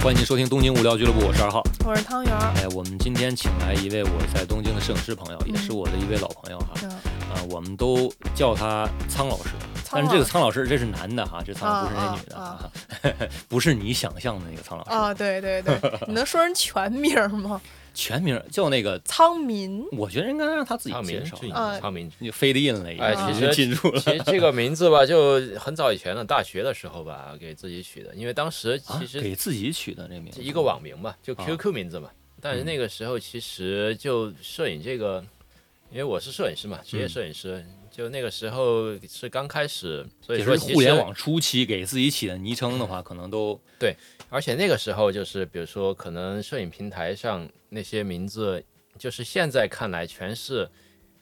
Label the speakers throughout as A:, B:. A: 欢迎您收听东京无聊俱乐部，我是二号。
B: 我是汤圆儿。
A: 哎，我们今天请来一位我在东京的摄影师朋友，也是我的一位老朋友哈。
B: 嗯，
A: 啊，我们都叫他苍老师，啊但是这个苍老师这是男的哈，这苍老师不是那女的哈， 不是你想象的那个苍老师，
B: 啊，对对对， 你能说人全名儿吗？
A: 全名叫那个，
B: 苍民，
A: 我觉得应该让他自己
C: 昌
A: 介
C: 明
A: 绍，，
B: 啊
C: 昌明。
A: 你飞的印了已
C: 哎
B: 其
A: 经
C: 实
A: 进入了
C: 其实这个名字吧，就很早以前了，大学的时候吧，给自己取的，因为当时
A: 啊
C: 其，实
A: 给自己取的这名字，
C: 一个网名嘛，就
A: 啊嗯
C: QQ 名字嘛。但是那个时候其实就摄影这个，因为我是摄影师嘛，职
A: 嗯
C: 业摄影师，就那个时候是刚开始，所以
A: 也
C: 说
A: 是
C: 其实
A: 互联，网初期给自己起的昵称的话，可能都
C: 而且那个时候就是比如说可能摄影平台上那些名字，就是现在看来全是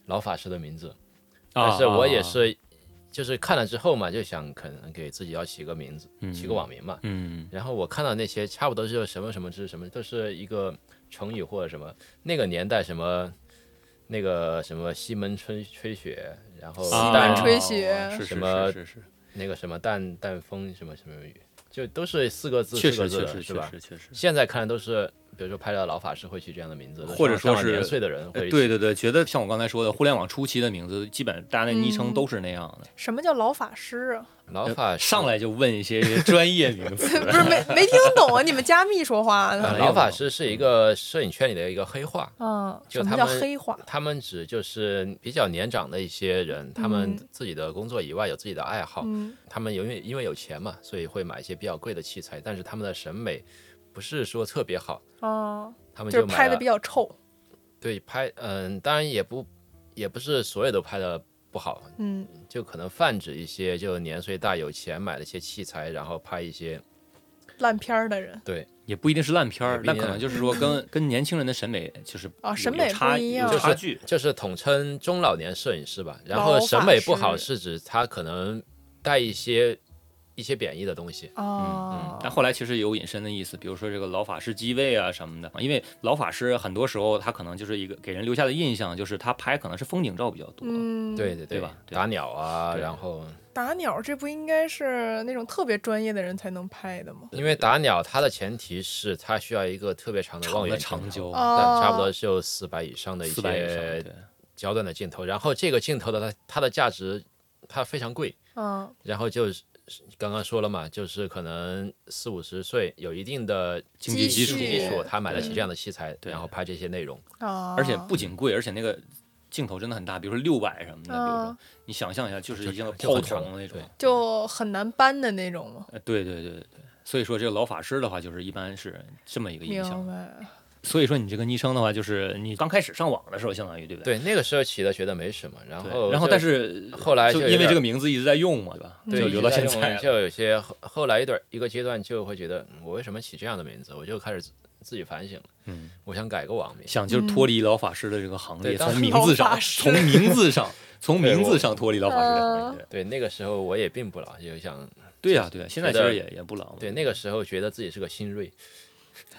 C: 老法师的名字，但是我也，
A: 啊
C: 是，就是看了之后嘛，就想可能给自己要起个名字，起个网名嘛。
A: 嗯，
C: 然后我看到那些差不多就是什么什么之什么，都是一个成语或者什么那个年代什么那个什么西门吹吹雪，然后
B: 西门
C: 淡
B: 啊吹雪
A: 是是
C: 嗯什么
A: 是是
C: 那个什么淡淡风什么什么雨，就都是四个字
A: 是，确
C: 四
A: 实
C: 个字
A: 确
C: 的
A: 实
C: 是
A: 确
C: 吧？
A: 实确实。
C: 现在看来都是，比如说拍到老法师会取这样的名字，
A: 或者
C: 上
A: 说
C: 了
A: 是
C: 年岁的人
A: 哎
C: 会
A: 对对对，觉得像我刚才说的，互联网初期的名字，基本大家的昵
B: 嗯
A: 称都是那样的，
B: 什么叫老法师啊？
C: 老法师
A: 呃上来就问一些 专业名词
B: 不是没没听懂啊？你们加密说话
C: 呃
B: 呢？
C: 老法师
A: 嗯
C: 是一个摄影圈里的一个黑话。
B: 嗯，
C: 就
B: 什么
C: 他
B: 叫
C: 们
B: 黑话？
C: 他们指就是比较年长的一些人，他们
B: 嗯
C: 自己的工作以外有自己的爱好，
B: 嗯
C: 他们因为因为有钱嘛，所以会买一些比较贵的器材，但是他们的审美不是说特别好，
B: 哦，
C: 他们
B: 就是
C: 买
B: 拍
C: 了
B: 的比较臭。
C: 对拍，嗯，当然也不也不是所有都拍的不好，
B: 嗯
C: 就可能泛指一些就年岁大有钱买了一些器材，然后拍一些
B: 烂片儿的人
A: 也不一定是烂片
C: 也
A: 儿，
C: 不一
A: 但
C: 定
A: 可能就是说跟跟年轻人的审美就是
B: 啊
A: 有
B: 审美
A: 有差
B: 不一样
A: 有差
C: 就是
A: 距。
C: 就是统称中老年摄影师吧。然
B: 老
C: 后
B: 法
C: 审美不好
B: 师
C: 是指他可能带一些一些贬义的东西。啊
B: 哦，
A: 但后来其实有引申的意思，比如说这个老法师机位啊什么的，因为老法师很多时候他可能就是一个给人留下的印象，就是他拍可能是风景照比较多，
B: 嗯，
C: 对，对
A: 对吧对
C: 打鸟啊，
A: 对
C: 然后
B: 打鸟这不应该是那种特别专业的人才能拍的吗？
C: 因为打鸟它的前提是它需要一个特别长的望
A: 长的
C: 远镜
A: 长
C: 啊头，
A: 焦，
B: 哦
C: 但差不多只有四百以上的一
A: 四百以上，
C: 些
A: 对
C: 焦段的镜头，然后这个镜头的它它的价值它非常贵，
B: 嗯，
C: 然后就是刚刚说了嘛，就是可能四五十岁有一定的
A: 经济基
B: 积
A: 础
B: 蓄
C: 基础，他买得起
A: 对
C: 这样的器材，
A: 对
C: 然后拍这些内容。
B: 啊，
A: 而且不仅贵，而且那个镜头真的很大，比如说六百什么的，比如说
B: 啊
A: 你想象一下，就是一
C: 就
A: 个
C: 就很
A: 炮
C: 长
A: 筒那种
C: 对，
B: 就很难搬的那种吗？
A: 呃对对对对对。所以说这个老法师的话，就是一般是这么一个印
B: 明
A: 象。
B: 白。
A: 所以说你这个昵称的话，就是你刚开始上网的时候，相当于对不对？
C: 对，那个时候起的觉得没什么，然
A: 对
C: 后
A: 然后
C: 就
A: 但是
C: 后来
A: 就
C: 就
A: 因
C: 有
A: 为
C: 点
A: 这个名字一直在用嘛，对
B: 嗯
A: 吧？
C: 对，
A: 就
C: 一
A: 留
C: 直
A: 到
C: 在
A: 现
C: 用
A: 在了。
C: 就有些后后来一段一个阶段就会觉得，嗯我为什么起这样的名字？我就开始自自己反省了，
A: 嗯，
C: 我想改个网名。
A: 想就是脱离老法师的这个行列，
C: 对当
A: 从
C: 时
A: 名字
B: 老
A: 上，
B: 法师
A: 从名字上，从
C: 对
A: 名字
C: 我
A: 上脱离老法师的
B: 嗯
A: 行列。
C: 对，那个时候我也并不老，就想
A: 对呀，对呀，现在其
C: 觉
A: 实
C: 得
A: 也也不老嘛。
C: 对那个时候觉得自己是个新锐，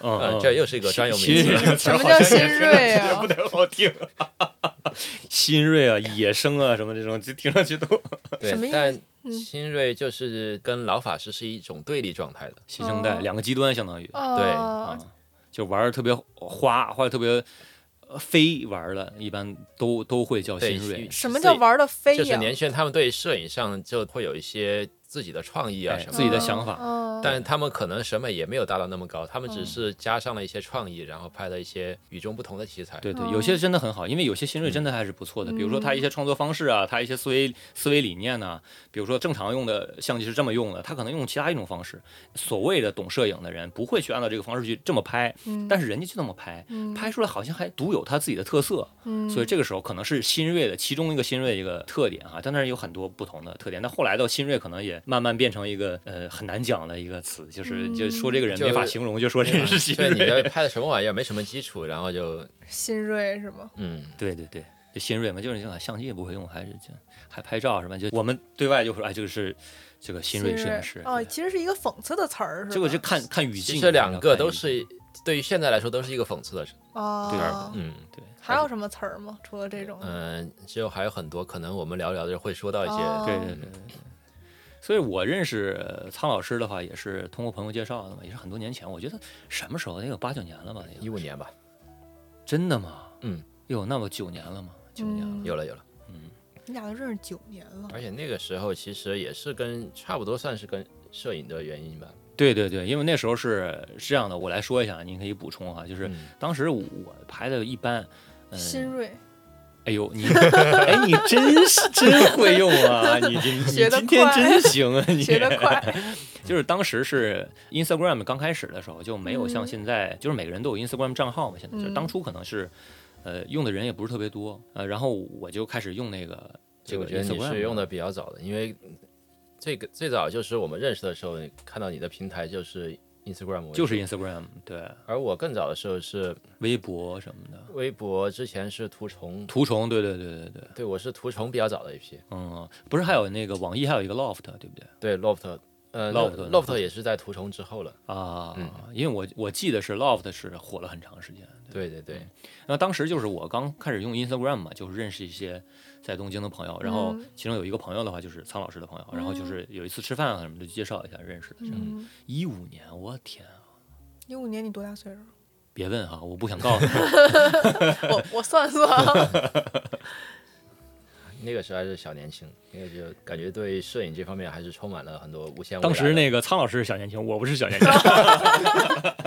A: 嗯，
C: 呃
A: 嗯，
C: 这又是一个专有
A: 新
C: 名
A: 新锐这
C: 词。
A: 个词儿
B: 什么
A: 好
B: 叫
A: 像
B: 新
A: 也
B: 锐啊？
A: 太好听。 新锐啊，野生啊，什么这种，就听上去都
B: 什么意思
C: 对，但
B: 嗯
C: 新锐就是跟老法师是一种对立状态的。
A: 新生代，
B: 哦
A: 两个极端相当于
B: 啊
A: 啊，，
C: 嗯
A: 就玩的特别花，或者特别呃飞玩的，一般都都会叫哦新
C: 对
A: 锐。
B: 什么叫？玩的啊飞
C: 所以
B: 呀？
C: 就是年轻人他们对摄影上就会有一些自己的创意啊
A: 哎
C: 什么
A: 自己的想法
B: 嗯
C: 但他们可能审美也没有达到那么高，他们
B: 哦
C: 只是加上了一些创意，然后拍了一些与众不同的题材。
A: 对
B: 哦
A: 对，有些真的很好，因为有些新锐真的还是不
B: 嗯
A: 错的，比如说他一些创作方式啊，他一些思维思维理念呐、比如说正常用的相机是这么用的，他可能用其他一种方式。所谓的懂摄影的人不会去按照这个方式去这么拍，
B: 嗯
A: 但是人家就那么拍，拍出来好像还独有他自己的特色。
B: 嗯
A: 所以这个时候可能是新锐的其中一个新锐的一个特点哈、啊，但那有很多不同的特点。但后来到新锐可能也慢慢变成一个呃很难讲的一个词，就是
B: 嗯
A: 就说这个人
C: 就
A: 没法形容，就说这人是新
C: 对，啊你这
A: 锐。
C: 拍的什么玩意儿，没什么基础，然后就
B: 新锐是吗？
C: 嗯，
A: 对对对，就新锐嘛，就是你看相机也不会用，还是就还拍照是吧？就我们对外就说哎，这个是这个新锐摄影师
B: 啊，哦，其实是一个讽刺的词儿，是吧？
A: 这个就看看语境。
C: 其实两个都
A: 看语
C: 是对于现在来说都是一个讽刺的事。
A: 对
B: 啊，
C: 嗯
A: 境对，
B: 还有什么词儿吗？除
A: 呃
B: 了这种，
C: 呃嗯，之后还有很多，可能我们聊聊就会说到一些。
B: 哦
A: 对对对对。所以我认识呃苍老师的话，也是通过朋友介绍的嘛，也是很多年前。我觉得什么时候？得有八九年了吧？得有
C: 嗯一五年吧，
A: 真的吗？
C: 嗯，
A: 有那么九年了吗？九年了。
B: 嗯
C: 有了有了。
B: 你俩都认识九年了，
C: 而且那个时候其实也是跟差不多算是跟摄影的原因吧。
A: 对对对，因为那时候是是这样的，我来说一下，您可以补充哈、就是
C: 嗯
A: 当时我拍的一般，嗯，
B: 新 锐，
A: 哎呦，你哎，你真是真会用啊！你今你
B: 学得
A: 今天
B: 快
A: 真行啊！你
B: 学得快，
A: 就是当时是 Instagram 刚开始的时候，就没有像
B: 嗯
A: 现在，就是每个人都有 Instagram 账号嘛。现在就是
B: 嗯
A: 当初可能是，呃，用的人也不是特别多，呃，然后我就开始用那个这
C: 这
A: 个
C: 我觉得你
A: Instagram
C: 是用的比较早的，因为这个最早就是我们认识的时候，看到你的平台就是 Instagram，
A: 就是
C: 微博
A: Instagram，对，
C: 而我更早的时候是
A: 微博什么的，
C: 微博，之前是图虫，
A: 图虫，对对对对对，
C: 对我是图虫比较早的一批，
A: 嗯，不是还有那个网易还有一个 Loft，对不对？
C: 对 Loft，呃
A: Loft，嗯
C: Loft 也是在图虫之后了，
A: 啊，
C: 嗯
A: 因为我我记得是 Loft 是火了很长时间。
C: 对对对，
A: 那当时就是我刚开始用 Instagram 嘛，就是认识一些在东京的朋友，然后
B: 嗯
A: 其中有一个朋友的话就是苍老师的朋友，然后就是有一次吃饭啊什么的就介绍一下认识的。
B: 嗯，
A: 一五年，我天啊！
B: 一五年你多 大岁数？
A: 别问哈、我不想告诉你。
B: 我我算算 啊，，
C: 那个时候还是小年轻，那个就感觉对摄影这方面还是充满了很多无限未来的。
A: 当时那个苍老师是小年轻，我不是小年轻。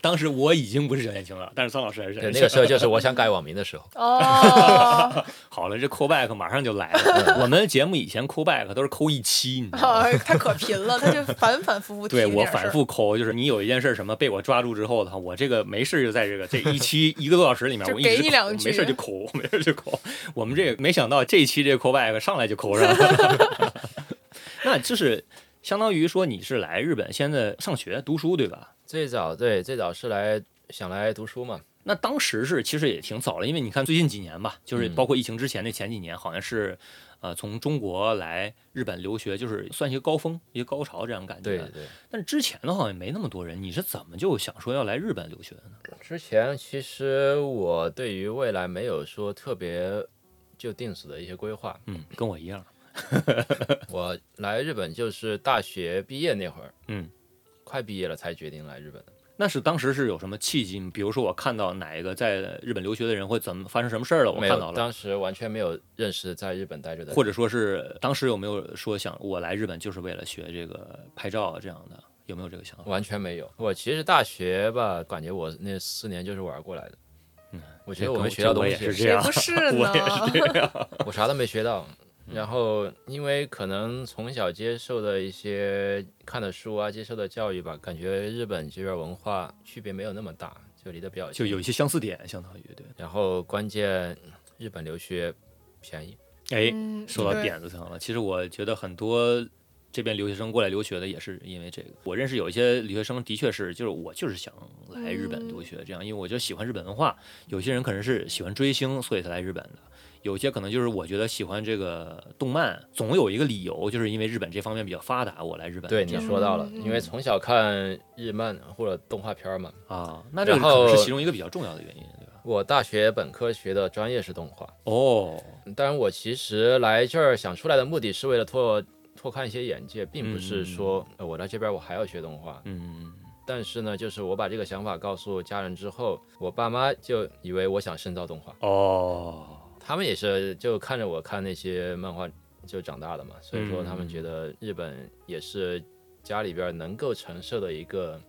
A: 当时我已经不是小年轻了，但是苍老师还是小
C: 对
A: 年轻。
C: 那个时候就是我想改网名的时候
B: 哦，
A: 好了，这 callback 马上就来
C: 嗯
A: 了。我们节目以前 callback 都是扣一期，你知道吗？
B: 啊他可贫了，他就反反复复提
A: 对
B: 这
A: 我
B: 点事
A: 反
B: 儿
A: 复抠，就是你有一件事儿什么被我抓住之后的话，我这个没事就在这个这一期一个多小时里面，
B: 就
A: 我一直
B: 给你
A: 抠
B: 两
A: 没事
B: 句
A: 就抠，没事就抠。我们这个没想到这一期这 callback 上来就抠上了， 那就是相当于说你是来日本现在上学读书对吧？
C: 最早对最早是来想来读书嘛，
A: 那当时是其实也挺早了，因为你看最近几年吧，就是
C: 嗯
A: 包括疫情之前那前几年，好像是，呃，从中国来日本留学，就是算一个高峰、一个高潮这样感觉。啊
C: 对对。
A: 但之前的好像没那么多人，你是怎么就想说要来日本留学的呢？。
C: 之前其实我对于未来没有说特别就定死的一些规划
A: 嗯，跟我一样。
C: 我来日本就是大学毕业那会儿，
A: 嗯，
C: 快毕业了才决定来日本的。
A: 那是当时是有什么契机吗？比如说我看到哪一个在日本留学的人会怎么发生什么事儿了，我
C: 没
A: 看到
C: 有，
A: 了，
C: 当时完全没有认识在日本待着的人，
A: 或者说是当时有没有说想我来日本就是为了学这个拍照啊这样的，有没有这个想法？
C: 完全没有。我其实大学吧，感觉我那四年就是玩过来的。嗯，我觉得我们学到东
A: 我
C: 西
A: 也是这
B: 谁
A: 样
B: 不，是
A: 我也
B: 呢？
C: 我啥都没学到。
A: 嗯
C: 然后，因为可能从小接受的一些看的书啊，接受的教育吧，感觉日本这边文化区别没有那么大，就离得比较
A: 就
C: 近。
A: 有一些相似点，相当于对。
C: 然后关键，日本留学便宜，
A: 哎，
B: 嗯
A: 说到
B: 对
A: 点子上了。其实我觉得很多这边留学生过来留学的也是因为这个。我认识有一些留学生，的确是就是我就是想来日本留学，这样，因为我就喜欢日本文化。有些人可能是喜欢追星，所以才来日本的。有些可能就是我觉得喜欢这个动漫，总有一个理由，就是因为日本这方面比较发达，我来日本。
C: 对
A: 这
C: 你
A: 样
C: 说到了，
B: 嗯
C: 因为从小看日漫或者动画片儿嘛，
A: 啊，那这个
C: 然
A: 可能
C: 后
A: 是其中一个比较重要的原因，对吧？
C: 我大学本科学的专业是动画，
A: 哦，
C: 当然我其实来这儿想出来的目的是为了拓拓宽一些眼界，并不是说、呃我来这边我还要学动画，
A: 嗯，
C: 但是呢，就是我把这个想法告诉家人之后，我爸妈就以为我想深造动画，
A: 哦，
C: 他们也是就看着我看那些漫画就长大的嘛，所以说他
A: 嗯
C: 们觉得日本也是家里边能够承受的一个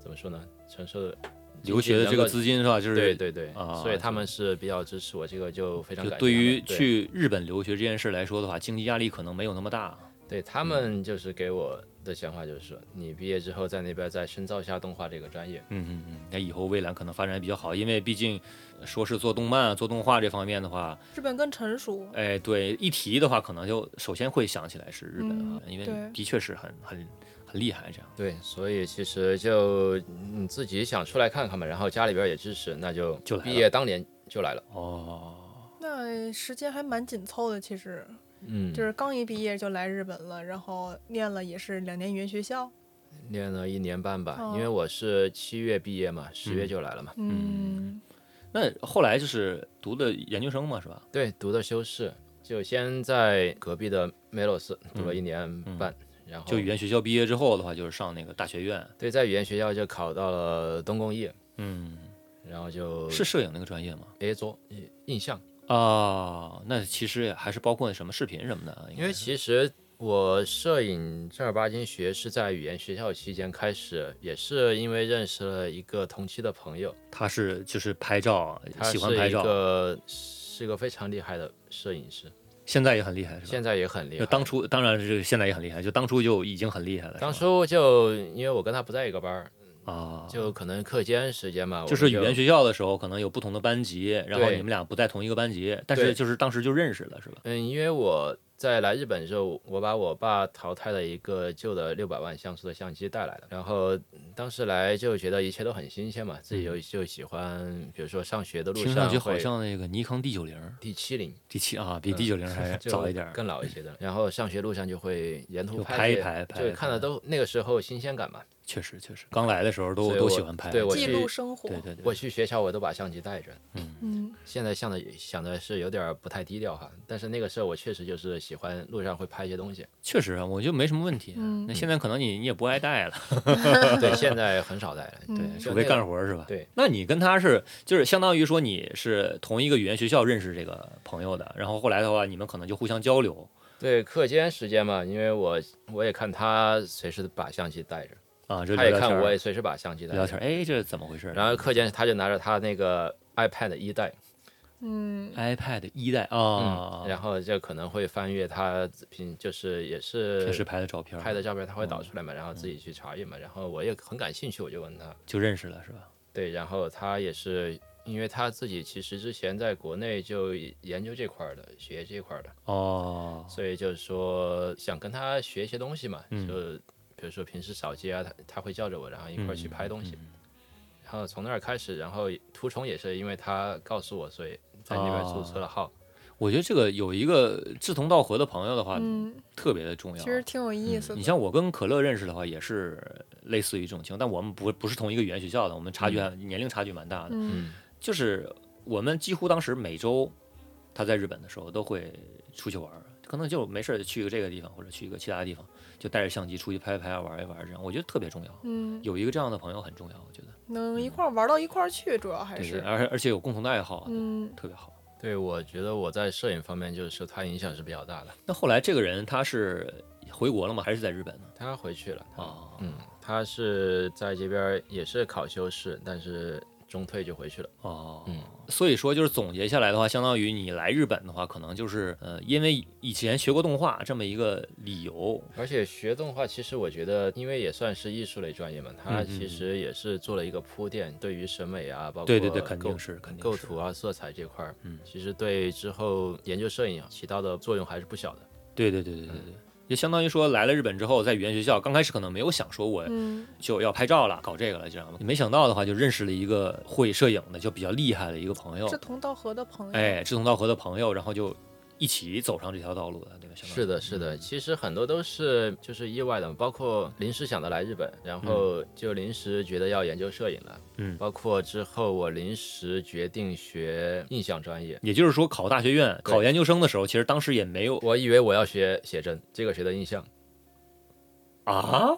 C: 怎么说呢，承受的
A: 留学的这个资金是吧？就是
C: 对对对，
A: 啊
C: 所以他们是比较支持我，这个就非常
A: 就
C: 感谢
A: 对于
C: 他们
A: 去日本留学这件事来说的话，经济压力可能没有那么大。
C: 对
A: 嗯
C: 他们就是给我的想法就是说，你毕业之后在那边再深造一下动画这个专业。
A: 嗯嗯嗯，那以后未来可能发展比较好，因为毕竟说是做动漫、啊做动画这方面的话，
B: 日本更成熟，
A: 哎，对，一提的话，可能就首先会想起来是日本啊，因为
B: 对
A: 的确是很很很厉害这样。
C: 对，所以其实就你自己想出来看看吧，然后家里边也支持，那就
A: 就来了
C: 毕业当年就来了。
A: 哦，
B: 那时间还蛮紧凑的，其实
C: 嗯，
B: 就是刚一毕业就来日本了，然后念了也是两年语言学
A: 嗯
B: 校，
C: 练了一年半吧，
B: 哦
C: 因为我是七月毕业嘛，十月
A: 嗯
C: 就来了嘛。
A: 嗯那后来就是读的研究生嘛，是吧？
C: 对，读的修饰，就先在隔壁的梅洛斯读了一年半，然后
A: 嗯就语言学校毕业之后的话，就是上那个大学院，
C: 对，在语言学校就考到了东工业，
A: 嗯，
C: 然后就是
A: 摄影那个专业吗？
C: 别做印印象，
A: 啊，那其实也还是包括什么视频什么的啊，应
C: 哦因为
A: 该是
C: 其实我摄影正儿八经学是在语言学校期间开始，也是因为认识了一个同期的朋友，
A: 他是就是拍照，
C: 他
A: 喜
C: 是
A: 欢拍
C: 一
A: 照，
C: 个是个非常厉害的摄影师，
A: 现在也很厉害是吧？
C: 现在也很厉
A: 就
C: 害。
A: 当初当然是现在也很厉害，就当初就已经很厉害了。
C: 当
A: 是吧
C: 初就因为我跟他不在一个班儿，
A: 啊，
C: 就可能课间时间嘛，我
A: 就
C: 们
A: 是语言学校的时候，可能有不同的班级，然后
C: 对
A: 你们俩不在同一个班级，但
C: 对
A: 是就是当时就认识了是吧？
C: 嗯，因为我在来日本的时候，我把我爸淘汰的一个旧的六百万像素的相机带来了，然后当时来就觉得一切都很新鲜嘛，自己就就喜欢，比如说上学的路
A: 嗯听上去好
C: 会
A: 像那个尼康 D 九零、
C: 第七零嗯
A: D 七啊，比 D 九零还
C: 就
A: 早一点儿。
C: 更老一些的，然后上学路上就会沿途
A: 就
C: 拍
A: 拍一
C: 这
A: 拍拍
C: 就
A: 一
C: 看的
A: 拍
C: 都那个时候新鲜感嘛。
A: 确实确实，刚来的时候都
C: 所以
A: 都
C: 我
A: 喜欢拍，
C: 对我
B: 记
C: 去
B: 录生活。
A: 对对对
C: 我，去学校我都把相机带着，
B: 嗯，
C: 现在想的想的是有点儿不太低调哈，但是那个时候我确实就是喜欢路上会拍一 些东西，
A: 确实啊，我觉得没什么问题。
B: 嗯
A: 那现在可能你你也不爱带了，
C: 对，现在很少带了，
A: 对，
B: 嗯
A: 除非干活儿是吧？
C: 对。
A: 那你跟他是就是相当于说你是同一个语言学校认识这个朋友的，然后后来的话你们可能就互相交流
C: 对，课间时间嘛，因为我我也看他随时把相机带着，
A: 啊，就
C: 他
A: 聊
C: 也
A: 聊天
C: 看我
A: 儿
C: 也随时把相机带
A: 聊天
C: 着。
A: 儿，哎，这是怎么回事儿？
C: 然后课间他就拿着他那个 iPad 一代，
B: 嗯
A: iPad 一代
C: 嗯，
A: 啊，
C: 然后就可能会翻阅他平就是也
A: 平
C: 是
A: 时拍的嗯照片儿，
C: 呃拍的照片，他会导出来嘛，然后自己去查阅嘛。然后我也很感兴趣，我就问他，
A: 就认识了是吧？
C: 对，然后他也是因为他自己其实之前在国内就研究这块儿的，学这块儿的，
A: 哦，
C: 所以就是说想跟他学一些东西嘛，
A: 嗯
C: 就比如说平时扫街啊，他他会叫着我，然后一块儿去拍东西，然后从那儿开始，然后途中也是因为他告诉我，所以在那边注册了号。
A: 我觉得这个有一个志同道合的朋友的话，
B: 嗯，
A: 特别的重要。
B: 其实挺有意
A: 嗯
B: 思
A: 你
B: 的。
A: 像我跟可乐认识的话，也是类似于这种情况，但我们不不是同一个语言学校的，我们差距
C: 嗯
A: 还、年龄差距蛮大的。
B: 嗯，
A: 就是我们几乎当时每周他在日本的时候都会出去玩儿，可能就没事儿就去一个这个地方或者去一个其他地方，就带着相机出去拍拍啊玩一玩儿这样，我觉得特别重要。
B: 嗯，
A: 有一个这样的朋友很重要，我觉得
B: 能一块儿玩到一块儿去，主要还
A: 嗯对对，
B: 是
A: 而而且有共同的爱好，啊
B: 嗯
A: 特别好。
C: 对，我觉得我在摄影方面就是受他影响是比较大的。
A: 那后来这个人他是回国了吗？还是在日本呢？
C: 他回去了，
A: 啊、
C: 嗯，他是在这边也是考修士，但是中退就回去了。
A: 哦，
C: 嗯
A: 所以说就是总结下来的话，相当于你来日本的话，可能就是呃，因为以前学过动画这么一个理由，
C: 而且学动画，其实我觉得，因为也算是艺术类专业嘛，它
A: 嗯嗯
C: 其实也是做了一个铺垫，对于审美啊，包括
A: 对对对，肯
C: 构
A: 定是肯定
C: 构
A: 是
C: 图啊、色彩这块儿，
A: 嗯
C: 其实对之后研究摄影啊起到的作用还是不小的。
A: 对对对对对对，也相当于说来了日本之后，在语言学校刚开始可能没有想说我
B: 嗯
A: 就要拍照了，搞这个了，这样没想到的话就认识了一个会摄影的，就比较厉害的一个朋友
B: 志，同道合的朋友。
A: 哎，志同道合的朋友，然后就一起走上这条道路的，对吧？相当于
C: 是的，嗯是的，其实很多都是就是意外的，包括临时想的来日本，然后就临时觉得要研究摄影了，
A: 嗯
C: 包括之后我临时决定学印象专业，
A: 也就是说，考大学院、
C: 对
A: 考研究生的时候，其实当时也没有
C: 我以为我要学写真，结果学的印象，
A: 啊，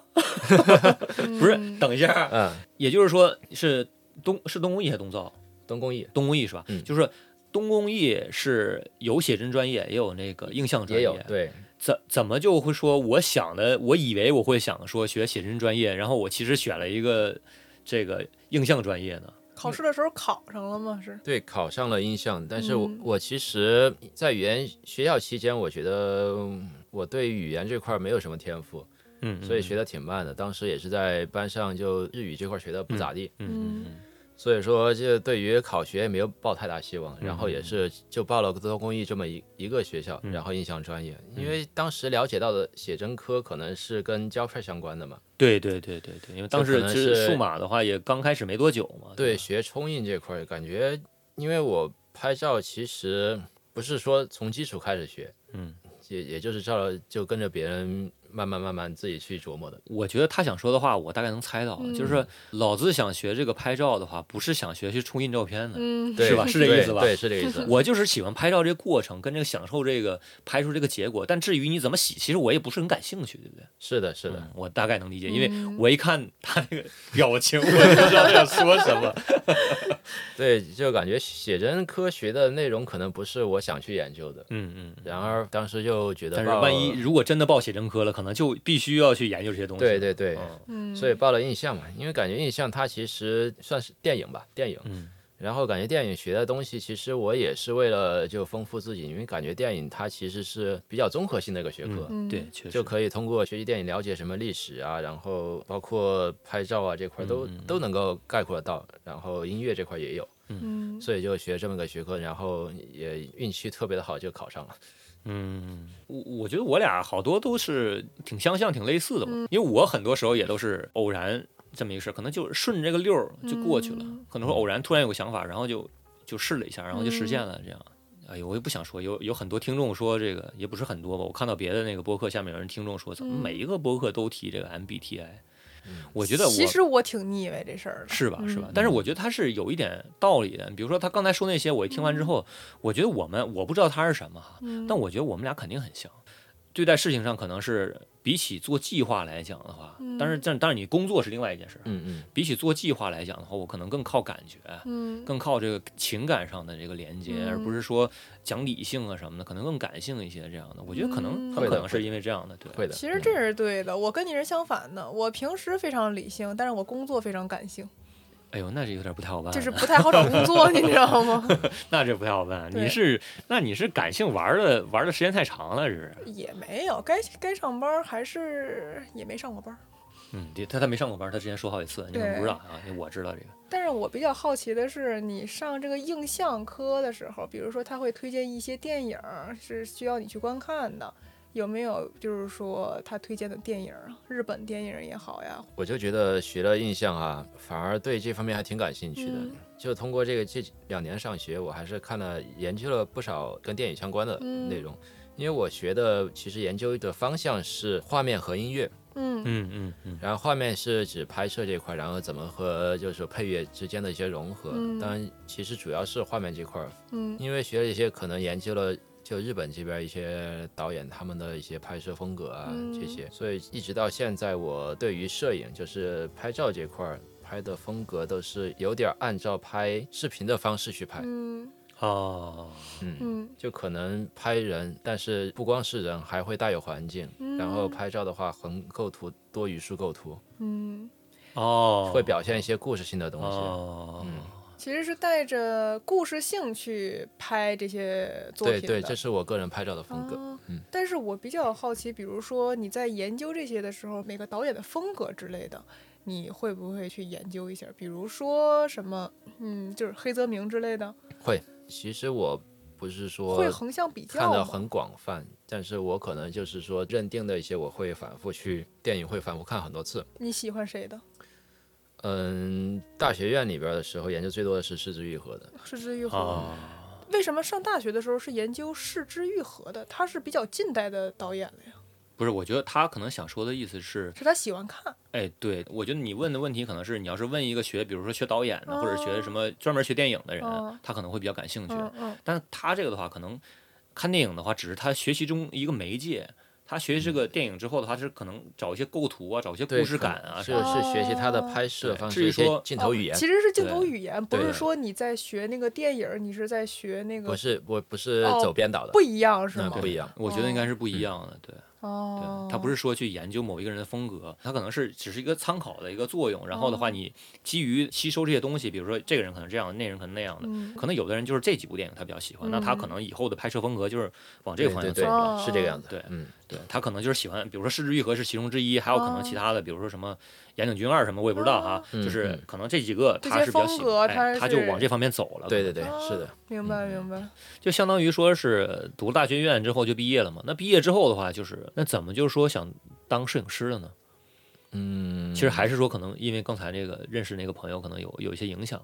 B: 嗯
A: 不是，等一下，
C: 嗯，
A: 也就是说是东是东工艺还是东造？
C: 东工艺
A: 东工艺是吧？
C: 嗯
A: 就是东工艺是有写真专业，也有那个印象专业。
C: 也有，对，
A: 怎怎么就会说我想的，我以为我会想说学写真专业，然后我其实选了一个这个印象专业呢？
B: 考试的时候考上了吗？是，
C: 对，考上了印象，但是我、
B: 嗯
C: 我其实，在语言学校期间，我觉得嗯我对语言这块儿没有什么天赋，
A: 嗯，
C: 所以
A: 嗯
C: 学的挺慢的。当时也是在班上就日语这块儿学的不咋地，
A: 嗯嗯嗯
C: 所以说就对于考学也没有抱太大希望。然后
A: 嗯嗯
C: 也
A: 嗯
C: 是就报了多工艺这么一一个学校，
A: 嗯
C: 然后印象专业，因为当时了解到的写真科可能是跟胶片相关的嘛。
A: 对对对对对，因为当
C: 可
A: 时
C: 能
A: 其实
C: 是
A: 数码的话也刚开始没多久嘛。
C: 对，
A: 吧
C: 学冲印这块儿，感觉因为我拍照其实不是说从基础开始学，
A: 嗯，
C: 也也就是照着就跟着别人慢慢慢慢自己去琢磨的。
A: 我觉得他想说的话，我大概能猜到了，
B: 嗯
A: 就是老子想学这个拍照的话，不是想学去冲印照片的，
B: 嗯，
C: 对
A: 是吧是这个意思吧
C: 对，对是这个 意思。
A: 我就是喜欢拍照这个过程，跟这个享受这个拍出这个结果。但至于你怎么洗，其实我也不是很感兴趣，对不对？
C: 是的，是的，
A: 嗯，我大概能理解，因为
B: 嗯
A: 我一看他那个表情，我就知道他想说什么。
C: 对，就感觉写真科学的内容可能不是我想去研究的。
A: 嗯嗯。
C: 然而当时就觉得
A: 但是
C: 报，
A: 万一如果真的报写真科了，可能就必须要去研究这些东西。
C: 对对对，
A: 嗯，
B: 嗯，
C: 所以报了印象嘛，因为感觉印象它其实算是电影吧，电影。
A: 嗯
C: 然后感觉电影学的东西，其实我也是为了就丰富自己，因为感觉电影它其实是比较综合性的一个学科，
A: 嗯，对，确实
C: 就可以通过学习电影了解什么历史啊，然后包括拍照啊这块儿都、都能够概括得到，然后音乐这块儿也有，
B: 嗯，
C: 所以就学这么个学科，然后也运气特别的好就考上了。
A: 嗯，我我觉得我俩好多都是挺相像、挺类似的嘛，
B: 嗯
A: 因为我很多时候也都是偶然这么一个事儿，可能就是顺着这个溜儿就过去了，
B: 嗯
A: 可能说偶然突然有个想法，然后就就试了一下，然后就实现
B: 嗯
A: 了这样。哎呦，我也不想说，有有很多听众说这个，也不是很多吧。我看到别的那个播客下面有人听众说，怎么
B: 嗯
A: 每一个播客都提这个 MBTI？、我觉得我
B: 其实我挺腻歪这事儿的，
A: 是吧？是吧
B: 嗯？
A: 但是我觉得他是有一点道理的。比如说他刚才说那些，我一听完之后，我觉得我们我不知道他是什么哈，
B: 嗯
A: 但我觉得我们俩肯定很像，对待事情上可能是比起做计划来讲的话，
B: 嗯
A: 但是但但是你工作是另外一件事儿，
C: 嗯嗯，
A: 比起做计划来讲的话，我可能更靠感觉，
B: 嗯，
A: 更靠这个情感上的这个连接，
B: 嗯
A: 而不是说讲理性啊什么的，可能更感性一些这样的。我觉得可能
B: 嗯
A: 很
C: 会
A: 可
C: 的
A: 能是因为这样的，对，
C: 会的。嗯
B: 其实这是对的，我跟你是相反的。我平时非常理性，但是我工作非常感性，
A: 哎呦，那是有点不太好办，
C: 啊
B: 就是不太好找工作，你知道 吗？
A: 那这不太好办。
B: 对
A: 你是那你是感性玩的玩的时间太长了，是不是？
B: 也没有，该该上班还是也没上过班。
A: 嗯，对他他没上过班，他之前说好几次，你们
B: 对
A: 不知道啊？我知道这个。
B: 但是我比较好奇的是，你上这个映像科的时候，比如说他会推荐一些电影儿是需要你去观看的，有没有就是说他推荐的电影儿，日本电影也好呀？
C: 我就觉得学了印象啊，反而对这方面还挺感兴趣的。
B: 嗯
C: 就通过这个这两年上学，我还是看了研究了不少跟电影相关的
B: 嗯
C: 内容，因为我学的其实研究的方向是画面和音乐，
B: 嗯
A: 嗯嗯嗯
C: 然后画面是指拍摄这一块，然后怎么和就是配乐之间的一些融合。
B: 嗯
C: 当然，其实主要是画面这块儿，
B: 嗯
C: 因为学了一些可能研究了。就日本这边一些导演他们的一些拍摄风格啊，
B: 嗯
C: 这些，所以一直到现在，我对于摄影就是拍照这块儿拍的风格都是有点儿按照拍视频的方式去拍，
B: 嗯
A: 哦，
C: 嗯
B: 嗯
C: 就可能拍人，但是不光是人，还会带有环境。
B: 嗯
C: 然后拍照的话，横构图多于竖构图，
B: 嗯，
A: 哦，
C: 会表现一些故事性的东西。
A: 哦，
C: 嗯
B: 其实是带着故事性去拍这些作品
C: 对
B: 的。
C: 对，这是我个人拍照的风格。
B: 啊
C: 嗯
B: 但是我比较好奇，比如说你在研究这些的时候，每个导演的风格之类的，你会不会去研究一下？比如说什么，嗯，就是黑泽明之类的，
C: 会，其实我不是说
B: 会横向比
C: 看
B: 较
C: 的
B: 吗？
C: 很广泛，但是我可能就是说认定的一些，我会反复去电影会反复看很多次。
B: 你喜欢谁的？
C: 嗯，大学院里边的时候研究最多的是失之愈合的，
B: 失之愈合。
A: 哦，
B: 为什么上大学的时候是研究失之愈合的？他是比较近代的导演了呀，
A: 不是，我觉得他可能想说的意思是，
B: 是他喜欢看。
A: 哎，对，我觉得你问的问题可能是，你要是问一个学，比如说学导演的，或者学
B: 哦
A: 什么专门学电影的人，
B: 哦
A: 他可能会比较感兴趣。
B: 嗯嗯
A: 但他这个的话，可能看电影的话，只是他学习中一个媒介。他学习这个电影之后的话，是可能找一些构图啊，找一些故
C: 对
A: 事
C: 可能
A: 感啊，
C: 是
A: 吧
C: 是学习他的
B: 哦
C: 拍摄
A: 对
C: 方
A: 至
C: 式、
A: 于
C: 一些
A: 说
C: 镜头语
B: 哦
C: 言。
B: 其实是镜头
A: 对
B: 语言，不
C: 对
B: 是说你在学那个电影儿，你是在学那
C: 不
B: 个
C: 是，我不是
B: 哦
C: 走编导的，
B: 不一样是
C: 那
B: 吗？
C: 不一样。
A: 我觉得应该是不一样的。对，
B: 哦
A: 对，，他不是说去研究某一个人的风格，他可能是只是一个参考的一个作用。然后的话，
B: 哦
A: 你基于吸收这些东西，比如说这个人可能这样，那人可能那样的，
B: 嗯
A: 可能有的人就是这几部电影他比较喜欢，那他可
B: 嗯
A: 能以后的拍摄风格就是往这
C: 对
A: 个方
C: 对
A: 向
C: 对
A: 走
B: 走了，
C: 是这个样子。
A: 对
C: 嗯，
A: 对他可能就是喜欢，比如说《失之愈合》是其中之一，还有可能其他的，比如说什么《岩井俊二》什么，我也不知道哈，
C: 嗯
A: 就是
C: 嗯
A: 可能这几个
B: 这
A: 他
B: 些
A: 是比较
B: 风
A: 喜
B: 格
A: 欢，哎
B: 他
A: 他就是往这方面走了。
C: 对对对，
B: 哦
C: 是的。
B: 明白明白，
C: 嗯
A: 就相当于说是读大学院之后就毕业了嘛。那毕业之后的话，就是那怎么就是说想当摄影师了呢？
C: 嗯，
A: 其实还是说，可能因为刚才那个认识那个朋友，可能有有一些影响。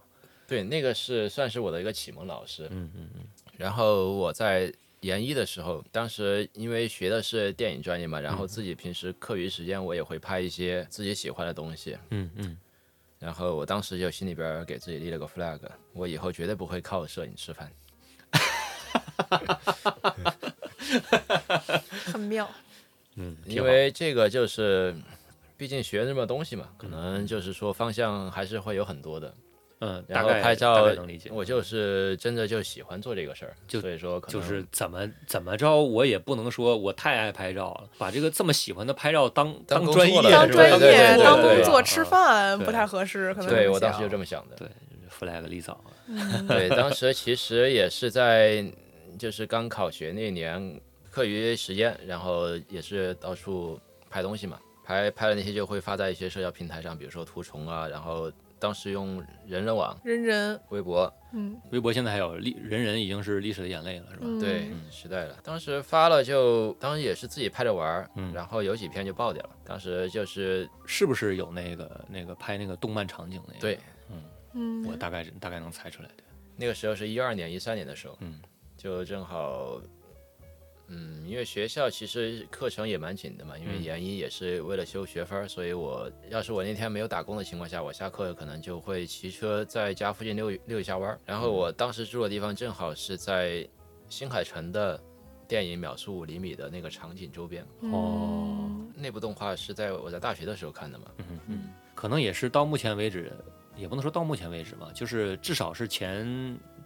C: 对，那个是算是我的一个启蒙老师。
A: 嗯嗯嗯，
C: 然后我在研一的时候，当时因为学的是电影专业嘛，然
A: 嗯
C: 后自己平时课余时间我也会拍一些自己喜欢的东西，
A: 嗯嗯，
C: 然后我当时就心里边儿给自己立了个 flag，我以后绝对不会靠摄影吃饭。
B: 很妙。
A: 嗯，挺
C: 因
A: 好
C: 为这个就是，毕竟学这么东西嘛，可能就是说方向还是会有很多的。
A: 嗯，
C: 然
A: 大
C: 后
A: 概大
C: 拍照
A: 概能理解，，
C: 我就是真的就喜欢做这个事儿，
A: 就
C: 所以说可能
A: 就是怎么怎么着，我也不能说我太爱拍照了，把这个这么喜欢的拍照当
C: 当工
A: 专
C: 作
A: 业
B: 当
C: 了
A: 是吧
B: 专
C: 对对
B: 业、
C: 对
B: 当
C: 对
B: 工
C: 对
B: 作、吃饭不
C: 对
B: 太合适，可能
C: 对
B: 这么嗯
C: 我当时
B: 想
C: 就这么想的。
A: 对嗯 flag 立早了，
C: 对，当时其实也是在就是刚考学那年课余时间，然后也是到处拍东西嘛，拍拍的那些就会发在一些社交平台上，比如说图虫啊，然后当时用人人网、
B: 人人，
C: 微博，
B: 嗯，
A: 微博现在还有历人人已经是历史的眼泪了，是吧？
B: 嗯
C: 对，时代了。当时发了就，当时也是自己拍着玩儿，
A: 嗯
C: 然后有几篇就爆掉了。当时就是
A: 是不是有那个那个拍那个动漫场景那个？
C: 对，
B: 嗯，
A: 我大概大概能猜出来的。
C: 那个时候是一二年、一三年的时候，
A: 嗯，
C: 就正好，嗯，因为学校其实课程也蛮紧的嘛，因为
A: 嗯
C: 研一也是为了修学分儿，所以我要是我那天没有打工的情况下，我下课可能就会骑车在家附近溜一溜一下弯儿。然后我当时住的地方正好是在新海诚的电影《秒速五厘米》的那个场景周边，
B: 嗯
A: 哦
C: 那部动画是在我在大学的时候看的嘛，
A: 嗯嗯，可能也是到目前为止，也不能说到目前为止吧，就是至少是前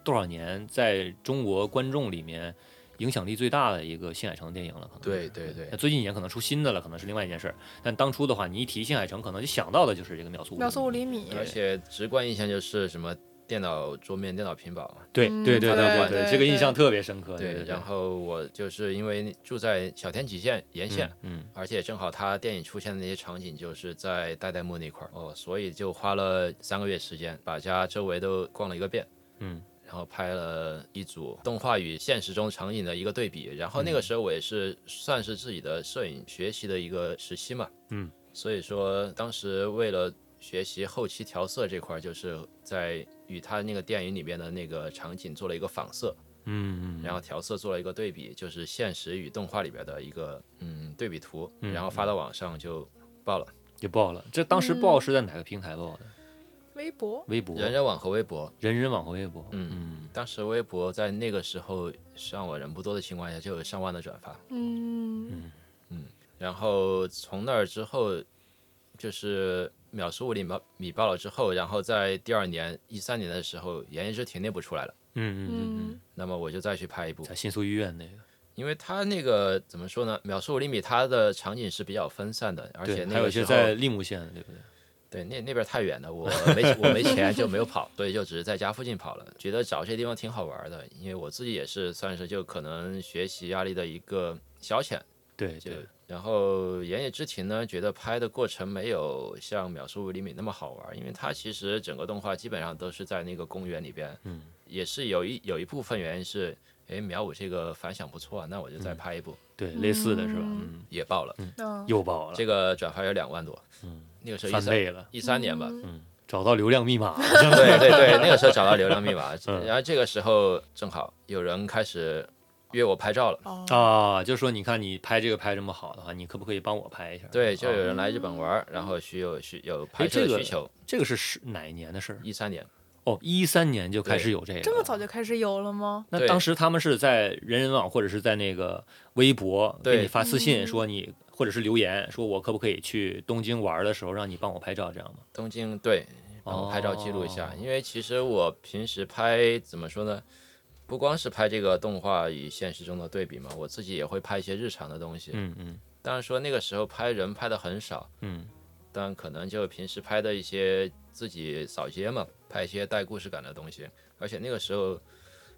A: 多少年在中国观众里面影响力最大的一个新海诚电影了。可能
C: 对
A: 是
C: 对对
A: 那最近几年可能出新的了，可能是另外一件事儿。但当初的话，你一提新海诚，可能就想到的就是这个秒速
B: 嗯
A: 五
B: 秒速五
A: 厘米。
B: 厘米，
C: 而且直观印象就是什么电脑桌面、电脑啊平板嘛。
A: 对
B: 嗯
A: 对对
B: 对
A: 对
B: 对
A: 这个
B: 对
A: 印象特别深刻。对
C: 对，
A: 对，
C: 然后我就是因为住在小天极限沿线，
A: 嗯，嗯，
C: 而且正好他电影出现的那些场景就是在代代木那块儿哦，所以就花了三个月时间把家周围都逛了一个遍，
A: 嗯，
C: 然后拍了一组动画与现实中场景的一个对比。然后
A: 嗯
C: 那个时候我也是算是自己的摄影学习的一个时期嘛，
A: 嗯，
C: 所以说当时为了学习后期调色这块儿，就是在与他那个电影里面的那个场景做了一个仿色，
A: 嗯嗯，
C: 然后调色做了一个对比，就是现实与动画里边的一个嗯对比图，然后发
A: 嗯
C: 到网上就爆了，
A: 也爆了。这当时
B: 嗯
A: 爆是在哪个平台爆的？
B: 微博，
A: 微博、
C: 人人网和微博。
A: 人人网和微博。
C: 嗯当时微博在那个时候上网人不多的情况下，就有上万的转发。
B: 嗯，
C: 然后从那儿之后，就是秒速五厘米米爆了之后，然后在第二年一三年的时候，《炎炎之庭》那部出来了，
A: 嗯嗯嗯嗯，
B: 嗯
C: 那么我就再去拍一部，
A: 在新宿医院那个。
C: 因为它那个怎么说呢，秒速五厘米它的场景是比较分散的，而且
A: 对，
C: 那
A: 还有
C: 个
A: 一
C: 时
A: 些
C: 候
A: 在利木县的，对不对？
C: 对，那那边太远了，我没我没钱就没有跑，所以就只是在家附近跑了。觉得找这地方挺好玩的，因为我自己也是算是就可能学习压力的一个消遣。
A: 对
C: 就
A: 对，
C: 然后《言野之庭》呢，觉得拍的过程没有像《秒速五厘米》那么好玩，因为它其实整个动画基本上都是在那个公园里边，
A: 嗯，
C: 也是有一有一部分原因是，哎，秒五这个反响不错啊，那我就再拍一部，
A: 对，类似的是吧？嗯，
C: 也爆了，
B: 那
A: 又爆了，
C: 这个转发有两万多，嗯，那个时候一
A: 翻
C: 三
A: 倍了，
C: 一三年吧，
A: 嗯，找到流量密码了，
C: 对对对，那个时候找到流量密码，
A: 嗯
C: 然后这个时候正好有人开始约我拍照了，
B: 哦，
A: 啊，就说你看你拍这个拍这么好的话，你可不可以帮我拍一下？
C: 对，就有
A: 啊
C: 人来日本玩儿，然后需有需有拍摄
A: 这
C: 的
A: 个
C: 需求，
A: 这个是十哪一年的事儿？
C: 一三年，
A: 哦，一三年就开始有这个，
B: 这么早就开始有了吗？
A: 那
C: 对
A: 当时他们是在人人网或者是在那个微博给
C: 对
A: 你发私
B: 嗯
A: 信说你，或者是留言说我可不可以去东京玩的时候让你帮我拍照这样吗？
C: 东京对，帮我拍照记录一下，
A: 哦
C: 因为其实我平时拍怎么说呢？不光是拍这个动画与现实中的对比嘛，我自己也会拍一些日常的东西。
A: 嗯嗯
C: 当然说那个时候拍人拍的很少，
A: 嗯
C: 但可能就平时拍的一些自己扫街嘛，拍一些带故事感的东西。而且那个时候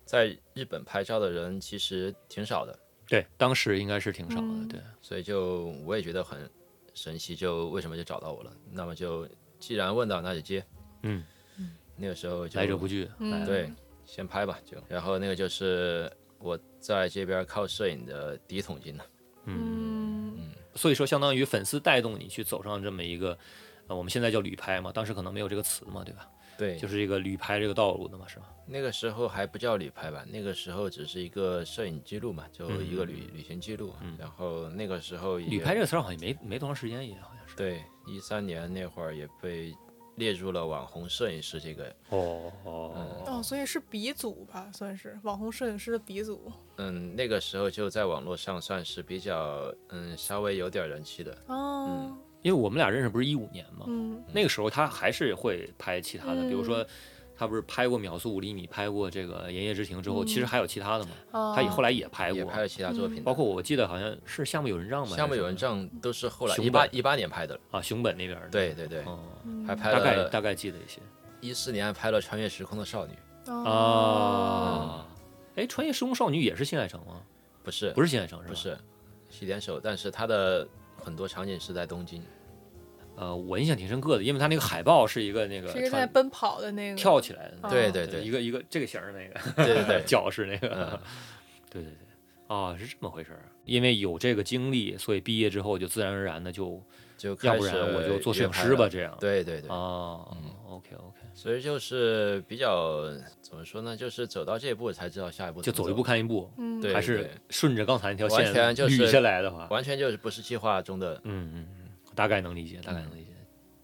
C: 在日本拍照的人其实挺少的，
A: 对，当时应该是挺少的，
B: 嗯
A: 对，
C: 所以就我也觉得很神奇，就为什么就找到我了？那么就既然问到，那就接。
A: 嗯，
C: 那个时候就
A: 来者不拒，来
B: 嗯，
A: 了，
C: 对，先拍吧就。然后那个就是我在这边靠摄影的第一桶金了。
B: 嗯，
A: 所以说相当于粉丝带动你去走上这么一个，呃，我们现在叫旅拍嘛，当时可能没有这个词嘛，对吧？
C: 对，
A: 就是这个旅拍这个道路的嘛，是吧？
C: 那个时候还不叫旅拍吧，那个时候只是一个摄影记录嘛，就一
A: 嗯
C: 个旅、旅行记录。然后那个时候也
A: 旅拍这个词儿好像没没多长时间，也好像是。
C: 对，一三年那会儿也被列入了网红摄影师这个，
A: 哦
C: 嗯
A: 哦，
B: 哦，所以是鼻祖吧，算是网红摄影师的鼻祖
C: 嗯，那个时候就在网络上算是比较，嗯，稍微有点人气的。
B: 哦，
A: 因为我们俩认识不是一五年嘛，
B: 嗯
A: 那个时候他还是会拍其他的，比如说他不是拍过《秒速五厘米》，拍过这个《言叶之庭》之后，其
B: 嗯
A: 实还有其他的嘛，
B: 啊，
A: 他也后来也拍
C: 也
A: 过，嗯
C: 拍了其他作品的，
A: 包括我记得好像是《夏目友人帐》吧，
C: 《夏目
A: 还是
C: 友人
A: 什么
C: 帐》都是后来
A: 熊
C: 一八
A: 本
C: 一八年拍的了。
A: 啊，熊本那边儿的，
C: 对对对，
A: 哦，
B: 嗯
C: 还拍
A: 大概
C: 了
A: 大概记得一些
C: 一四年还拍了《穿越时空的少女》，
A: 啊。
B: 哦，
A: 哎，穿越时空少女也是新海诚吗？
C: 不是
A: 不是新海诚是吧？
C: 不是，洗点手，但是它的很多场景是在东京。
A: 呃，我印象挺深刻的，因为他那个海报是一个那个
B: 是一个在
A: 穿
B: 奔跑的那个
A: 跳起来的那个，
C: 对
B: 哦
C: 对
A: 一
C: 对
A: 个一个这个型儿的那个，
C: 对对 对，
A: 脚是那个
C: 嗯，
A: 对对对，
C: 哦
A: 啊，是这么回事儿。因为有这个经历，所以毕业之后就自然而然的就，
C: 就
A: 要
C: 开
A: 不
C: 始
A: 然我就做摄影师
C: 约拍
A: 吧，
C: 了。
A: 这样。
C: 对对嗯对，
A: 啊，OK OK，
C: 所以就是比较怎么说呢，就是走到这一步才知道下一步
A: 就
C: 怎么
A: 走一步看一步，
B: 嗯，
C: 对
A: 还是顺着刚才那条线
C: 完全就是
A: 捋下来的话，
C: 完全就是不是计划中的。
A: 嗯嗯嗯，大概能理解，大概能理解。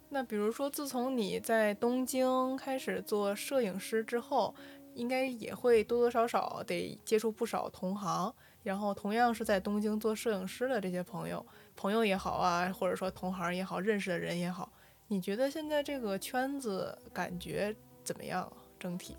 B: 那比如说，自从你在东京开始做摄影师之后，应该也会多多少少得接触不少同行，然后同样是在东京做摄影师的这些朋友，朋友也好啊，或者说同行也好，认识的人也好，你觉得现在这个圈子感觉怎么样啊？整体？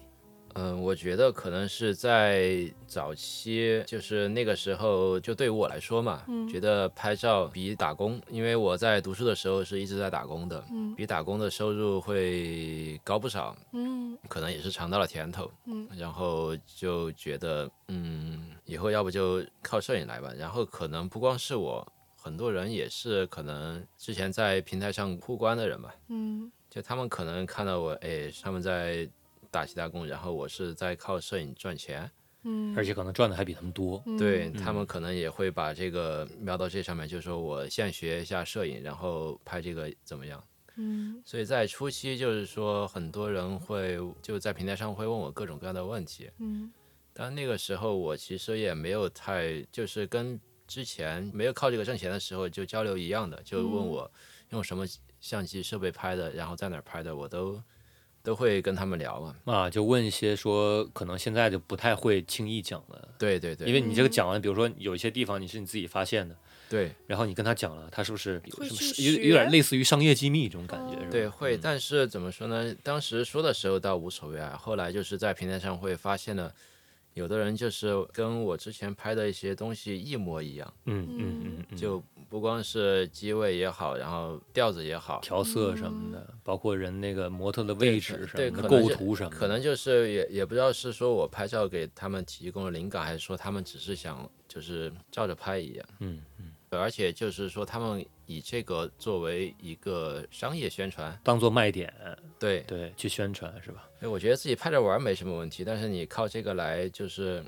C: 嗯，我觉得可能是在早期，就是那个时候，就对于我来说嘛，
B: 嗯
C: 觉得拍照比打工，因为我在读书的时候是一直在打工的，
B: 嗯
C: 比打工的收入会高不少，
B: 嗯
C: 可能也是尝到了甜头，
B: 嗯
C: 然后就觉得，嗯，以后要不就靠摄影来吧。然后可能不光是我，很多人也是可能之前在平台上互关的人吧，
B: 嗯
C: 就他们可能看到我，哎，他们在打其他工，然后我是在靠摄影赚钱，
B: 嗯，
A: 而且可能赚的还比他们多，
B: 嗯
C: 对他们可能也会把这个瞄到这上面，就说我现学一下摄影，然后拍这个怎么样？
B: 嗯
C: 所以在初期，就是说很多人会就在平台上会问我各种各样的问题，
B: 嗯
C: 但那个时候我其实也没有太，就是跟之前没有靠这个挣钱的时候就交流一样的，就
A: 嗯
C: 问我用什么相机设备拍的，然后在哪儿拍的，我都都会跟他们聊嘛。
A: 啊，就问一些说可能现在就不太会轻易讲的，
C: 对对对，
A: 因为你这个讲完，比如说有一些地方你是你自己发现的，
C: 对
A: 然后你跟他讲了，他是不是有
B: 会
A: 是不
B: 去
A: 是有有点
B: 学哦
A: 类似于商业机密这种感觉？是吧
C: 对会，但是怎么说呢？当时说的时候倒无所谓啊，后来就是在平台上会发现了，有的人就是跟我之前拍的一些东西一模一样，
A: 嗯嗯嗯嗯，
C: 就不光是机位也好，然后调子也好，
A: 调色什么
B: 嗯
A: 的，包括人那个模特的位置什
C: 对，
A: 么
C: 可
A: 的，
C: 能
A: 构
C: 就
A: 图什么的，
C: 可能就是也也不知道是说我拍照给他们提供了灵感，还是说他们只是想就是照着拍一样。
A: 嗯
C: 而且就是说他们以这个作为一个商业宣传，
A: 当做卖点，
C: 对，
A: 对，去宣传是吧？
C: 我觉得自己拍着玩儿没什么问题，但是你靠这个来就是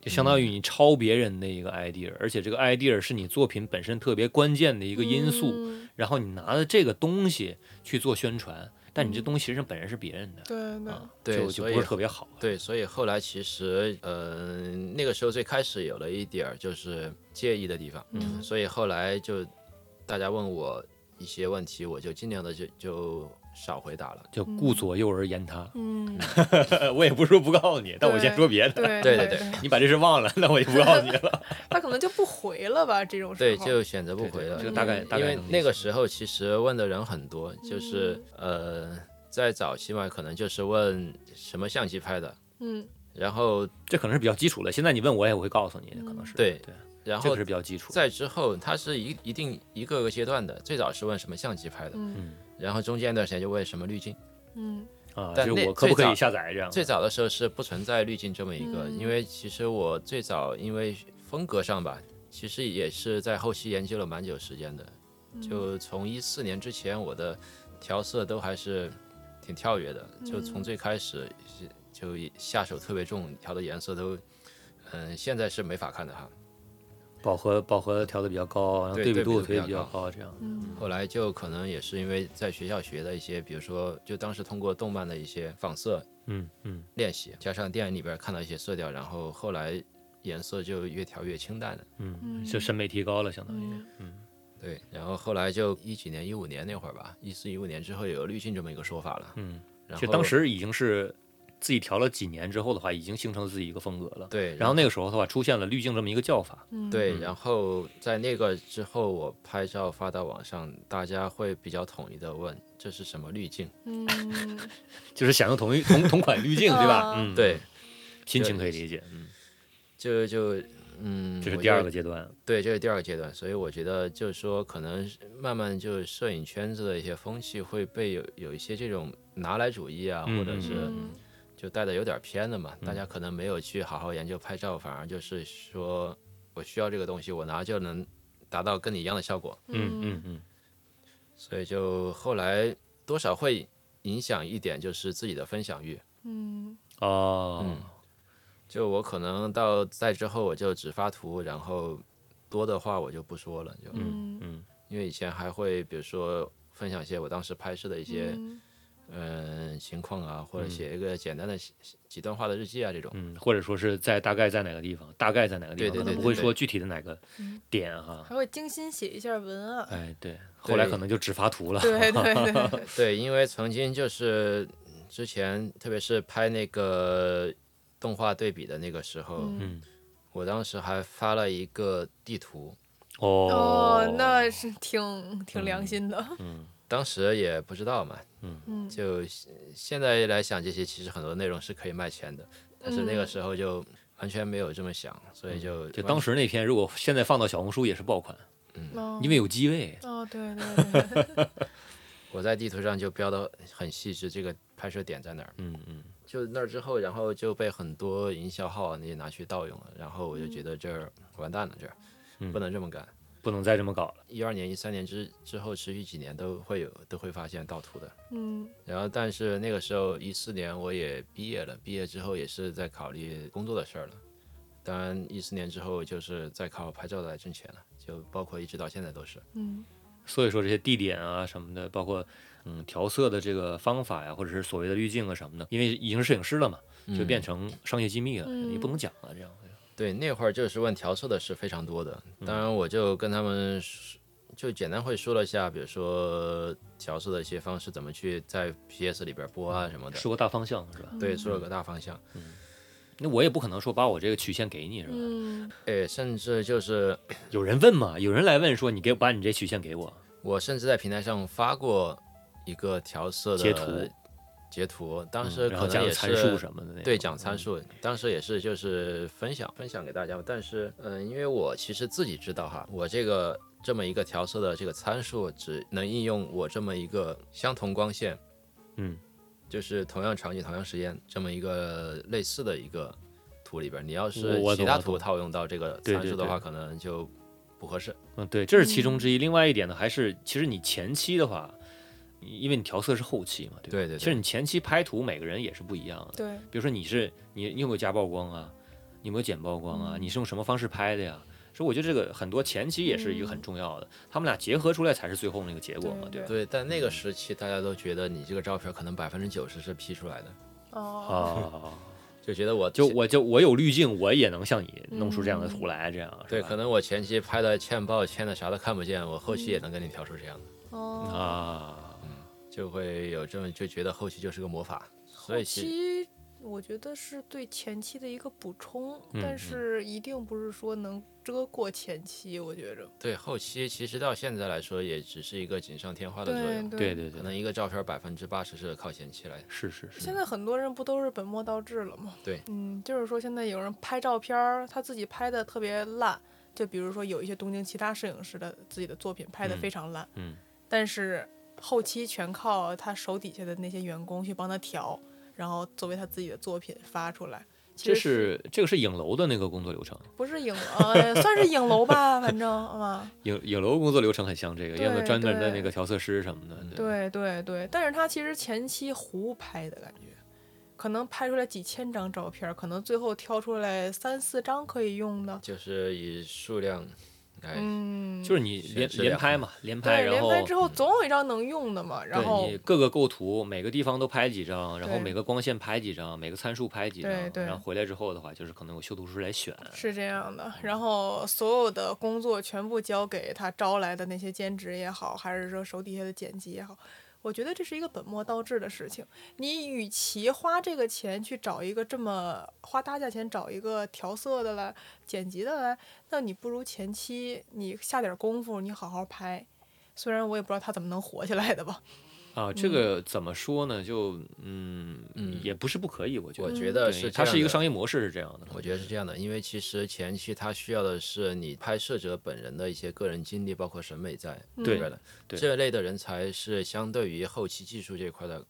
A: 就相当于你抄别人的一个 idea，、而且这个 idea 是你作品本身特别关键的一
B: 一
A: 个因素，
B: 嗯
A: 然后你拿着这个东西去做宣传，但你
B: 嗯
A: 这东西实际上本身是别人的，
B: 对对，
A: 啊，
C: 对
A: 就就
C: 所
A: 不是
C: 以
A: 特别好，
C: 对，所以后来其实，嗯、那个时候最开始有了一点儿就是介意的地方，
B: 嗯
C: 所以后来就大家问我一些问题，我就尽量的就就少回答了。
A: 就顾左右而言他。
B: 嗯，
A: 呃我也不是说不告诉你，但我先
B: 对
A: 说别的。
B: 对
C: 对对
B: 对
C: 对，
A: 你把这事忘了，那我就不告诉你了。
B: 他可能就不回了吧，这种时
C: 对，
B: 候，
C: 就选择不回了。
A: 这个大概
B: 嗯
A: 大
C: 因
A: 概
C: 为
A: 能理
C: 那个
A: 解
C: 时候其实问的人很多，就是、
A: 嗯
C: 呃，在早期嘛，可能就是问什么相机拍的，
B: 嗯
C: 然后
A: 这可能是比较基础的。现在你问我也我会告诉你，可能是
C: 嗯对
A: 对，
C: 然
A: 这
C: 后
A: 个是比较基础。
C: 在之后，它是一一定一个个阶段的，最早是问什么相机拍的，
B: 嗯
C: 然后中间一段时间就问什么滤镜。
B: 嗯
A: 啊，就
C: 但
A: 是
C: 那
A: 我可不
C: 最
A: 可以
C: 早
A: 下载这样的？
C: 最早的时候是不存在滤镜这么一个，
B: 嗯
C: 因为其实我最早因为风格上吧，其实也是在后期研究了蛮久时间的，就从一四年之前，我的调色都还是挺跳跃的，就从最开始是就一下手特别重，调的颜色都，嗯、现在是没法看的哈。
A: 饱和饱和调的比较高，然后
C: 对
A: 对比
C: 对比
A: 度
C: 度
A: 推得
C: 比
A: 比
C: 较
A: 较高，这样。
B: 嗯
C: 后来就可能也是因为在学校学的一些，比如说就当时通过动漫的一些仿色
A: 嗯嗯
C: 练习，加上电影里边看到一些色调，然后后来颜色就越调越清淡了。
A: 嗯，
B: 嗯
A: 就审美提高了，相当于。
B: 嗯
C: 对，然后后来就一几年、一五年那会儿吧，一四一五年之后有滤镜这么一个说法了。
A: 嗯，
C: 然后
A: 就当时已经是自己调了几年之后的话，已经形成了自己一个风格了。
C: 对，
A: 然后那个时候的话，出现了滤镜这么一个叫法。
B: 嗯，
C: 对，
A: 嗯
C: 然后在那个之后，我拍照发到网上，大家会比较统一的问这是什么滤镜？
B: 嗯，
A: 就是想用同一同同款滤镜， 对吧？
B: 啊
A: 嗯，
C: 对，，
A: 心情可以理解。嗯，
C: 就就嗯，
A: 这是
C: 我
A: 第
C: 就
A: 二个阶段。
C: 对，这是第二个阶段，所以我觉得就是说，可能是慢慢就是摄影圈子的一些风气会被有有一些这种拿来主义啊，
A: 嗯
C: 或者是
B: 嗯
C: 就带的有点偏的嘛，大家可能没有去好好研究拍照，反而就是说我需要这个东西，我拿就能达到跟你一样的效果，
A: 嗯嗯嗯
C: 所以就后来多少会影响一点，就是自己的分享欲。
B: 嗯
A: 哦
C: 嗯，就我可能到在之后，我就只发图，然后多的话我就不说了，就
B: 嗯嗯
A: 嗯
C: 因为以前还会比如说分享一些我当时拍摄的一些
B: 嗯
C: 嗯、呃情况啊，或者写一个简单的写几段话的日记啊这种。
A: 嗯，或者说是在大概在哪个地方，大概在哪个地
C: 对
A: 方，可
C: 对
A: 能
C: 对
A: 不
C: 对
A: 会
C: 对
A: 说具体的哪个
B: 嗯
A: 点啊哈。
B: 还会精心写一下文案，
A: 哎，对，后来可能就只发图了。
B: 对对对对，
C: 对，因为曾经就是嗯之前，特别是拍那个动画对比的那个时候，
B: 嗯
A: 嗯，
C: 我当时还发了一个地图，
A: 哦
B: 哦，，那是挺挺良心的，
C: 当时也不知道嘛，
B: 嗯
C: 就现现在来想这些，其实很多内容是可以卖钱的，但是那个
B: 嗯
C: 时候就完全没有这么想，所以就
A: 嗯就
C: 完
A: 当时那篇，如果现在放到小红书也是爆款，
B: 哦
A: 因为有机位。
B: 哦，对对对对，
C: 我在地图上就标的很细致，这个拍摄点在哪儿。
A: 嗯嗯
C: 就那儿之后，然后就被很多营销号啊那些拿去盗用了，然后我就觉得这儿完蛋了，这儿
A: 嗯
C: 不能这么干。
A: 不能再这么搞了。
C: 一二年、一三年之之后，持续几年都会有都会发现盗图的。
B: 嗯
C: 然后，但是那个时候一四年我也毕业了，毕业之后也是在考虑工作的事儿了。当然，一四年之后就是在靠拍照来挣钱了，就包括一直到现在都是。
B: 嗯
A: 所以说这些地点啊什么的，包括嗯调色的这个方法呀，或者是所谓的滤镜啊什么的，因为已经是摄影师了嘛，
C: 嗯
A: 就变成商业机密了，
B: 嗯
A: 也不能讲了这样。
C: 对，那会儿就是问调色的是非常多的，当然我就跟他们说就简单会说了一下，比如说调色的一些方式，怎么去在 PS 里边播啊什么的。
A: 说个嗯大方向是
B: 嗯
A: 吧？
C: 对，说了个大方向。
A: 那我也不可能说把我这个曲线给你是吧？
B: 嗯
C: 哎，甚至就是
A: 有人问嘛，有人来问说你给把你这曲线给我，
C: 我甚至在平台上发过一个调色的
A: 截图，
C: 截图，当时
A: 嗯然后
C: 可
A: 加
C: 能
A: 个
C: 也
A: 参
C: 是
A: 数什么的那种。
C: 对，讲参数，当时也是就是分享分享给大家嘛。但是，嗯、因为我其实自己知道哈，我这个这么一个调色的这个参数，只能应用我这么一个相同光线，
A: 嗯，
C: 就是同样场景、同样时间这么一个类似的一个图里边儿，你要
A: 我
C: 是
A: 我
C: 其
A: 懂
C: 他
A: 我
C: 图
A: 懂
C: 套用到这个
A: 对
C: 参
A: 对
C: 数的
A: 对
C: 话，可能就不合适。
A: 嗯，对，这是其中之一。另外一点呢，还是其实你前期的话，你因为你调色是后期嘛，对吧？
C: 对对
A: 其实
C: 对
A: 你前期拍图每个人也是不一样的。
B: 对，
A: 比如说你是你你有没有加曝光啊？你有没有减曝光啊？你是用什么方式拍的呀？所以我觉得这个很多前期也是一个很重要的，他们俩结合出来才是最后那个结果嘛，
B: 对
A: 吧？
C: 对，但那个时期大家都觉得你这个照片可能百分之九十是 P 出来的，
B: 哦，
A: 啊，
C: 就觉得我
A: 就
C: 前
A: 我就我有滤镜，我也能像你弄出这样的图来，这样
C: 对，
A: 是吧
C: 可能我前期拍的欠曝欠的啥都看不见，我后期
B: 嗯
C: 也能跟你调出这样的，
B: 哦，
A: 啊，
C: 就会有这么就觉得后期就是个魔法。所
B: 后
C: 以其
B: 期我觉得是对前期的一个补充，
A: 嗯
B: 但
A: 嗯
B: 是一定不是说能遮过前期，我觉着。
C: 对后期其实到现在来说也只是一个锦上添花的作
B: 对
C: 用，
A: 对对
C: 可
A: 对，
C: 能一个照片百分之八十是靠前期来的。
A: 是是是，
B: 现在很多人不都是本末倒置了吗？
C: 对
B: 嗯，就是说现在有人拍照片儿，他自己拍的特别烂，就比如说有一些东京其他摄影师的自己的作品拍的
A: 嗯
B: 非常烂，
A: 嗯，
B: 但是后期全靠他手底下的那些员工去帮他调，然后作为他自己的作品发出来。其
A: 这
B: 实
A: 是这个是影楼的那个工作流程，
B: 不是影呃算是影楼吧，反正啊，
A: 影影楼工作流程很像这个，
B: 对
A: 要么专门的
B: 对
A: 那个调色师什么的，
C: 嗯
A: 对
B: 对对对，但是他其实前期胡拍的感觉，可能拍出来几千张照片儿，可能最后挑出来三四张可以用的。
C: 就是以数量来，
B: 嗯，
A: 就是你连
C: 是这样
A: 连拍嘛，连拍，
B: 对，
A: 然
B: 连
A: 后
B: 拍之后总有一张能用的嘛，然后
A: 对你各个构图，每个地方都拍几张，然后
B: 对
A: 每个光线拍几张，每个参数拍几张，
B: 对对嗯
A: 然后回来之后的话，就是可能有修图师来选。
B: 是这样的，然后所有的工作全部交给他招来的那些兼职也好，还是说手底下的剪辑也好，我觉得这是一个本末倒置的事情。你与其花这个钱去找一个这么花大价钱找一个调色的来、剪辑的来，那你不如前期你下点功夫，你好好拍。虽然我也不知道他怎么能火起来的吧，
A: 啊，这个怎么说呢？就嗯，
C: 嗯
A: 也不是不可以，我觉
C: 我
A: 得。对
C: 觉得是
A: 它
C: 这
A: 是一
C: 样
A: 个
C: 的
A: 商业模式是这样的，
C: 我觉得是这样的，因为其实前期他需要的是你拍摄者本人的一些个人经历，包括审美在
B: 嗯
A: 对
C: 里边的。
A: 对
C: 这类的人才是相对于后期技术这一块的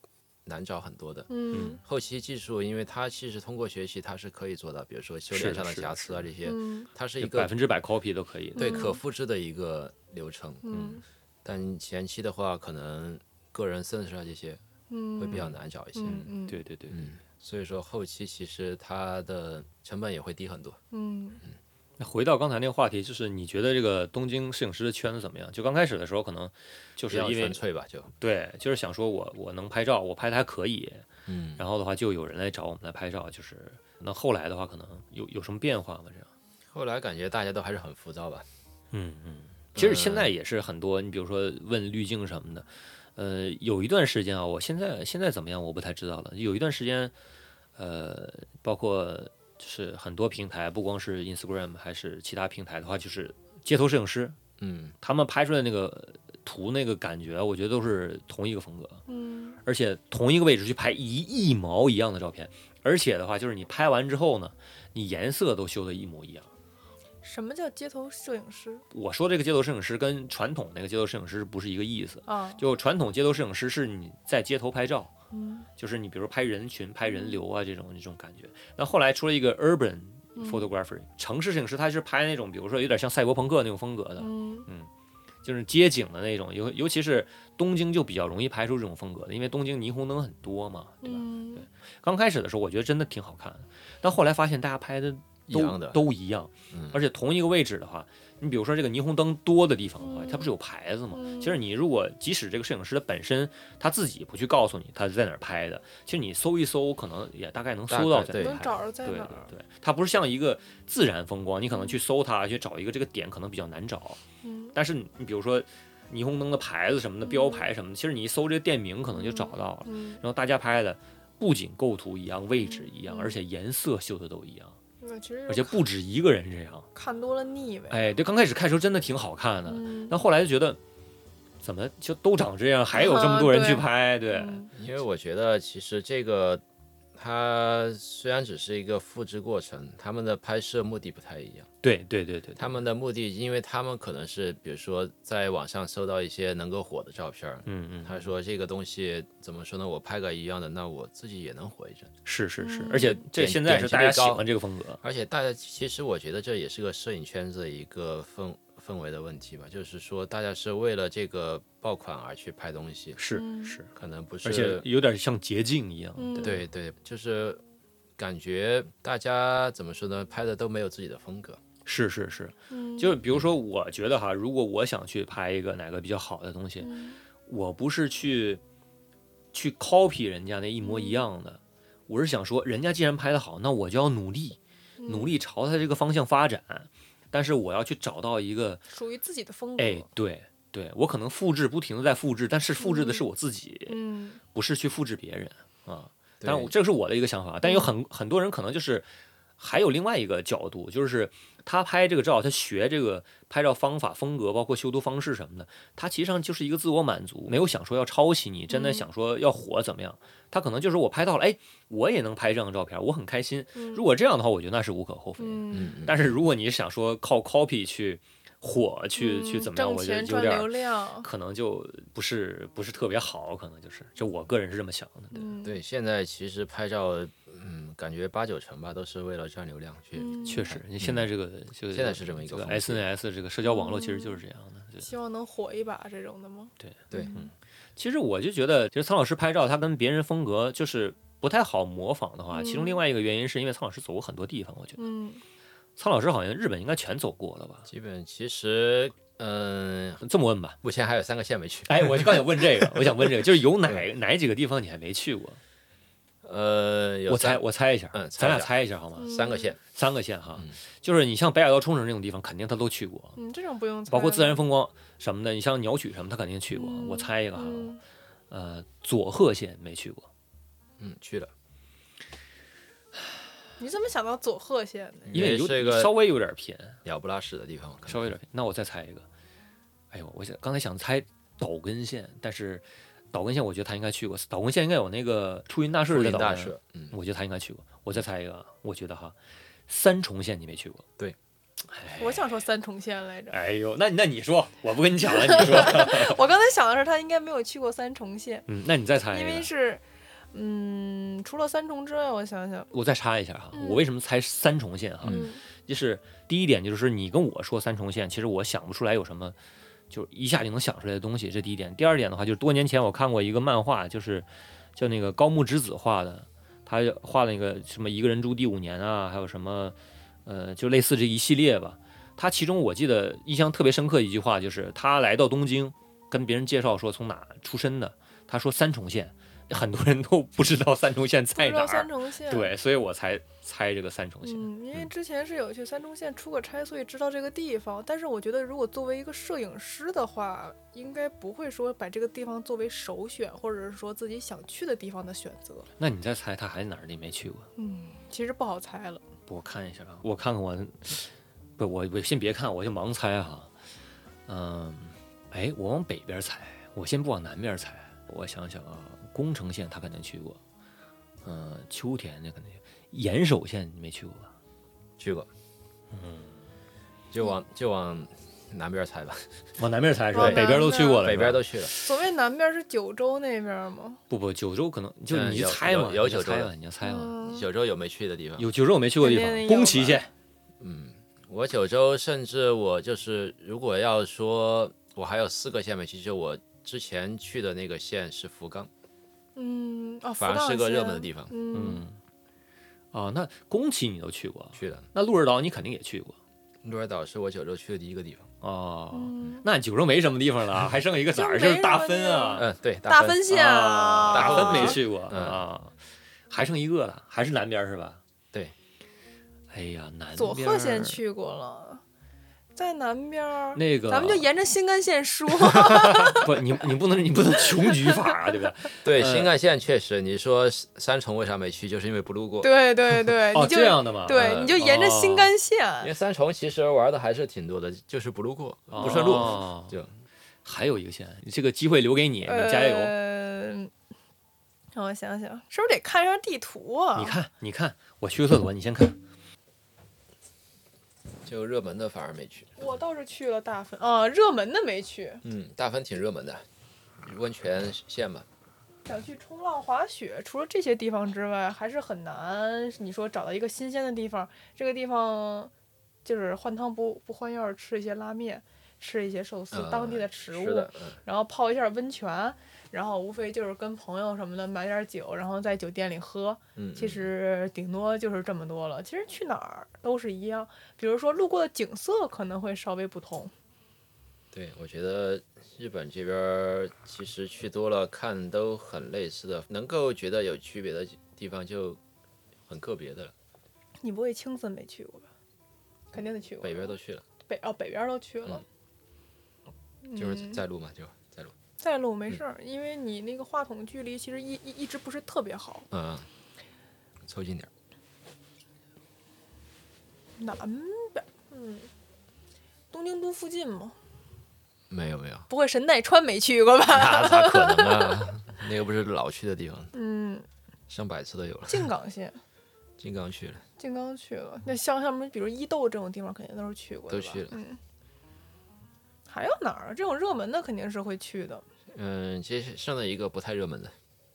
C: 难找很多的。
B: 嗯
C: 后期技术，因为它其实通过学习，它是可以做到，比如说修
A: 是
C: 炼
A: 的
C: 上的
A: 是的
C: 瑕疵啊这些，
B: 嗯
C: 它是一
A: 就百
C: 个
A: 分之百 copy 都可以的。
C: 对
B: 嗯
C: 可复制的一个流程。
B: 嗯
C: 但前期的话，可能个人 sense 啊这些
B: 嗯，
C: 会比较难找一些。
B: 嗯嗯
A: 对对对，
C: 所以说后期其实它的成本也会低很多。
B: 嗯
A: 那回到刚才那个话题，就是你觉得这个东京摄影师的圈子怎么样？就刚开始的时候，可能就
C: 就是
A: 因为
C: 纯粹吧，就
A: 对，就是想说我我能拍照，我拍的还可以，
C: 嗯，
A: 然后的话就有人来找我们来拍照，就是那后来的话，可能有有什么变化吗？这样？
C: 后来感觉大家都还是很浮躁吧。
A: 嗯嗯，其实现在也是很多，你比如说问滤镜什么的，呃，有一段时间啊，我现在现在怎么样我不太知道了。有一段时间，呃，包括就是很多平台，不光是 Instagram 还是其他平台的话，就是街头摄影师
C: 嗯，
A: 他们拍出来那个图那个感觉，我觉得都是同一个风格。
B: 嗯
A: 而且同一个位置去拍一一毛一样的照片，而且的话就是你拍完之后呢，你颜色都修的一模一样。
B: 什么叫街头摄影师
A: 我说这个街头摄影师跟传统那个街头摄影师不是一个意思。
B: 啊？
A: 就传统街头摄影师是你在街头拍照，
B: 嗯。
A: 就是你比如拍人群、拍人流啊这种这种感觉。那后来出了一个 urban photographer，、城市摄影师，他是拍那种比如说有点像赛博朋克那种风格的，
B: 嗯
A: 就是街景的那种，尤尤其是东京就比较容易拍出这种风格的，因为东京霓虹灯很多嘛，对吧？
B: 嗯
A: 刚开始的时候，我觉得真的挺好看的，但后来发现大家拍的
C: 一
A: 都
C: 样的。
A: 都一样
C: 嗯，
A: 而且同一个位置的话，你比如说这个霓虹灯多的地方的话，
B: 嗯
A: 它不是有牌子吗？
B: 嗯
A: 其实你如果即使这个摄影师本身他自己不去告诉你他在哪儿拍的，其实你搜一搜，可能也大概能
C: 大
A: 搜到
C: 概
A: 在
C: 对
A: 哪儿
B: 能
A: 拍。
B: 找着在
A: 对
B: 哪
A: 对
B: 儿？
A: 对，它不是像一个自然风光，你可能去搜它，去找一个这个点可能比较难找。
B: 嗯
A: 但是你你比如说霓虹灯的牌子什么的，
B: 嗯
A: 标牌什么的，其实你一搜这个店名可能就找到了。
B: 嗯，
A: 然后大家拍的不仅构图一样，位置一样，
B: 嗯
A: 而且颜色修的都一样，
B: 那其实
A: 而且不止一个人这样。
B: 看多了腻呗。
A: 哎，对，刚开始看的时候真的挺好看的，
B: 嗯，
A: 但后来就觉得怎么就都长这样，还有这么多人去拍？对，
B: 嗯
C: 因为我觉得其实这个它虽然只是一个复制过程，他们的拍摄目的不太一样。
A: 对，对，对，对，
C: 他们的目的，因为他们可能是比如说在网上搜到一些能够火的照片儿。
A: 嗯嗯，
C: 他说：“这个东西怎么说呢？我拍个一样的，那我自己也能火一阵。
A: 是是是
B: 嗯，
A: 而且这
C: 点
A: 现在是大家
C: 点击
A: 喜
C: 率高
A: 欢这个风格，
C: 而且大家其实我觉得这也是个摄影圈子一个氛氛围的问题吧，就是说大家是为了这个爆款而去拍东西，
A: 是
B: 嗯
A: 是，
C: 可能不是
A: 而且有点像捷径一样，
B: 嗯
C: 对对，就是感觉大家怎么说呢，拍的都没有自己的风格。
A: 是是是，
B: 嗯
A: 就比如说，我觉得哈，如果我想去拍一个哪个比较好的东西，
B: 嗯
A: 我不是去去 copy 人家那一
B: 嗯
A: 模一样的，我是想说，人家既然拍得好，那我就要努力，
B: 嗯
A: 努力朝他这个方向发展。但是我要去找到一个，
B: 属于自己的风格。
A: 哎，对对，我可能复制，不停的在复制，但是复制的是我自己，
B: 嗯
A: 不是去复制别人啊。
C: 对
A: 但我这是我的一个想法，但
B: 嗯
A: 有很很多人可能就是还有另外一个角度，就是他拍这个照，他学这个拍照方法、风格，包括修图方式什么的，他其实上就是一个自我满足，没有想说要抄袭你，真的
B: 嗯
A: 想说要火怎么样，他可能就是我拍到了，哎，我也能拍这样的照片，我很开心。
B: 嗯
A: 如果这样的话，我觉得那是无可厚非。
B: 嗯，
C: 嗯
A: 但是如果你想说靠 copy 去火去、去
B: 嗯
A: 怎么样，
B: 挣
A: 我觉得
B: 钱
A: 有
B: 赚
A: 点
B: 流
A: 儿
B: 量。
A: 可能就不是不是特别好，可能就是就我个人是这么想的。对
B: 嗯，
C: 对，现在其实拍照，嗯，感觉八九成吧都是为了赚流量去。
B: 嗯
A: 确实，你现在这个这个
C: 现在是这么一
A: 这
C: 个
A: 个
C: 风气
A: SNS 这个社交网络其实就是这样的。对
B: 希望能火一把这种的吗？
A: 对
C: 对
B: 嗯
A: 其实我就觉得，其实苍老师拍照，他跟别人风格就是不太好模仿的话，
B: 嗯
A: 其中另外一个原因是因为苍老师走过很多地方，我觉得
B: 嗯
A: 苍老师好像日本应该全走过了吧？
C: 基本其实，嗯、
A: 这么问吧，
C: 目前还有三个县没去。
A: 哎，我就刚想问这个，我想问这个，就是有哪哪几个地方你还没去过？
C: 呃，有
A: 我猜
C: 三
A: 我猜一下，
C: 嗯
A: 咱俩
C: 猜
A: 猜
C: 一下
A: 一下好吗？
B: 嗯
C: 三个县，
A: 三个县哈
C: 嗯，
A: 就是你像北海道冲绳这种地方，肯定他都去过，
B: 嗯，这种不用猜了，
A: 包括自然风光什么的，你像鸟取什么，他肯定去过。
B: 嗯
A: 我猜一个哈，
B: 嗯
A: 呃，佐贺县没去过，
C: 嗯，去了，
B: 你怎么想到佐贺县的？
A: 因为有
C: 是一个
A: 稍微有点偏，
C: 鸟不拉屎的地方，可能
A: 稍微有点偏。那我再猜一个，哎呦，我想刚才想猜岛根县，但是岛根县我觉得他应该去过，岛根县应该有那个出云大社
C: 树
A: 在
C: 林
A: 岛
C: 大
A: 根，
C: 社，嗯，
A: 我觉得他应该去过。我再猜一个啊，我觉得哈，三重县你没去过，
C: 对
A: 哎，
B: 我想说三重县来着，
A: 哎
C: 嗯
A: 呦，那那你说，我不跟你讲了，你说，
B: 我刚才想的是他应该没有去过三重县，
A: 嗯，那你再猜一
B: 因为
A: 个，
B: 是，嗯，除了三重之外，我想想，
A: 我再插一下哈，
B: 嗯
A: 我为什么猜三重县哈？
C: 嗯
A: 就是第一点就是你跟我说三重县，其实我想不出来有什么，就是一下就能想出来的东西，这第一点。第二点的话，就是多年前我看过一个漫画，就是叫那个高木直子画的，他画那个什么一个人住第五年啊，还有什么呃，就类似这一系列吧。他其中我记得印象特别深刻一句话，就是他来到东京，跟别人介绍说从哪出身的，他说三重县，很多人都不知道三重县
B: 不
A: 在
B: 知
A: 哎哪
B: 道三
A: 儿，
B: 重县，，
A: 对，所以我才猜这个三重县。
B: 嗯，因为
A: 嗯
B: 之前是有去三重县出过差，所以知道这个地方。但是我觉得，如果作为一个摄影师的话，应该不会说把这个地方作为首选，或者是说自己想去的地方的选择。
A: 那你再猜他还哪儿你没去过？
B: 嗯，其实不好猜了。
A: 我看一下啊，我看看我，不，我我先别看，我就盲猜哈、嗯，哎，我往北边猜，我先不往南边猜。我想想啊，宫城县他肯定去过，嗯、秋田那肯定去，岩手县你没去过吧？
C: 去过，嗯，就往就往南边猜吧，
A: 往南边猜是吧？
B: 往
A: 北边都去过了，
C: 北边
A: 都
C: 都去了，
B: 所谓南边是九州那边吗？
A: 不不，九州可能就
C: 嗯
A: 你
C: 有
A: 猜嘛，
C: 有有
A: 你就
C: 九州
A: 猜
C: 的
A: 嘛，你就猜嘛。
B: 嗯，
C: 九州有没去的地方？
A: 有九州我没去过的地
B: 肯
A: 方，
B: 定有
A: 宫崎
B: 吧
A: 县，
C: 嗯，我九州，甚至我就是，如果要说我还有四个县没去，就我之前去的那个县是福冈，
B: 嗯，哦，
C: 反而是个热门的
B: 地
C: 地方，
B: 嗯，
A: 嗯，哦，那宫崎你都去过，
C: 去了。
A: 那鹿儿岛你肯定也去过
C: 鹿儿岛是我九州去的第一个地方，
A: 哦。
B: 嗯
A: 那九州没什么地方 了，还剩一个哪儿？
B: 就
A: 就
B: 没
A: 是大分
B: 什
A: 啊，
C: 嗯，对，
B: 大
C: 分
B: 分县啊，
A: 大
C: 分
A: 分没
B: 去。
A: 去过
C: 嗯
A: 啊，还剩一个了，还是南边是吧？
C: 对。
A: 哎呀，南边
B: 佐贺县去过了，在南边儿，
A: 那个，
B: 咱们就沿着新干 线说。
A: 不，你你不能你不能穷举法啊， 这个。
C: 对，
A: 呃
C: 新干线确实，你说三重为啥没去，就是因为不路过。
B: 对对对，
A: 哦，
B: 你就
A: 这样的哦嘛。
B: 对，
C: 呃
B: 你就沿着新干线。
C: 因为三重其实玩的还是挺多的，就是不路过，
A: 哦
C: 不顺路。就
A: 还有一个县，这个机会留给你，你加油。
B: 呃，让我想想，是不是得看一下地图啊？
A: 你，看，你看，我去个厕所，你先看。
C: 就热门的反而没去。
B: 我倒是去了大分啊，热门的没去，
C: 嗯，大分挺热门的，温泉县嘛。
B: 想去冲浪、滑雪。除了这些地方之外，还是很难。你说找到一个新鲜的地方，这个地方就是换汤不不换药，吃一些拉面，吃一些寿司，
C: 呃
B: 当地的食
C: 是
B: 物，
C: 的，嗯，
B: 然后泡一下温泉，然后无非就是跟朋友什么的买点酒，然后在酒店里喝。
C: 嗯嗯
B: 其实顶多就是这么多了。其实去哪儿都是一样，比如说路过的景色可能会稍微不同。
C: 对，我觉得日本这边儿其实去多了，看都很类似的，能够觉得有区别的地方就很个别的了。
B: 你不会青森没去过吧？肯定得去过。
C: 北边都去了，
B: 北哦，北边都去了。嗯
C: 就是在路嘛，就在路。
B: 在路没事儿，
C: 嗯
B: 因为你那个话筒距离其实一一一直不是特别好。
C: 嗯，凑近点儿。
B: 南边，嗯，东京都附近嘛，
C: 没有没 有，
B: 不会神奈川没去过吧？
C: 那咋可能啊？ 那个不是老去的地方，
B: 嗯，
C: 上百次都有了。
B: 静冈县。
C: 金刚去了，
B: 静冈去了，那像像什么，比如伊豆这种地方，肯定都是去过的
C: 都
B: 吧，
C: 去了
B: 嗯，还有哪儿啊？这种热门的肯定是会去的，
C: 嗯，其实剩了一个不太热门的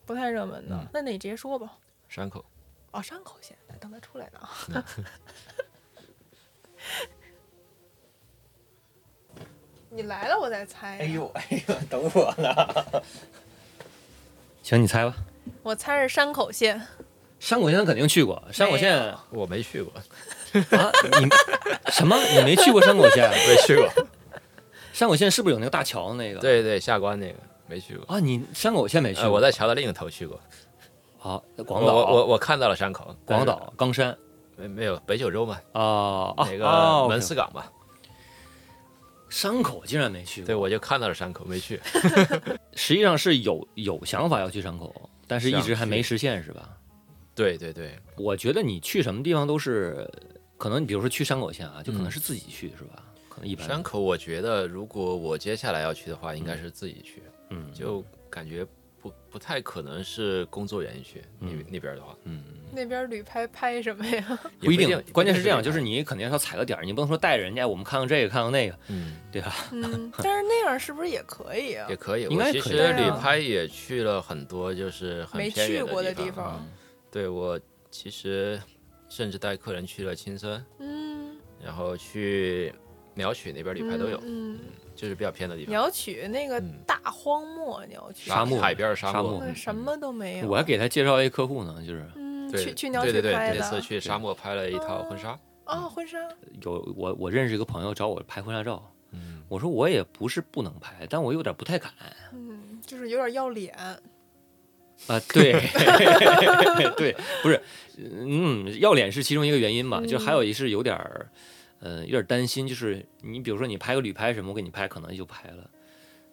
B: 不太热门的，
C: 嗯
B: 那那你直接说吧。
C: 山口，
B: 哦，山口县，等它出来呢啊。 你来了，我再猜。，
A: 哎呦，等我呢。行，你猜吧。
B: 我猜是山口县。
A: 山口县肯定去过，山口县啊，
C: 我没去过，
A: 你什么？你没去过山口县？啊
C: 没去过。
A: 山口县是不是有那个大桥那个？
C: 对对，下关那个没去过。
A: 啊，你山口县没去
C: 呃，
A: 过？
C: 我在桥的另一头去过，
A: 啊，
C: 我
A: 广岛，
C: 我我看到了山口，但
A: 广
C: 是
A: 岛冈山
C: 没没有北九州嘛，
A: 啊啊
C: 那
A: 啊
C: 个
A: ，OK
C: 门司港吧，
A: 山口竟然没去
C: 对
A: 过，
C: 我就看到了山口，没 去。
A: 实际上是有有想法要去山口，但是一
C: 想
A: 直还没
C: 去
A: 实现，是吧？
C: 对对对，
A: 我觉得你去什么地方都是，可能你比如说去山口县啊，就可能
C: 嗯
A: 是自己去，是吧？可能一般
C: 山口我觉得如果我接下来要去的话，应该是自己去，
A: 嗯
C: 就感觉不不太可能是工作原因去那
A: 嗯
C: 那边的话，
A: 嗯，
B: 那边旅拍拍什么呀？
C: 也
A: 不一定。关键是这样，
C: 不一
A: 就
C: 定
A: 是你肯定要踩个点儿，你不能说带着人家，我们看看这个，看看那个，
C: 嗯。
A: 对吧？
B: 嗯，但是那样是不是也可以啊
C: 也？可以，
A: 嗯应
C: 我
A: 该
C: 其
A: 可
C: 实
A: 以
C: 旅
B: 啊
C: 拍也去了很多，就是很
B: 没
C: 偏
B: 去
C: 远
B: 过的
C: 地
B: 地
C: 方。
B: 方，
C: 对我其实甚至带客人去了青森，
B: 嗯，
C: 然后去鸟取那边旅拍都有，
B: 嗯，嗯
C: 就是比较偏的地
B: 你
C: 方。
B: 要去那个
C: 嗯
B: 大荒漠，你要去
A: 沙漠
C: 海边儿
A: 沙
C: 漠
A: 漠，嗯
B: 那什么都没有。
A: 我还给他介绍一客户呢，就是
B: 嗯，
C: 对
B: 去去鸟
C: 对
B: 取
C: 对对，
B: 拍
C: 这
B: 的
C: 次去沙漠拍了一套婚纱，
B: 啊，婚纱
A: 有我我认识一个朋友找我拍婚纱照，
C: 嗯，
A: 我说我也不是不能拍，但我有点不太敢啊、
B: 嗯，就是有点要脸，
A: 对对，不是，嗯，要脸是其中一个原因嘛，就
B: 嗯
A: 还有一是有点儿，呃，有点担心，就是你比如说你拍个旅拍什么，我给你拍可能就拍了。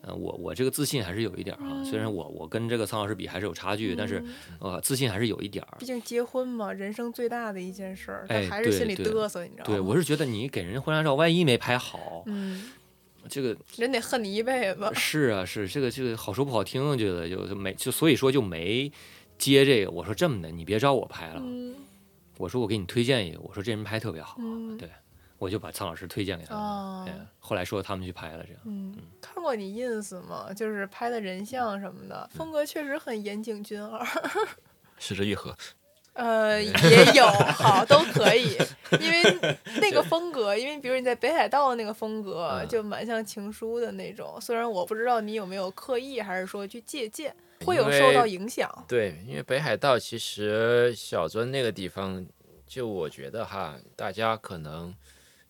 A: 呃，我我这个自信还是有一点儿啊，虽然我我跟这个苍老师比还是有差距，但是
B: 嗯
A: 呃，自信还是有一点儿
B: 毕。竟结婚嘛，人生最大的一件事儿，
A: 哎
B: 但还是心里
A: 对对
B: 嘚瑟，你知道吗？
A: 对，我是觉得你给人家婚纱照，万一没拍好，
B: 嗯，
A: 这个
B: 人得恨你一辈 子。
A: 是啊，是这个这个好说不好听，我觉得就就没就所以说就没接这个。我说这么的，你别找我拍了，
B: 嗯
A: 我说我给你推荐一个，我说这人拍特别好，啊
B: 嗯
A: 对我就把苍老师推荐给他们。
B: 啊
A: 哎，后来说他们去拍了，这样
B: 嗯，看过你 ins 吗？就是拍的人像什么
A: 嗯
B: 的，风格确实很岩井俊二。
C: 失之愈合。
B: 呃，也有好都可以，因为那个风格，因为比如你在北海道那个风格，
C: 嗯
B: 就蛮像情书的那种。虽然我不知道你有没有刻意，还是说去借鉴，会有受到影响。
C: 对，因为北海道其实小樽那个地方，就我觉得哈，大家可能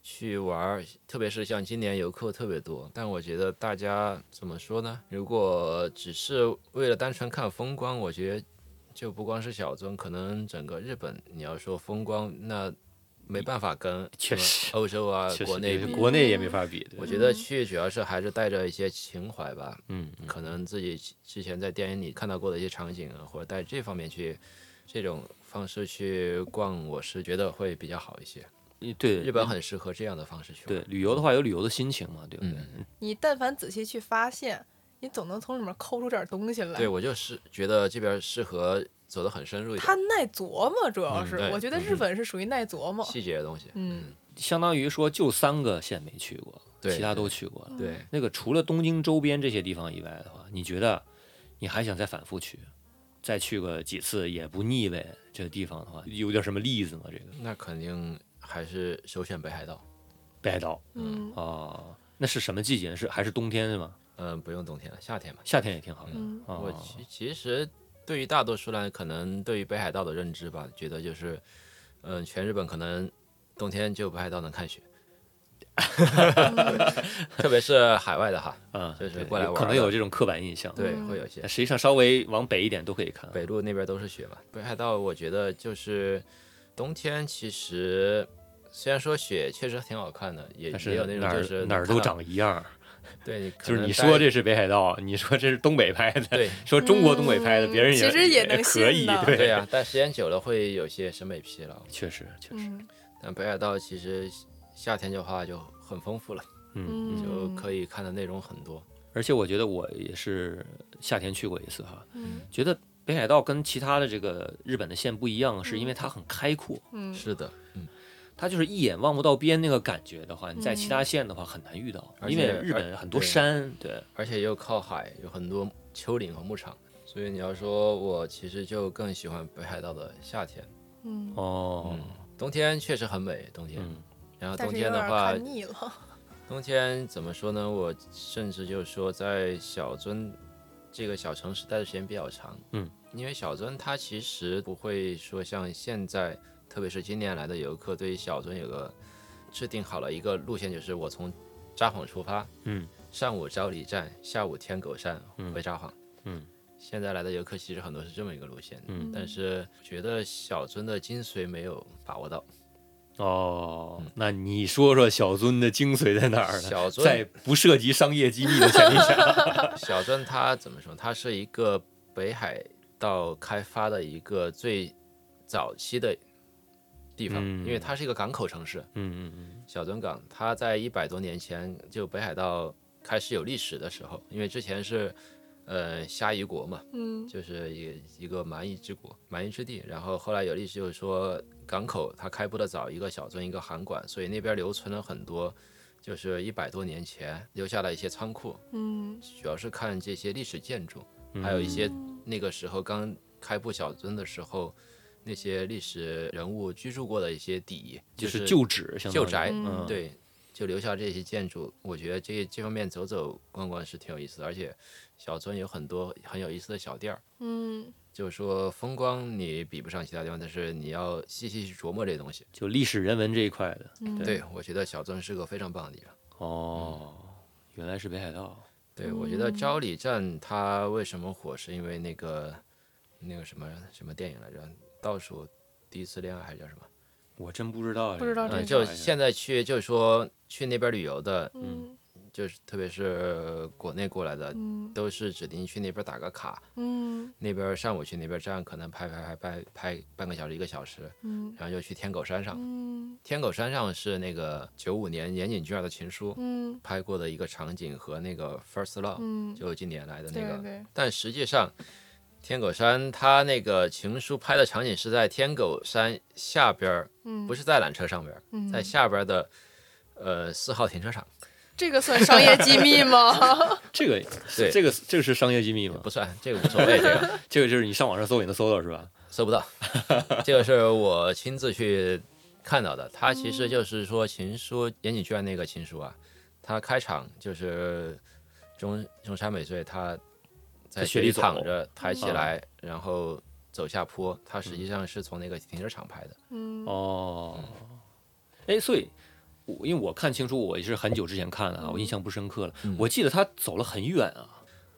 C: 去玩儿，特别是像今年游客特别多，但我觉得大家怎么说呢？如果只是为了单纯看风光，我觉得就不光是小樽，可能整个日本，你要说风光，那没办法跟什
A: 确
C: 么
A: 实
C: 欧洲啊
A: 确实
C: 国内
A: 也
C: 比。
A: 呃国内
B: 嗯
A: 也没法比。对
C: 我觉得去主要是还是带着一些情怀吧，
A: 嗯，嗯
C: 可能自己之前在电影里看到过的一些场景啊，或者带这方面去这种方式去逛，我是觉得会比较好一些。
A: 你嗯对
C: 日本很适合这样的方式去玩。
A: 对旅游的话有旅游的心情嘛，对不对？
B: 你但凡仔细去发现，你总能从里面抠出点东西来。
C: 对，我就是觉得这边适合走得很深入一
B: 它
C: 点，
B: 耐琢磨，主要
C: 嗯
B: 是、
C: 对
B: 我觉得日本是属于耐琢磨。
C: 细节的东西。
B: 嗯，
A: 相当于说就三个县没去过，
C: 对
A: 其他都去过了。
C: 对，
A: 那个除了东京周边这些地方以外的话，你觉得你还想再反复去，再去个几次也不腻呗？这个地方的话，有点什么例子吗？这个
C: 那肯定还是首选北海道。
A: 北海道
B: 嗯
A: 啊，那是什么季节呢？是还是冬天是吗？
C: 嗯，不用冬天了，夏天吧。
A: 夏天也挺好的
B: 嗯
A: 啊。
C: 我其其实对于大多数人，可能对于北海道的认知吧，觉得就是，嗯、全日本可能冬天就北海道能看雪， 特别是海外的哈，
A: 啊，
C: 就是
A: 对
C: 过来
A: 有
C: 玩
A: 可能
C: 的
A: 有这种刻板印象。
C: 对，
B: 嗯
C: 会有一些
A: 但实际上稍微往北一点都可以看。
C: 北路那边都是雪嘛。北海道我觉得就是冬天，其实虽然说雪确实挺好看的，也
A: 但
C: 也有那
A: 哪
C: 种就
A: 儿
C: 是
A: 哪儿
C: 能
A: 都
C: 看到，
A: 长一样儿，
C: 对，你可
A: 就是
C: 能
A: 你
C: 待
A: 说这是北海道，你说这是东北拍的，
C: 对
A: 说中国东北拍的，
B: 嗯
A: 别人也
B: 其实也
A: 也
B: 能
A: 可
B: 信
A: 以
B: 的，
C: 对啊呀、但时间久了会有些审美疲劳。
A: 确实确实，
B: 嗯
C: 但北海道其实夏天的话就很丰富了。
A: 嗯
B: 嗯，
C: 就可以看的内容很多。
A: 而且我觉得我也是夏天去过一次哈，
B: 嗯
A: 觉得北海道跟其他的这个日本的县不一样，是因为它很开阔，
B: 嗯
C: 是的，
A: 它就是一眼望不到边那个感觉的话，你在其
B: 嗯
A: 他县的话很难遇到，
C: 而
A: 因为
C: 且
A: 日
C: 而
A: 本很多
C: 对
A: 山，对，
C: 而且又靠海，有很多丘陵和牧场，所以你要说我其实就更喜欢北海道的夏天。
B: 嗯，
A: 哦，
C: 冬天确实很美，冬天。
A: 嗯
C: 然后
B: 但
C: 冬
B: 是有
C: 天
B: 点
C: 的话
B: 看，腻了。
C: 冬天怎么说呢？我甚至就说在小樽这个小城市待的时间比较长，
A: 嗯，
C: 因为小樽它其实不会说像现在，特别是今年来的游客对于小樽有个制定好了一个路线，就是我从札幌出发，
A: 嗯，
C: 上午昭里站，下午天狗山
A: 嗯
C: 回札幌，
A: 嗯，
C: 现在来的游客其实很多是这么一个路线，
A: 嗯
C: 但是觉得小樽的精髓没有把握到，
A: 哦，那你说说小樽的精髓在哪儿呢？
C: 小樽
A: 在不涉及商业机密的前提 下，
C: 小樽它怎么说？它是一个北海道开发的一个最早期的地方，
A: 嗯
C: 因为它是一个港口城市，
A: 嗯嗯嗯，
C: 小樽港。它在一百多年前就北海道开始有历史的时候，因为之前是呃虾夷国嘛，
B: 嗯
C: 就是一一个蛮夷之国、蛮夷之地。然后后来有历史就是说港口它开埠的早，一个小樽一个函馆，所以那边留存了很多。就是一百多年前留下的一些仓库，
B: 嗯，
C: 主要是看这些历史建筑，还有一些那个时候刚开埠小樽的时候，那些历史人物居住过的一些邸，
A: 就是是旧址，相当于
C: 旧宅，
A: 嗯
C: 对，就留下这些建筑。我觉得这这方面走走逛逛是挺有意思的，而且小樽有很多很有意思的小店儿。
B: 嗯
C: 就是说风光你比不上其他地方，但是你要细细去琢磨这些东西。
A: 就历史人文这一块的。
B: 嗯，
C: 对，我觉得小樽是个非常棒的地方。
A: 哦，原来是北海道。
C: 对，
B: 嗯
C: 我觉得昭里站它为什么火，是因为那个那个什么什么电影来着，《倒数第一次恋爱》还是叫什么？
A: 我真不知道哎呀，
B: 不知道这
C: 嗯，
B: 个
C: 就现在去，就是说去那边旅游的，
B: 嗯
C: 就是特别是国内过来的，
B: 嗯
C: 都是指定去那边打个卡，
B: 嗯
C: 那边上午去那边站，可能拍拍拍拍拍半个小时一个小时，
B: 嗯
C: 然后就去天狗山上。
B: 嗯
C: 天狗山上是那个九五年岩井俊二的《情书》
B: 嗯
C: 拍过的一个场景和那个《First Love》，
B: 嗯，
C: 哦就今年来的那
B: 对
C: 个。
B: 对，
C: 但实际上，天狗山它那个情书拍的场景是在天狗山下边儿，
B: 嗯，
C: 不是在缆车上边儿，
B: 嗯
C: 在下边儿的呃四号停车场，
B: 这个算商业机密吗？
A: 这个，
C: 对
A: 这个这个是商业机密吗？
C: 不算这个无所谓，这 个
A: 这个就是你上网上搜也能搜到是吧？
C: 搜不到，这个是我亲自去看到的。它其
B: 嗯
C: 实就是说情书，岩井俊二那个情书啊，它开场就是中中山美穗她在
A: 在雪
C: 里
A: 里走嗯
C: 躺着，抬起来，然后走下坡，它实际上是从那个停车场拍的。
B: 嗯
A: 哦，哎，所以我因为我看清楚，我也是很久之前看的啊，我印象不深刻了。我记得他走了很远啊，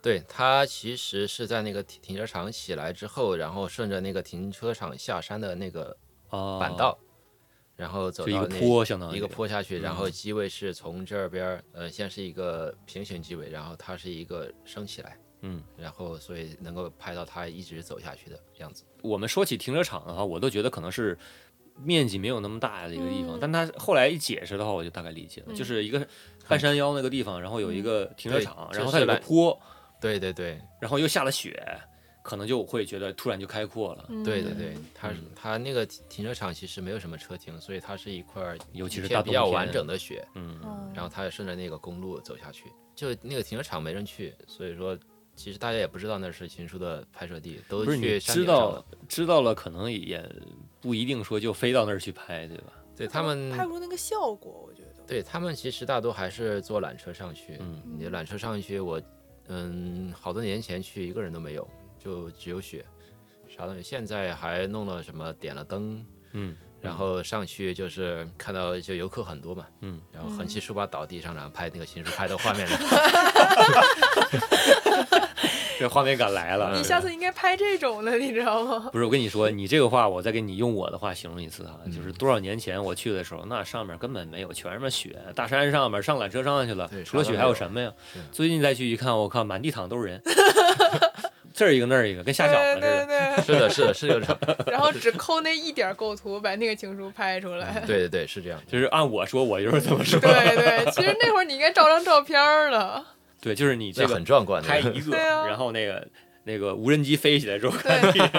C: 对，它其实是在那个停停车场起来之后，然后顺着那个停车场下山的那个
A: 啊，
C: 板道，然后走
A: 就一
C: 到
A: 个嗯
C: 那
A: 坡，相当于
C: 一个坡下去，然后机位是从这边儿，呃，先是一个平行机位，然后它是一个升起来，
A: 嗯，
C: 然后所以能够拍到它一直走下去的样子。
A: 我们说起停车场的话，我都觉得可能是面积没有那么大的一个地方，
B: 嗯
A: 但他后来一解释的话，我就大概理解了，
B: 嗯
A: 就是一个半山腰那个地方，然后有一个停车场，
C: 对
A: 然后它
C: 这是
A: 有个
C: 来
A: 坡，
C: 对对对
A: 然后又下了雪，可能就会觉得突然就开阔
B: 嗯
A: 了，
C: 对对
A: 嗯
C: 对，它是它那个停停车场其实没有什么车停，所以它是一块儿
A: 尤其
C: 一
A: 是
C: 片
A: 大
C: 比
A: 冬
C: 较
A: 天
C: 完整，的雪，
A: 嗯，
B: 嗯，
C: 然后他顺着那个公路走下去，就那个停车场没人去，所以说其实大家也不知道那是情书的拍摄地，都
A: 不是你
C: 去山顶
A: 知
C: 上
A: 道
C: 了。
A: 知道了，可能也不一定说就飞到那儿去拍，对吧？
C: 对他
B: 拍
C: 们，
B: 不出那个效果，我觉得。
C: 对他们其实大多还是坐缆车上去。
A: 嗯
C: 你缆车上去，我嗯，好多年前去一个人都没有，就只有雪，啥东西。现在还弄了什么点了灯，
A: 嗯，
C: 然后上去就是看到就游客很多嘛，
A: 嗯，
C: 然后横七竖八倒地上，然后拍那个情书拍的画面。
A: 这画面感来了。
B: 你下次应该拍这种的，你知道吗？
A: 不是我跟你说，你这个话，我再给你用我的话形容一次啊，
C: 嗯
A: 就是多少年前我去的时候，那上面根本没有，全是什么雪，大山上面上缆车上去了
C: 对，
A: 除了
C: 啥
A: 雪
C: 都没
A: 还有
C: 有
A: 什么呀
C: 是？
A: 最近再去一看，我靠，满地躺都是 人，这儿一个那儿一个，跟瞎搅和
B: 对
A: 似
B: 对
A: 的。
B: 对，
C: 是的，是的，是有这 种，
B: 然后 只抠那一点构图，把那个情书拍出来。
C: 对对对，是这样。
A: 就是按我说，我就是这么说。
B: 对对，其实那会儿你应该照张照片儿 了。
A: 对，就是你
C: 这
A: 这
C: 个
A: 个
C: 很壮观的，
A: 拍一个，
B: 对啊
A: 然后那个那个无人机飞起来之后，
B: 对，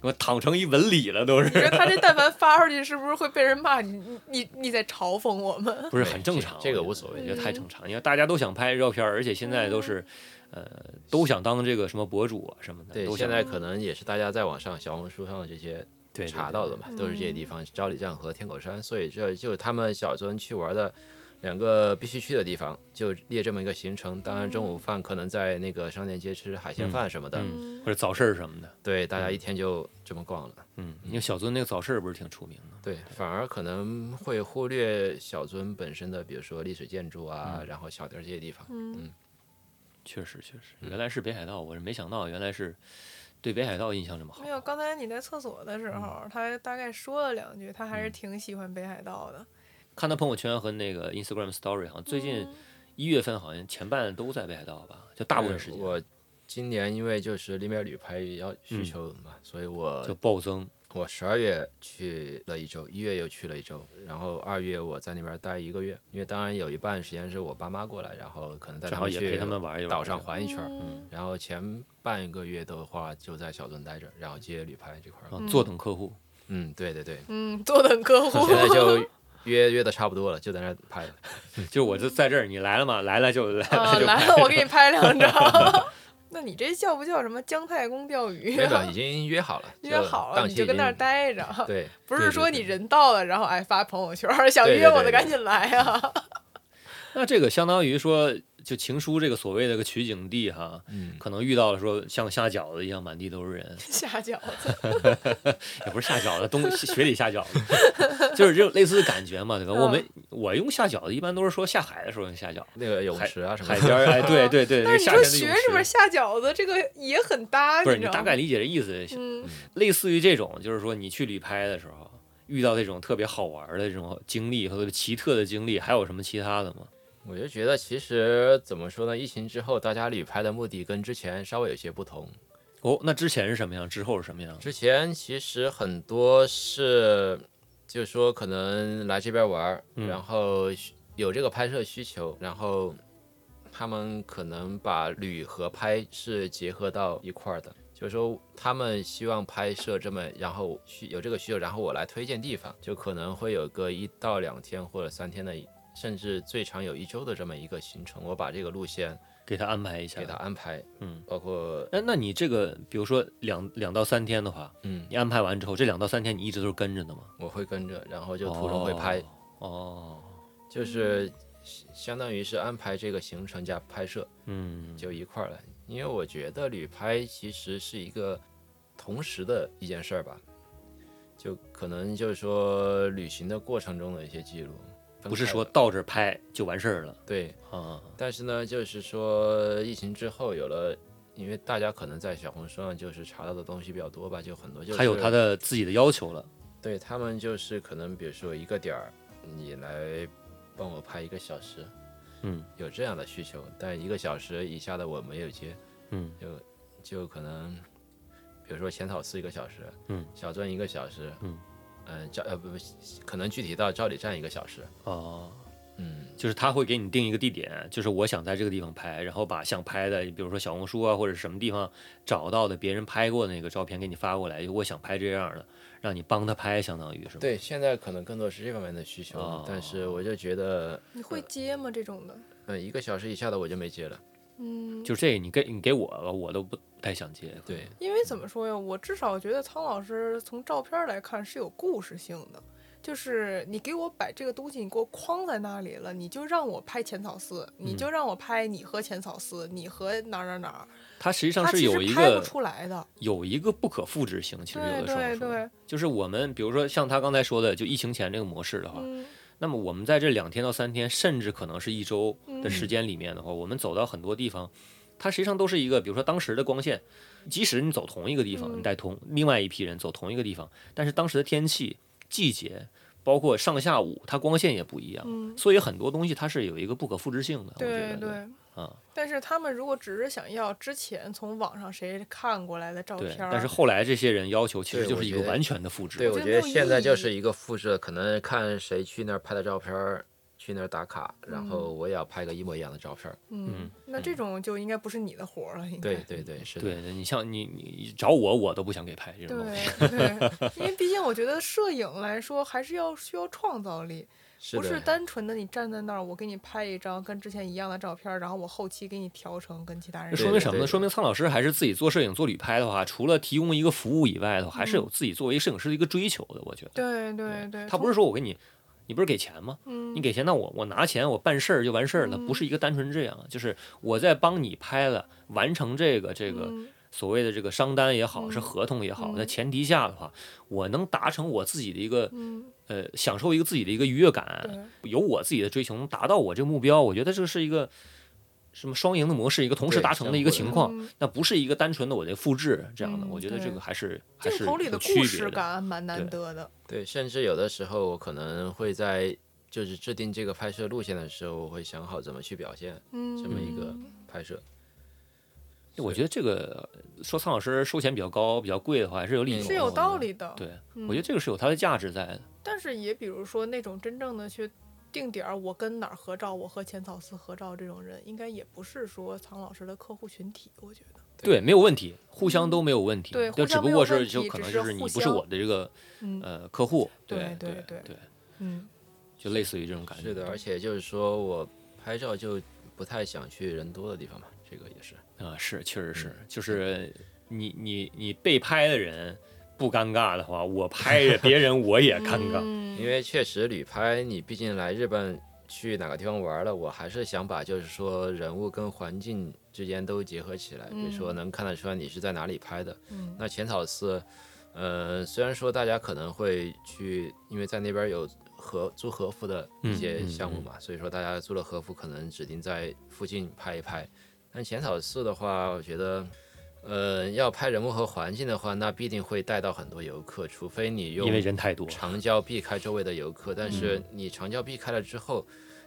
A: 我躺成一纹理了，都
B: 你
A: 是
B: 说他这但凡发出去，是不是会被人骂？你你你你在嘲讽我们？
A: 不是
C: 对
A: 很正常？
C: 这这个
A: 我
C: 无
A: 觉
C: 所
A: 得
C: 谓
A: 我
B: 嗯
A: 觉得太正常，因为大家都想拍照片，而且现在都是。
B: 嗯
A: 呃，都想当这个什么博主啊什么的，
C: 对，
A: 都想
C: 现在可能也是大家在网上、小红书上的这些
A: 对
C: 查到的嘛，都是这些地方，昭里站和天狗山，所以这就是他们小樽去玩的两个必须去的地方，就列这么一个行程。当然，中午饭可能在那个商店街吃海鲜饭什么的，
A: 嗯，或者早市什么的，
C: 对，大家一天就这么逛了。
A: 嗯，因为小樽那个早市不是挺出名的，
C: 对，反而可能会忽略小樽本身的，比如说历史建筑啊，
A: 嗯
C: 然后小店儿这些地方。
B: 嗯
A: 确实确实，
C: 嗯
A: 原来是北海道，我是没想到，原来是对北海道印象这么好
B: 没。有，刚才你在厕所的时候，他大概说了两句，他还是挺喜欢北海道的。
A: 看他朋友圈和那个 Instagram Story，好像最近
B: 嗯
A: 一月份好像前半都在北海道吧，就大部分时
C: 对
A: 间
C: 我今年因为就是离美旅拍要需
A: 嗯
C: 求嘛，所以我
A: 就暴增。
C: 我十二月去了一周，一月又去了一周，然后二月我在那边待一个月，因为当然有一半时间是我爸妈过来，然后可能带
A: 正
C: 他
A: 好
C: 们
A: 也
C: 去
A: 陪他们玩一玩
C: 岛上环一圈儿。
B: 嗯
C: 然后前半个月的话就在小樽待着，然后接旅拍这块儿。
A: 啊，坐等客户。
C: 嗯，对 对对，
B: 嗯，坐等客 户。
C: 现在就约约的差不多了，就在那儿 拍了。
A: 就是我就在这儿，你来了嘛，来了就来
B: 啊，
A: 了就
B: 来
A: 拍
B: 了，我给你拍两张。 那你这叫不叫什么姜太公钓鱼
C: 没
B: 啊？
C: 有，已经约好了，
B: 约好了，
C: 档
B: 你
C: 期
B: 就
C: 已
B: 跟那儿
C: 经。
B: 待着，
C: 嗯对，
B: 不
C: 对
B: 是
C: 对
B: 说你
C: 对
B: 人到了，然后哎发朋友圈儿想
C: 对对
B: 约我的
C: 对
B: 赶紧来啊！
A: 那这个相当于说，就情书这个所谓的个取景地哈，
C: 嗯，
A: 可能遇到了说像下饺子一样满地都是人，
B: 下饺子，
A: 也不是下饺子，东雪里下饺子， 就是这种类似的感觉嘛，对吧？
B: 嗯
A: 我们我用下饺子一般都是说下海的时候用下饺子，
C: 那个泳池啊什么
A: 海
C: 的，
A: 边儿哎，对对 对，这
B: 但
A: 个
B: 是你
A: 夏
B: 说
A: 天的
B: 学
A: 泳
B: 里
A: 池。
B: 面下饺子，这个也很搭，
A: 不是
B: 你
A: 你
B: 知道
A: 大
B: 吗
A: 概？理解这意 思就行，
B: 嗯
A: 类似于这种，就是说你去旅拍的时候遇到这种特别好玩的这种经历和奇特的经历，还有什么其他的吗？
C: 我就觉得其实怎么说呢，疫情之后大家旅拍的目的跟之前稍微有些不同。
A: 哦，那之前是什么样，之后是什么样？
C: 之前其实很多是，就是说可能来这边玩儿，
A: 嗯
C: 然后需有这个拍摄需求，然后他们可能把旅和拍是结合到一块儿的。就是说，他们希望拍摄这么，然后需有这个需求，然后我来推荐地方，就可能会有个一到两天或者三天的，甚至最长有一周的这么一个行程。我把这个路线
A: 给他安排一下
C: 给。他安排，
A: 嗯，
C: 包括
A: 那那你这个，比如说两两到三天的话，
C: 嗯，
A: 你安排完之后，这两到三天你一直都是跟着的吗？
C: 我会跟着，然后就途中会拍，
A: 哦。哦，
C: 就是相相当于是安排这个行程加拍摄
A: 嗯，
C: 就一块儿了。因为我觉得旅拍其实是一个同时的一件事儿吧，就可能就是说旅行的过程中的一些记录，分
A: 不是
C: 开
A: 说
C: 的
A: 到这儿拍就完事儿了
C: 对，
A: 啊。
C: 但是呢，就是说疫情之后有了。因为大家可能在小红书上就是查到的东西比较多吧，就很多就是
A: 他有他的自己的要求了，
C: 对他们就是可能，比如说一个点儿，你来帮我拍一个小时，
A: 嗯，
C: 有这样的需求，但一个小时以下的我没有接，
A: 嗯，
C: 就就可能，比如说浅草寺一个小时，
A: 嗯，
C: 小镇一个小时，
A: 嗯，
C: 嗯，照呃不不，可能具体到照里站一个小时，
A: 哦，
C: 嗯，
A: 就是他会给你定一个地点，就是我想在这个地方拍，然后把想拍的，比如说小红书啊或者什么地方找到的别人拍过的那个照片给你发过来，我想拍这样的，让你帮他拍，相当于是吗？
C: 对，现在可能更多是这方面的需求，
A: 哦
C: 但是我就觉得，
B: 你会接吗？这种的，
C: 嗯，一个小时以下的我就没接了，
B: 嗯，
A: 就这个你给你给我吧，我都不不太想接。
C: 对，
B: 因为怎么说呀，我至少觉得苍老师从照片儿来看是有故事性的，就是你给我摆这个东西，你给我框在那里了，你就让我拍浅草寺，
A: 嗯
B: 你就让我拍你和浅草寺，你和哪儿哪儿哪儿，
A: 它实际上
B: 他
A: 是
B: 其
A: 有
B: 实
A: 一
B: 拍不
A: 个
B: 出来的。
A: 有一个不可复制性，其实
B: 对
A: 有的时候
B: 对
A: 说
B: 对，
A: 就是啊我们比如说像他刚才说的，就疫情前这个模式的话，
B: 嗯
A: 那么我们在这两天到三天，甚至可能是一周的时
C: 嗯
A: 间里面的话，我们走到很多地方，它实际上都是一个，比如说当时的光线，即使你走同一个地方，
B: 嗯
A: 你带同另外一批人走同一个地方，但是当时的天气、季节，包括上下午，它光线也不一样，
B: 嗯，
A: 所以很多东西它是有一个不可复制性的。我觉
B: 对
A: 得
B: 对。
A: 啊，
B: 但是他们如果只是想要之前从网上谁看过来的照
A: 对。
B: 片儿，
A: 但是后来这些人要求其实
C: 对
A: 就
C: 我
A: 是一
C: 觉
A: 个
C: 得
A: 完全的复制。
C: 对，
B: 我
C: 我
B: 觉得
C: 觉得
B: 没有
C: 现
B: 意
C: 在就
B: 义
C: 是一个复制，可能看谁去那儿拍的照片儿，去那儿打卡，然后我也要拍个一模一样的照片儿。
B: 嗯
A: 嗯，
B: 那这种就应该不是你的活儿了，应该
C: 对。对对，是的。
A: 对你像你你找我，我都不想给拍这种东西。
B: 对对，因为毕竟我觉得摄影来说还是要需要创造力，
C: 是
B: 不是
C: 的，
B: 单纯的你站在那儿，我给你拍一张跟之前一样的照片儿，然后我后期给你调成跟其他人
A: 这
B: 一
A: 说
B: 样。
A: 明什么
C: 对
A: 呢？
C: 对
A: 说明苍老师还是自己做摄影、做旅拍的话，除了提供一个服务以外的话，还是有自己作为摄影师的一个追求的。我觉得，
B: 嗯对对对，
A: 他不
B: 从
A: 是说我给你你不是给钱吗？
B: 嗯，
A: 你给钱，那我我拿钱，我办事儿就完事儿了，不是一个单纯这样，就是我在帮你拍了，完成这个这个
B: 嗯
A: 所谓的这个商单也好，
B: 嗯
A: 是合同也好，
B: 嗯
A: 在前提下的话，我能达成我自己的一个
B: 嗯，
A: 呃，享受一个自己的一个愉悦感，
B: 对，
A: 有我自己的追求，能达到我这个目标，我觉得这是一个什么双赢的模式，一个同时
C: 对
A: 达成的一
C: 相
A: 个
C: 互的
A: 情况，
B: 嗯
A: 那不是一个单纯的我的复制这样的，
B: 嗯
A: 我觉得这
B: 对
A: 个还是还是
B: 镜头里
A: 有
B: 的
A: 区
B: 故
A: 别
B: 事
A: 的。
B: 感蛮难
A: 对
B: 得的，
C: 对，甚至有的时候我可能会在就是制定这个拍摄路线的时候，我会想好怎么去表现
B: 嗯，
C: 这么一个拍摄。
A: 我觉得这个说苍老师收钱比较高、比较贵的话，还是有理由的。
B: 是有道理的，
A: 对，
B: 嗯
A: 我觉得这个是有它的价值在的。
B: 但是也比如说那种真正的去定点儿，我跟哪儿合照，我和浅草寺合照这种人，应该也不是说苍老师的客户群体，我觉得。嗯
A: 对，没有问题，互相都没有问题。
B: 对互
A: 就只
B: 相
A: 不
B: 没有
A: 过是
B: 问
A: 就
B: 题
A: 可
B: 只
A: 能
B: 是
A: 就是你
B: 互
A: 不是
B: 相
A: 我的这个
B: 嗯
A: 呃客户。
B: 对
A: 对
B: 对对
A: 对，
B: 嗯
A: 就类似于这种感觉。
C: 是的，而且就是说我拍照就不太想去人多的地方嘛，这个也是。
A: 啊，是，确实是，
C: 嗯
A: 就是你你你被拍的人不尴尬的话，我拍着别人我也尴
B: 嗯
A: 尬。
C: 因为确实旅拍，你毕竟来日本去哪个地方玩了，我还是想把就是说人物跟环境之间都结合起来，比如说能看得出来你是在哪里拍的。
B: 嗯
C: 那浅草寺，呃，虽然说大家可能会去，因为在那边有和租和服的一些
A: 嗯嗯
C: 项目嘛，所以说大家租了和服可能指定在附近拍一拍。但浅草寺的话，我觉得。呃，要拍人物和环境的话，那必定会带到很多游客，除非你用
A: 因为人太多，嗯
C: 长焦避开周围的游客，但是你长焦避开了之后，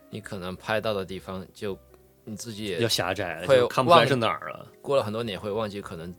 C: 你可能拍到的地方就你自己
A: 比较
C: 也
A: 狭窄了，
C: 会
A: 就看不出来
C: 忘
A: 是哪儿了。
C: 过了很多年会忘记，可能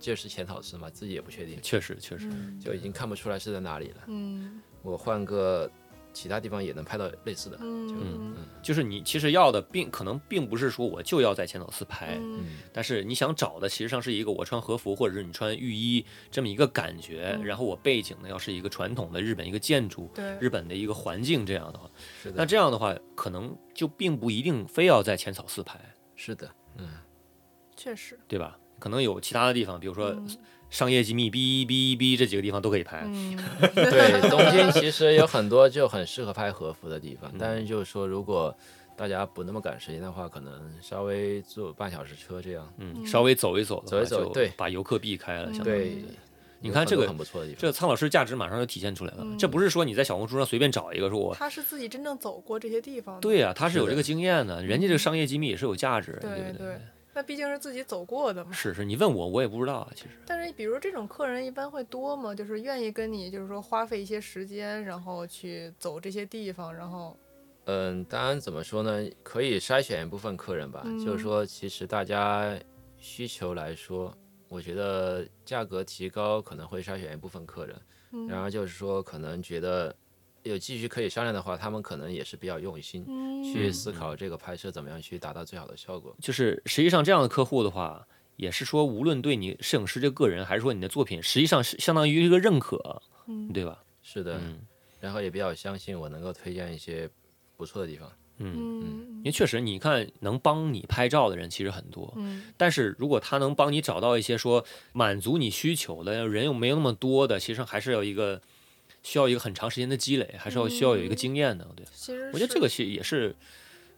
C: 就是浅草寺嘛，自己也不确定，
A: 确实，确实，
B: 嗯
C: 就已经看不出来是在哪里了。
B: 嗯
C: 我换个其他地方也能拍到类似的，
B: 嗯
A: 就是你其实要的并可能并不是说我就要在千岛寺拍，
B: 嗯
A: 但是你想找的其实上是一个我穿和服或者是你穿浴衣这么一个感觉，
B: 嗯
A: 然后我背景呢要是一个传统的日本一个建筑，
B: 对
A: 日本的一个环境这样的话，
C: 是
A: 那
C: 的，
A: 这样的话可能就并不一定非要在浅草寺拍，
C: 是 的，
B: 确实
A: 对吧？可能有其他的地方，比如说
B: 嗯
A: 商业机密 B 哔哔这几个地方都可以拍。
B: 嗯
C: 对，东京其实有很多就很适合拍和服的地
A: 嗯
C: 方，但是就是说，如果大家不那么赶时间的话，可能稍微坐半小时车这样，
A: 嗯，
B: 嗯
A: 稍微走一走的话，
C: 走一走
A: 就
C: 对
A: 把游客避开了，相当于。
C: 对
B: 嗯，
A: 你
C: 有
A: 看
C: 很
A: 这
C: 多
A: 个
C: 很不错的地方，
A: 这苍老师价值马上就体现出来了，
B: 嗯
A: 这不是说你在小红书上随便找一个说我。
B: 他是自己真正走过这些地方的，
A: 对呀、啊他是有
C: 是的
A: 这个经验的，人家这个商业机密也是有价值的，对
B: 对
A: 不
B: 对，那毕竟是自己走过的嘛。
A: 是是，你问我我也不知道啊，其实
B: 但是，比如这种客人一般会多吗？就是愿意跟你，就是说花费一些时间，然后去走这些地方，然后
C: 嗯，当然怎么说呢，可以筛选一部分客人吧。就是
B: 嗯
C: 说，其实大家需求来说，我觉得价格提高可能会筛选一部分客人，
B: 嗯
C: 然后就是说，可能觉得有继续可以商量的话，他们可能也是比较用心。去
A: 嗯
C: 思
A: 嗯
C: 考这个拍摄怎么样去达到最好的效果。
A: 就是实际上这样的客户的话，也是说无论对你摄影师这个人，还是说你的作品，实际上是相当于一个认可，
B: 嗯
A: 对吧？
C: 是的，
A: 嗯
C: 然后也比较相信我能够推荐一些不错的地方。
A: 嗯，
B: 嗯
A: 因为确实你看能帮你拍照的人其实很多，
B: 嗯
A: 但是如果他能帮你找到一些说满足你需求的人又没有那么多的，其实还是要一个需要一个很长时间的积累，还是要需要有
B: 嗯
A: 一个经验的。对，
B: 其实
A: 我觉得
B: 是
A: 这个是也是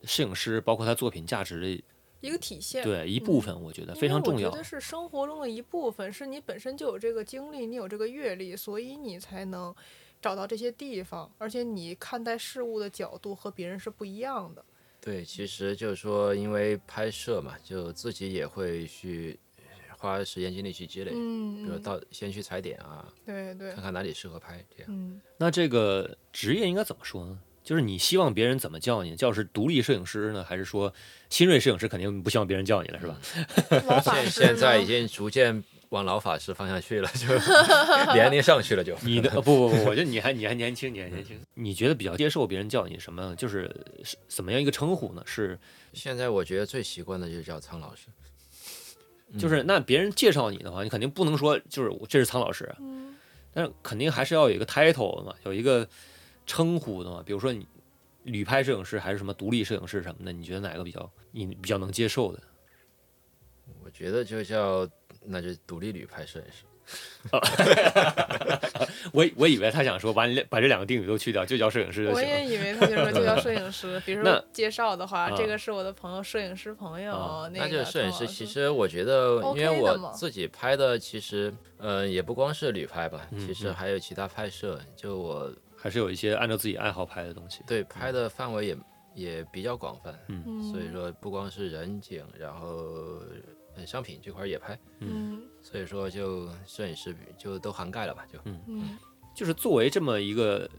A: 摄影师包括他作品价值的
B: 一个体现，
A: 对一部分，我觉得
B: 嗯因
A: 非
B: 为
A: 常重
B: 我觉
A: 要
B: 得。是生活中的一部分，是你本身就有这个经历，你有这个阅历，所以你才能找到这些地方，而且你看待事物的角度和别人是不一样的。
C: 对，其实就是说，因为拍摄嘛，就自己也会去花时间精力去积累。比
B: 嗯，
C: 如
B: 嗯
C: 到先去踩点啊，
B: 对对
C: 看，看哪里适合拍，这 样。
B: 嗯
A: 那这个职业应该怎么说呢？就是你希望别人怎么叫你？叫是独立摄影师呢，还是说新锐摄影师肯定不希望别人叫你了，是吧？
B: 老 法
C: 现
B: 师
C: 现在
B: 呢
C: 已经逐渐往老法师方向去了， 就年龄上去了就。
A: 你的呃不不不，我觉得你还你还年轻，你还 年轻。你觉得比较接受别人叫你什么？就是是怎么样一个称呼呢？是
C: 现在我觉得最习惯的就是叫苍老师，嗯
A: 就是那别人介绍你的话，你肯定不能说就是我这是苍老师，
B: 嗯
A: 但是肯定还是要有一个 title 的嘛，有一个称呼的嘛。比如说你旅拍摄影师还是什么独立摄影师什么的，你觉得哪个比较你比较能接受的？
C: 我觉得就叫那就独立旅拍摄也是。
A: 我以我以为他想说把你把这两个定语都去掉，就叫摄影师就
B: 我
A: 行。
B: 也以为他就说就叫摄影师，比如
A: 那
B: 说介绍的话，
A: 啊
B: 这个是我的朋友，摄影师朋友，
A: 啊
B: 个
C: 那这个摄影师，其
B: 实
C: 实我觉得，因
B: OK
C: 为
B: 的
C: 我
B: 嘛
C: 自己拍的，其实呃也不光是旅拍吧，
A: 嗯
C: 其实
A: 嗯
C: 还有其他拍摄，就我
A: 还是有一些按照自己爱好拍的东西。
C: 对拍的范围也也比较广泛，所以
B: 嗯
C: 说不光是人景，然后呃商品这块儿也拍，
B: 嗯
C: 所以说就摄影师就都涵盖了吧，就
B: 嗯，
A: 就是作为这么一个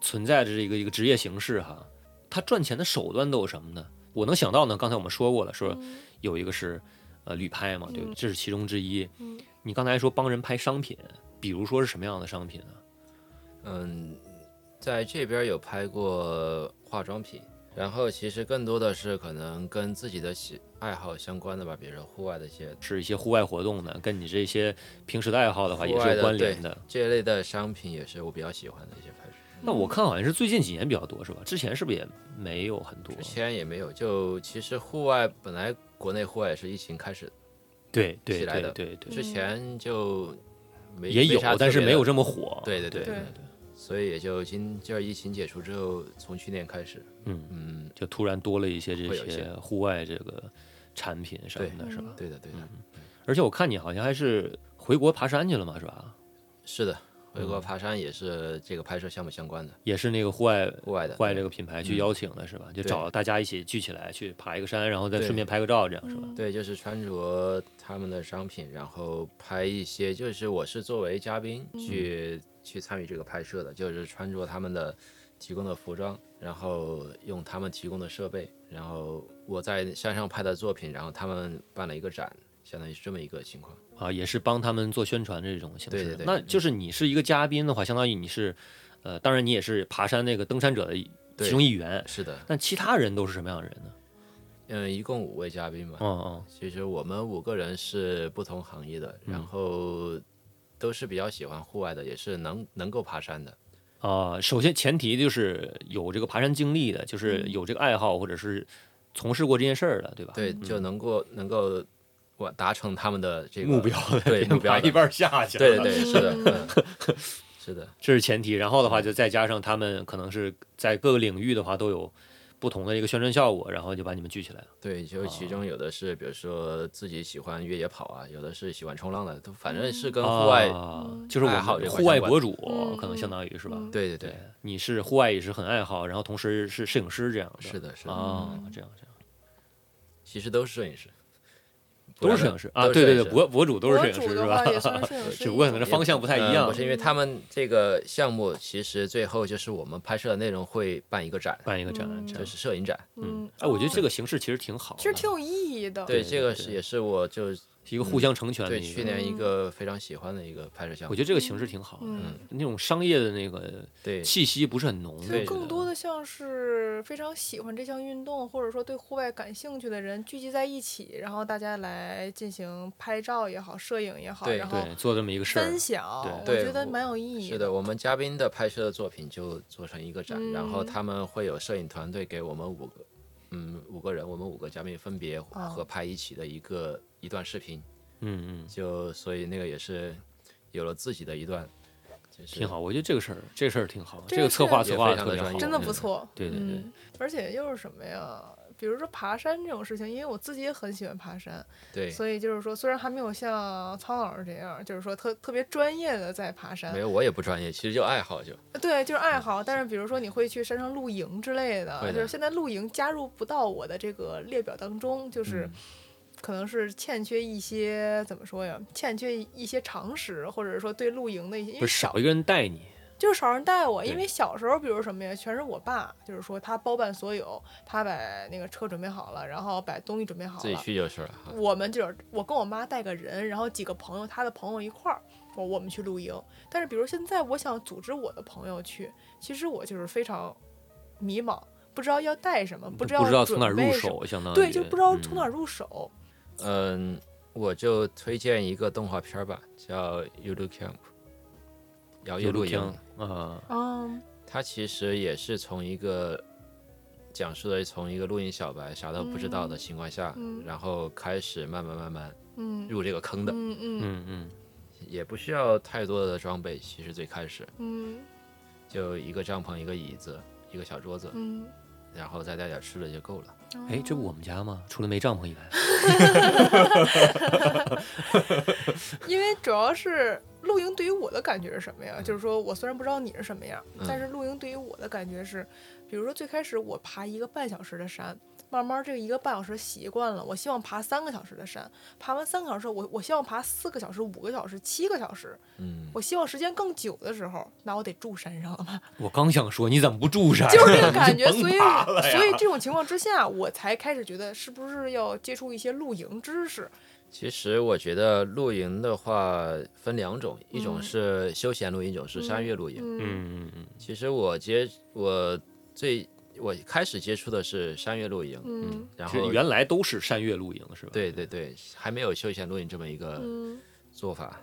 A: 存在着这个一个职业形式哈，它赚钱的手段都有什么呢？我能想到呢，刚才我们说过了，说
B: 嗯
A: 有一个是呃旅拍嘛，对，
B: 嗯
A: 这是其中之一。
B: 嗯
A: 你刚才说帮人拍商品，比如说是什么样的商品啊？
C: 嗯，在这边有拍过化妆品，然后其实更多的是可能跟自己的喜爱好相关的吧，比如说户外的一些
A: 是一些户外活动的，跟你这些平时的爱好的话
C: 户
A: 也是
C: 外
A: 有
C: 的
A: 关联
C: 对
A: 的。
C: 这类的商品也是我比较喜欢的一些拍摄。
A: 那我看好
B: 嗯
A: 像是最近几年比较多，是吧？之前是不是也没有很多
C: 之？前也没有，就其实户外本来国内户外也是疫情开始，
A: 对对
C: 起来
A: 对
C: 的
A: 对对，
C: 之前就没
A: 嗯也有
C: 没啥，特
A: 但是
C: 别
A: 没有
C: 的
A: 这么火。
C: 对对
A: 对
C: 对
B: 对
C: 所以也就今就是疫情解除之后，从去年开始，
A: 嗯
C: 嗯，
A: 就突然多了一些这
C: 会有一
A: 些
C: 些
A: 户外这个产品什么的，
B: 对
A: 是吧？
C: 嗯对的对的，
A: 而且我看你好像还是回国爬山去了嘛，是吧？
C: 是的，回国爬山也是这个拍摄项目相关的，
A: 也是那个户外
C: 户外的，
A: 户外这个品牌去
C: 嗯
A: 邀请的是吧？就
C: 对
A: 找大家一起聚起来去爬一个山，然后再
C: 对
A: 顺便拍个照，这样是吧？
B: 嗯
C: 对，就是穿着他们的商品，然后拍一些，就是我是作为嘉宾去、去参与这个拍摄的，就是穿着他们的提供的服装，然后用他们提供的设备，然后我在山上拍的作品，然后他们办了一个展，相当于是这么一个情况。
A: 啊，也是帮他们做宣传这种形式。
C: 对对对
A: 那就是你是一个嘉宾的话，相当于你是，呃，当然你也是爬山那个登山者的一
C: 对
A: 其中一员。
C: 是的，
A: 那其他人都是什么样的人呢？
C: 嗯，一共五位嘉宾嘛，
A: 嗯嗯，
C: 其实我们五个人是不同行业的，然后都是比较喜欢户外的，也是能能够爬山的。
A: 啊、首先前提就是有这个爬山经历的，就是
B: 嗯
A: 有这个爱好或者是从事过这件事儿的，对吧？
C: 对，就能够能够我达成他们的这个
A: 目标的
C: 对目标
A: 爬
C: 的
A: 一半儿下去了。
C: 对对对，是的，
B: 嗯
C: 嗯是的，
A: 这是前提。然后的话，
C: 嗯
A: 就再加上他们可能是在各个领域的话都有不同的一个宣传效果，然后就把你们聚起来了。
C: 对，就其
A: 哦
C: 中有的是比如说自己喜欢越野跑啊，有的是喜欢冲浪的，都反正是跟户外，
A: 啊、就是我
C: 爱好
A: 们
C: 这块
A: 户外
C: 相关
A: 博主，
B: 嗯
A: 可能相当于是吧？
B: 嗯
C: 对对对
A: 对，，你是户外也是很爱好，然后同时是摄影师这样的。
C: 是的，是的，
A: 啊
B: 嗯，
A: 这样这样，
C: 其实都是摄影师，
A: 都是摄影师啊，
C: 都是
A: 对对
C: 摄
A: 对，
C: 影师
A: 博博主都是摄影师
B: 博主
A: 是
B: 的话也算
A: 吧？
B: 摄影师一种，
A: 只不过可能是方向不太一
C: 嗯
A: 样
C: 不，是因为他们这个项目，其实最后就是我们拍摄的内容会办一个展，
A: 办一个展览
B: 嗯
A: 这
C: 就
A: 样。
C: 是摄影展。
A: 嗯
B: 嗯，，
A: 哎，我觉得
B: 哦
A: 这个形式其实挺好的，
B: 其实挺有意义的，
A: 对
C: 对，这个
A: 对
C: 是也是我就是
A: 一个互相成全的
C: 对
A: 一
C: 去
A: 个。
C: 年一个非常喜欢的一个拍摄项目。
A: 我觉得这个形式挺好的，
B: 嗯，
A: 那种商业的那个
C: 对
A: 气息不是很浓。
B: 其
A: 我
B: 实
A: 觉
B: 更
A: 得
B: 多的像是非常喜欢这项运动，或者说对户外感兴趣的人聚集在一起，然后大家来进行拍照也好，摄影也好，
C: 对
B: 然后
A: 对做这么一个事儿
B: 分，享，我
A: 对
B: 觉得
C: 我
B: 蛮有意义
C: 是的，我们嘉宾的拍摄的作品就做成一个展，然后
B: 嗯
C: 他们会有摄影团队给我们五个，嗯，五个人，我们五个嘉宾分别
B: 哦
C: 合拍一起的一个、一段视频，
A: 嗯嗯，
C: 就所以那个也是有了自己的一段，就是
A: 挺好。我觉得这个事儿，这个事儿挺好，
B: 这
A: 这个
B: 个
A: 策
B: 是
A: 划
C: 也
A: 策划
C: 非
A: 得
C: 常
A: 特
C: 的
A: 别
C: 专
A: 好，
C: 业
B: 真的
C: 嗯
B: 不错。
A: 对对对
B: 嗯，而且又是什么呀？比如说爬山这种事情，因为我自己也很喜欢爬山，
C: 对，
B: 所以就是说，虽然还没有像苍老师这样，就是说特特别专业的在爬山
C: 没，有我也不专业，其实就爱好就
B: 对，就是爱好。但是比如说你会去山上露营之类的，
C: 会的
B: 就是现在露营加入不到我的这个列表当中，就是可能是欠缺一些怎么说呀，欠缺一些常识，或者说对露营的一些，因
A: 不
B: 为
A: 是
B: 小
A: 少一个人带你，
B: 就是少人带我，因
A: 对
B: 为小时候，比如什么呀，全是我爸，就是说他包办所有，他把那个车准备好了，然后把东西准备好了，
C: 自己去就是了哈。
B: 我们就是我跟我妈带个人，然后几个朋友，她的朋友一块儿，我我们去露营。但是比如现在我想组织我的朋友去，其实我就是非常迷茫，不知道要带什么，
A: 嗯不
B: 知道不
A: 从哪儿入，手，相当于
B: 对，就不知道从
A: 嗯
B: 哪儿入手。
C: 嗯，我就推荐一个动画片儿吧，叫《Yulu Camp》，摇曳
A: 有
C: 露
A: 录
C: 营
A: 像。啊，
B: 嗯
C: 它其实也是从一个讲述的从一个露营小白啥都不知道的情况下，
B: 嗯嗯
C: 然后开始慢慢慢慢
B: 嗯
C: 入这个坑的。
B: 嗯嗯
A: 嗯嗯，
C: 也不需要太多的装备。其实最开始
B: 嗯
C: 就一个帐篷、一个椅子、一个小桌子，
B: 嗯，
C: 然后再带点吃的就够了。
B: 哦
A: 哎，这不我们家吗？除了没帐篷以外，
B: 因为主要是露营对于我的感觉是什么呀？就是说我虽然不知道你是什么样，但是露营对于我的感觉是，比如说最开始我爬一个半小时的山，慢慢这个一个半小时习惯了，我希望爬三个小时的山，爬完三个小时，我我希望爬四个小时、五个小时、七个小时，
C: 嗯，
B: 我希望时间更久的时候，那我得住山上了。
A: 我刚想说你怎么不住山？
B: 就是这个感觉，
A: 哎你就
B: 所
A: 甭
B: 以
A: 爬了呀
B: 所以这种情况之下，我才开始觉得是不是要接触一些露营知识？
C: 其实我觉得露营的话分两种，一种
B: 嗯
C: 是休闲露营，一种是山岳露营。
B: 嗯
A: 嗯嗯嗯
C: 其实我接我最我开始接触的是山岳露营，
B: 嗯
C: 然
A: 嗯，是
C: 后
A: 原来都是山岳露营是吧？，
C: 对对对，还没有休闲露营这么一个
B: 嗯
C: 做法，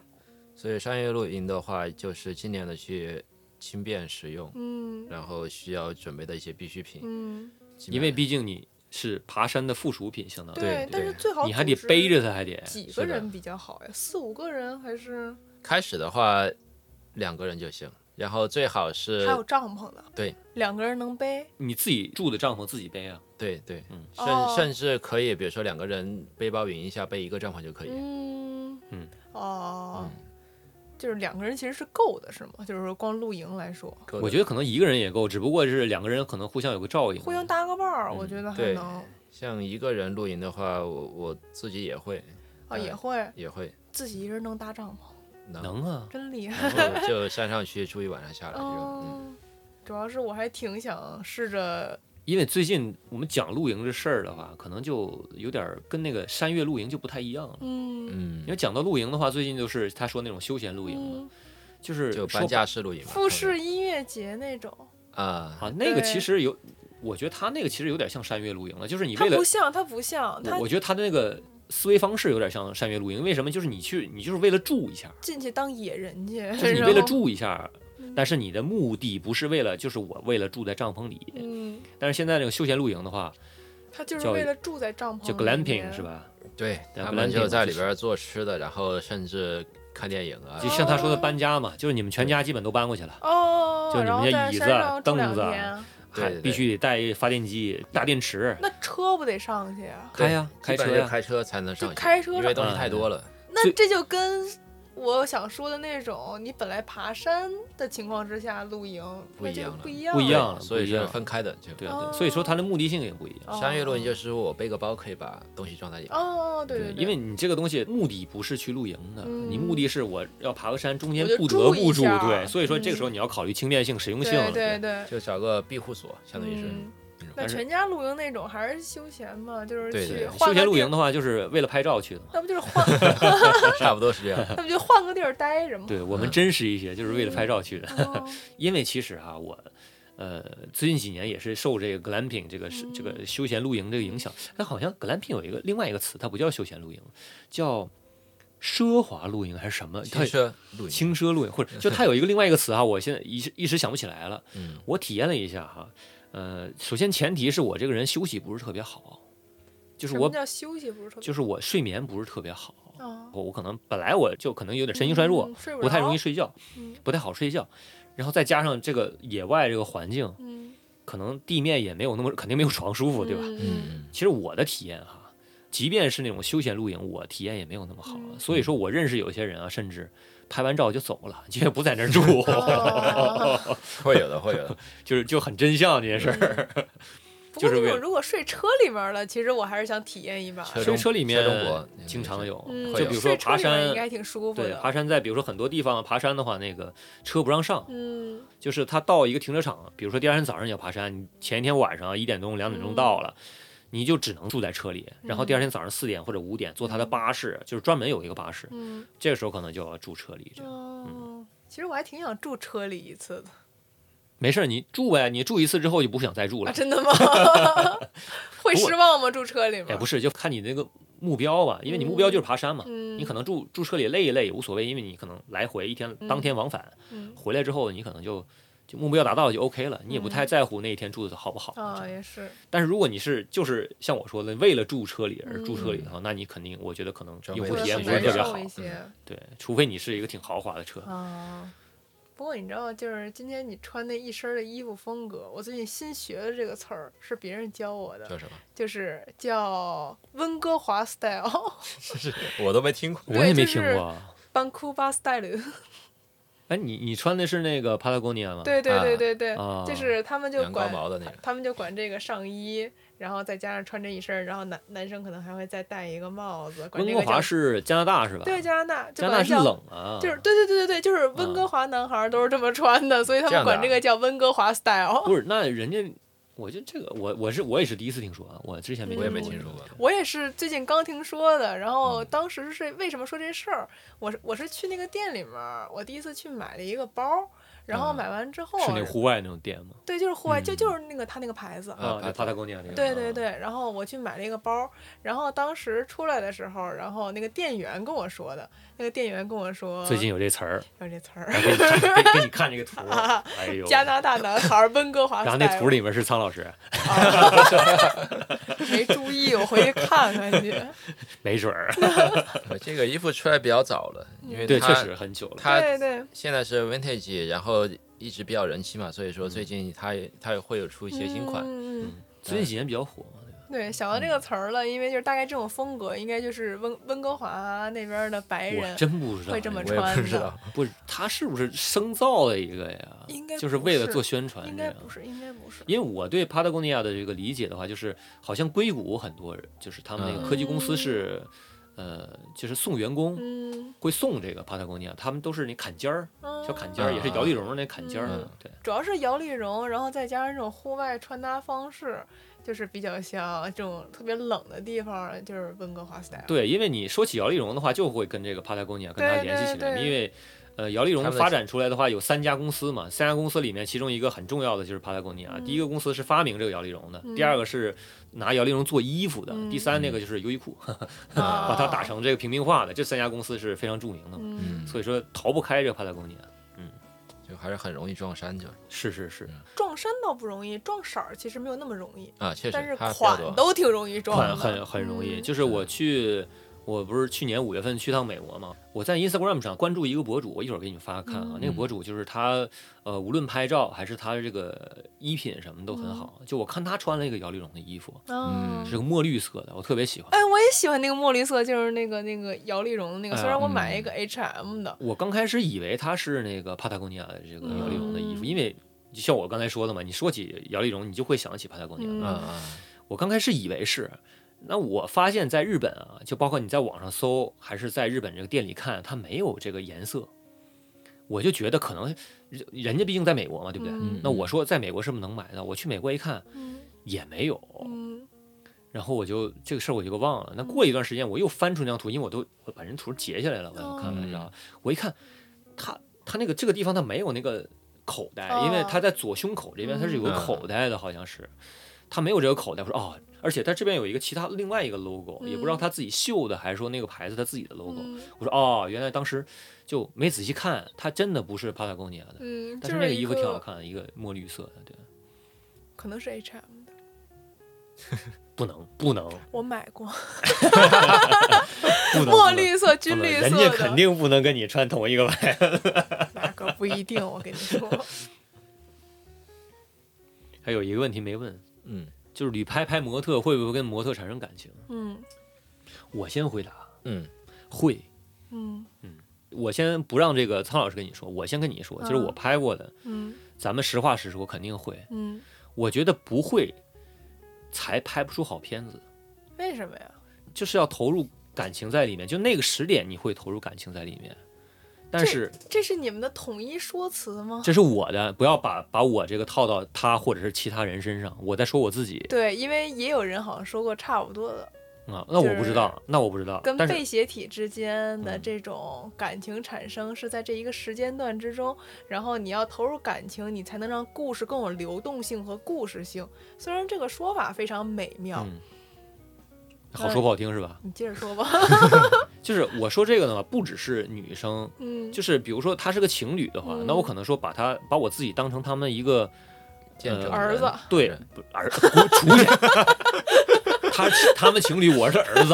C: 所以商业露营的话，就是尽量的去轻便实用，
B: 嗯
C: 然后需要准备的一些必需品，
B: 嗯，
C: 基
A: 因
C: 本
A: 为
C: 上
A: 毕竟你是爬山的附属品，相当于
C: 对
B: 但是
C: 对
B: 最好
A: 啊你还
B: 组
A: 得
B: 织
A: 背着它，还得
B: 几
C: 是
B: 个
C: 的
B: 人比较好呀？四五个人还是
C: 开始的话两个人就行，然后最好是
B: 还有帐篷呢？
C: 对，
B: 两个人能背。
A: 你自己住的帐篷自己背啊。
C: 对对，
A: 嗯
C: 甚、
B: 哦
C: 甚至可以，比如说两个人背包云一下，背一个帐篷就可以。
B: 嗯
A: 嗯
B: 哦
C: 嗯，
B: 就是两个人其实是够的，是吗？就是说光露营来说，
C: 够的
A: 我觉得可能一个人也够，只不过是两个人可能互相有个照应。
B: 互相搭个伴儿，我
A: 嗯
B: 觉得还
C: 对
B: 能
C: 像一个人露营的话，我我自己也会
B: 啊，也
C: 嗯
B: 会
C: 也会
B: 自己一个人能搭帐篷，
C: 能，
A: 能啊，
B: 真 厉害。
C: 然后就山上去住一晚上
A: 哎
C: 下来这种。嗯
B: 嗯，主要是我还挺想试着，
A: 因为最近我们讲露营这事儿的话，可能就有点儿跟那个山岳露营就不太一样了。
B: 嗯
C: 嗯，
A: 因为讲到露营的话，最近就是他说那种休闲露营嘛，
B: 嗯，
A: 就是
C: 就
A: 说
C: 搬家式露营嘛，
B: 复式音乐节那种，
C: 啊，
A: 啊，那个
B: 对
A: 其实有，我觉得他那个其实有点像山岳露营了，就是你
B: 它
A: 为了
B: 不像，它不像，它
A: 我我觉得他的那个思维方式有点像山岳露营，为什么？就是你去，你就是为了住一下，
B: 进去当野人去，
A: 就是你
B: 然
A: 为了
B: 后，
A: 住一下，
B: 嗯
A: 但是你的目的不是为了，就是我为了住在帐篷里。
B: 嗯，
A: 但是现在这个休闲露营的话，
B: 它就是
A: 叫
B: 为了住在帐篷，
A: 叫 glamping 是？吧？
C: 对，
A: 对
C: 他
A: 不
C: 们
A: 然这
C: 就
A: 种
C: 在
A: 就
C: 里边儿做吃的，然后甚至看电影啊
A: 就。像他说的搬家嘛，就是你们全家基本都搬过去了，
B: 哦，
A: 就你
B: 然后
A: 们家
B: 在
A: 椅
B: 山
A: 子
B: 上住
A: 凳
B: 两
A: 子啊
B: 天，
C: 对
A: 还
C: 对
A: 必须得带发电机、大电池，
B: 那车不得上去啊？
A: 开呀，
C: 基
A: 开
C: 本
A: 车
C: 上
A: 呀，
C: 开车才能上去，
B: 开车
C: 因为东西太多了。
B: 那
A: 最
B: 这就跟。我想说的那种，你本来爬山的情况之下露营，
C: 不
B: 那
C: 一
B: 这个
C: 样了
B: 不一样，
A: 不一样了
C: 所
A: 嗯
C: 以
A: 不一
C: 是
A: 样
C: 分开的，就
A: 对啊对，所以说它的目的性也不一样。
B: 哦
C: 山岳露营就是我背个包可以把东西装在里面。
B: 哦，对对，
A: 因为你这个东西目的不是去露营的，
B: 嗯
A: 你目的是我要爬个山，中间
B: 我就
A: 不得
B: 住
A: 不
B: 一
A: 住，
B: 下
A: 对，所以说这个时候
B: 嗯
A: 你要考虑轻便性、实用性
B: 对
A: 了。
B: 对对，
C: 就找个庇护所，相当于是
B: 嗯
C: 那种
B: 那
A: 但是
B: 全家露营那种还是休闲嘛，就是
C: 对
B: 去
C: 对
B: 换
A: 休闲
B: 个
A: 露
B: 地儿
A: 营，的话，就是为了拍照去的嘛。
B: 那不就是换，
C: 啊差不多是这 样。
B: 那不就换个地儿待着吗？
A: 对我
C: 嗯
A: 们真实一些，就是为了拍照去的。
B: 哦，
A: 因为其实啊，我呃最近几年也是受这个 glamping 这个是这个休闲露营这个影响，但好像 glamping 有一个另外一个词，它不叫休闲露营，叫奢华露营还是什么？它
C: 轻奢露营，
A: 轻奢露营，或者就它有一个另外一个词哈，我现在一时一时想不起来了。
C: 嗯，
A: 我体验了一下哈，呃，首先前提是我这个人休息不是特别好，就是
B: 什么
A: 我
B: 叫休息不是特别？
A: 就是我睡眠不是特别好，
B: 啊，
A: 我我可能本来我就可能有点神经衰弱，
B: 嗯，睡
A: 不太容易
B: 着，
A: 睡觉
B: 嗯，
A: 不太好睡觉，然后再加上这个野外这个环境，
B: 嗯，
A: 可能地面也没有那么肯定没有床舒服，对吧？
B: 嗯
C: 嗯，
A: 其实我的体验哈，即便是那种休闲露营，我体验也没有那么好啊。
B: 嗯
A: 所以说我认识有些人啊，甚至拍完照就走了， 就也不在那儿住，
B: 哦
C: 会有的，会有的。
A: 就是就很真相这件
B: 嗯
A: 事儿。
B: 不
A: 就
B: 过
A: 是
B: 那
A: 为
B: 种
A: 了
B: 如果睡车里面了，其实我还是想体验一把。
C: 车
A: 所以车里面
C: 车中国那个
A: 经常有
B: 嗯，，
A: 就
C: 会
A: 比如
C: 有
A: 说
B: 睡车
A: 爬
B: 里面
A: 山
B: 应该挺舒服
A: 对，
B: 的。
A: 爬山在比如说很多地方爬山的话，那个车不让上，
B: 嗯
A: 就是他到一个停车场，比如说第二天早上你要爬山，你前一天晚上一点钟、两点钟到了。你就只能住在车里，然后第二天早上四点或者五点坐他的巴士，就是专门有一个巴士，
B: 嗯
A: 这个时候可能就要嗯住车里。这样
B: 哦，其实我还挺想住车里一次的。
A: 没事儿，你住呗，你住一次之后就不想再住
B: 啊，
A: 了。
B: 真的吗？ 会
A: 不过
B: 失望吗？住车里
A: 哎，
B: 面？
A: 不是，就看你那个目标吧，因为你目标就是爬山嘛。
B: 嗯，
A: 你可能住住车里累一累也无所谓，因为你可能来回一天
B: 嗯
A: 当天往返，
B: 嗯
A: 回来之后你可能就就目标达到了就 OK 了，你也不太在乎那一天住的好不好。
B: 啊，也是，
A: 但是如果你是就是像我说的，为了住车里而住车里的
C: 嗯
A: 话，那你肯定我觉得可能
C: 就
A: 用
C: 会
A: 户体验
C: 很
A: 不是
C: 难
A: 特别
C: 受
A: 好。嗯
B: 一些
A: 对，除非你是一个挺豪华的车，
B: 啊。不过你知道，就是今天你穿那一身的衣服风格，我最近新学的这个词儿是别人教我的，
C: 叫什么？
B: 就是叫温哥华 style，
C: 我都没听过。
A: 我也没
B: 就
A: 听
B: 是
A: 过。
B: 班库巴 style。
A: 嗯哎，你你穿的是那个帕拉 a 尼亚吗？
B: 对对
C: 啊
B: 对对对，
A: 啊
B: 就是他们就
C: 羊羔
B: 管
C: 毛的那个
B: 他们就管这个上衣，然后再加上穿这一身儿，然后男男生可能还会再戴一个帽子。管
A: 温
B: 这
A: 哥
B: 个
A: 华
B: 叫
A: 是加拿大是吧？
B: 对加拿大，就
A: 加拿
B: 管
A: 大
B: 它
A: 是
B: 叫
A: 冷啊，嗯
B: 就是对对对对对，就是温哥华男孩儿都是这么穿的，所以他们
C: 这样的啊
B: 管这个叫温哥华 style。
A: 不是？那人家，我就这个，我我是我也是第一次听说啊，我之前没
C: 我也没
B: 嗯
C: 听说过。
B: 我也是最近刚听说的，然
A: 嗯
B: 后当时是为什么说这事儿？我是我是去那个店里面儿，我第一次去买了一个包儿，然后
C: 嗯
B: 买完之后，
A: 是那个户外那种店吗？
B: 对，就是户外，就
C: 嗯
B: 就是那个他那个牌子，
C: 啊
A: 帕
C: 帕
A: 拉
C: 拉
A: a 尼亚那个。
B: 对对对，然后我去买了一个包，然后当时出来的时候，然后那个店员跟我说的，那个店员跟我
C: 啊
B: 说，
A: 最近有这词儿，
B: 有这词儿，
A: 来给你看，给给你看这个 图，哎呦，
B: 加拿大 男孩儿温哥华 style，啊
A: 然后那图里面是苍老师，
B: 没注意，我回去看看去。
A: 没准儿，
C: 这个衣服出来比较早了，因为
A: 对，
C: 它
A: 确实很久了。
C: 它
B: 对对，
C: 现在是 vintage，然后一直比较人气嘛，所以说最近它也它也会有出一些新款。
B: 嗯嗯嗯嗯
A: 最近几年比较火嘛，
B: 对，想
A: 嗯
B: 到这个词儿了，因为就是大概这种风格，应该就是温温哥华那边的白
A: 我
B: 人
A: 真不知道
B: 哎会这么
C: 我也不知道，
A: 不是他是不是生造的一个呀？
B: 应该
A: 就是
B: 不
A: 为了
B: 是
A: 做宣传
B: 应
A: 这
B: 该
A: 样。
B: 不是，应该不是。
A: 因为我对帕塔哥尼亚的这个理解的话，就是好像硅谷很多人，就是他们
C: 嗯
A: 那个科技公司是，呃，就是送员工
B: 嗯，
A: 会送这个帕塔哥尼亚，他们都是那砍尖儿，小砍尖儿，
C: 嗯
A: 也是摇粒绒的那砍尖儿
C: 嗯，
A: 对，
B: 主要是摇粒绒，然后再加上这种户外穿搭方式，就是比较像这种特别冷的地方，就是温哥华 style。
A: 对，因为你说起摇粒绒的话，就会跟这个帕塔哥尼亚跟它
B: 对
A: 联系起
B: 对
A: 来，
B: 对
A: 因为。呃，摇粒绒
C: 他们的
A: 发展出来的话，有三家公司嘛，三家公司里面，其中一个很重要的就是帕塔哥尼亚。第一个公司是发明这个摇粒绒的，第
B: 嗯
A: 二个是拿摇粒绒做衣服的，
B: 嗯
A: 第三那个就是优衣库，
B: 啊
A: 把它打成这个平民化的。这三家公司是非常著名的嘛，
B: 嗯，
C: 嗯，
A: 所以说逃不开这个帕塔哥尼亚。
C: 就还是很容易撞衫，就是
A: 是是是，
B: 撞衫倒不容易，撞色儿其实没有那么容易，
C: 啊，确
B: 但
C: 实
B: 是
C: 它比较
B: 款
C: 多。
B: 都挺容易撞
A: 很很
B: 的。
A: 很容易。
B: 嗯
A: 就是我去，我不是去年五月份去趟美国嘛，我在 Instagram 上关注一个博主，我一会儿给你们发看啊。那个
C: 嗯
A: 博主就是他，呃，无论拍照还是他的这个衣品什么都很
B: 嗯
A: 好。就我看他穿了一个摇粒绒的衣服，嗯
B: 啊
A: 是个墨绿色的，我特别喜欢。
B: 哎，我也喜欢那个墨绿色，就是那个那个摇粒绒的那个。
A: 哎呀
B: 虽然我买一个 H&M 的，
A: 我刚开始以为他是那个帕塔哥尼亚的这个摇粒绒的衣服，
B: 嗯
A: 因为。就像我刚才说的嘛，你说起摇粒绒，你就会想起帕塔哥尼亚。
B: 嗯
C: 嗯嗯，
A: 我刚开始以为是，那我发现在日本啊，就包括你在网上搜，还是在日本这个店里看，它没有这个颜色，我就觉得可能人人家毕竟在美国嘛，对不对？
B: 嗯
A: 那我说在美国是不是能买到？我去美国一看
B: 嗯
A: 也没有，
B: 嗯
A: 然后我就这个事儿我就给忘了。那过一段时间我又翻出那张图，因为我都我把人图截下来了，我要看看，
C: 哦
A: 你知道吧？我一看，他他那个这个地方他没有那个口袋，因为
B: 哦
A: 他在左胸口这边他是有个
C: 嗯
A: 口袋的，好像是，他没有这个口袋。我说哦，而且他这边有一个其他另外一个 logo，也不知道
B: 嗯
A: 他自己绣的还是说那个牌子他自己的 logo。
B: 嗯
A: 我说哦，原来当时就没仔细看，它真的不是帕塔哥尼亚的，
B: 嗯，
A: 但
B: 就是
A: 那
B: 是
A: 个衣服
B: 一
A: 挺好，看的，一个墨绿色的，对，
B: 可能是 H&M 的，
A: 不能不能
B: 我买过
A: 不能，
B: 墨绿色、
A: 不
B: 军
A: 能
B: 绿色
A: 呃人
B: 的，
A: 家肯定不能跟你穿同一个牌。
B: 那可不一定，我跟你说。
A: 还有一个问题没问，
C: 嗯
A: 就是旅拍拍模特会不会跟模特产生感情？
B: 嗯
A: 我先回答，
C: 嗯
A: 会。
B: 嗯
A: 我先不让这个苍老师跟你说，我先跟你说，就是我拍过的，
B: 嗯
A: 咱们实话实说，肯定会。
B: 嗯，
A: 我觉得不会，才拍不出好片子，
B: 为什么呀？
A: 就是要投入感情在里面。就那个时点，你会投入感情在里面。但是
B: 这是你们的统一说辞吗？
A: 这是我的，不要把把我这个套到他或者是其他人身上。我在说我自己
B: 对，因为也有人好像说过差不多的，
A: 啊、那我不
B: 就是
A: 知道，那我不知道。
B: 跟
A: 但是
B: 被写体之间的
A: 嗯
B: 这种感情产生是在这一个时间段之中，然后你要投入感情，你才能让故事更有流动性和故事性。虽然这个说法非常美妙，
A: 嗯嗯，好说不好听是吧？
B: 你接着说吧。
A: 就是我说这个呢，不只是女生，
B: 嗯，
A: 就是比如说他是个情侣的话，
B: 嗯
A: 那我可能说把他把我自己当成他们一个
C: 见证人
B: 呃儿子，
A: 对
C: 是
A: 不是儿不是主人， 他他们情侣，我是儿子，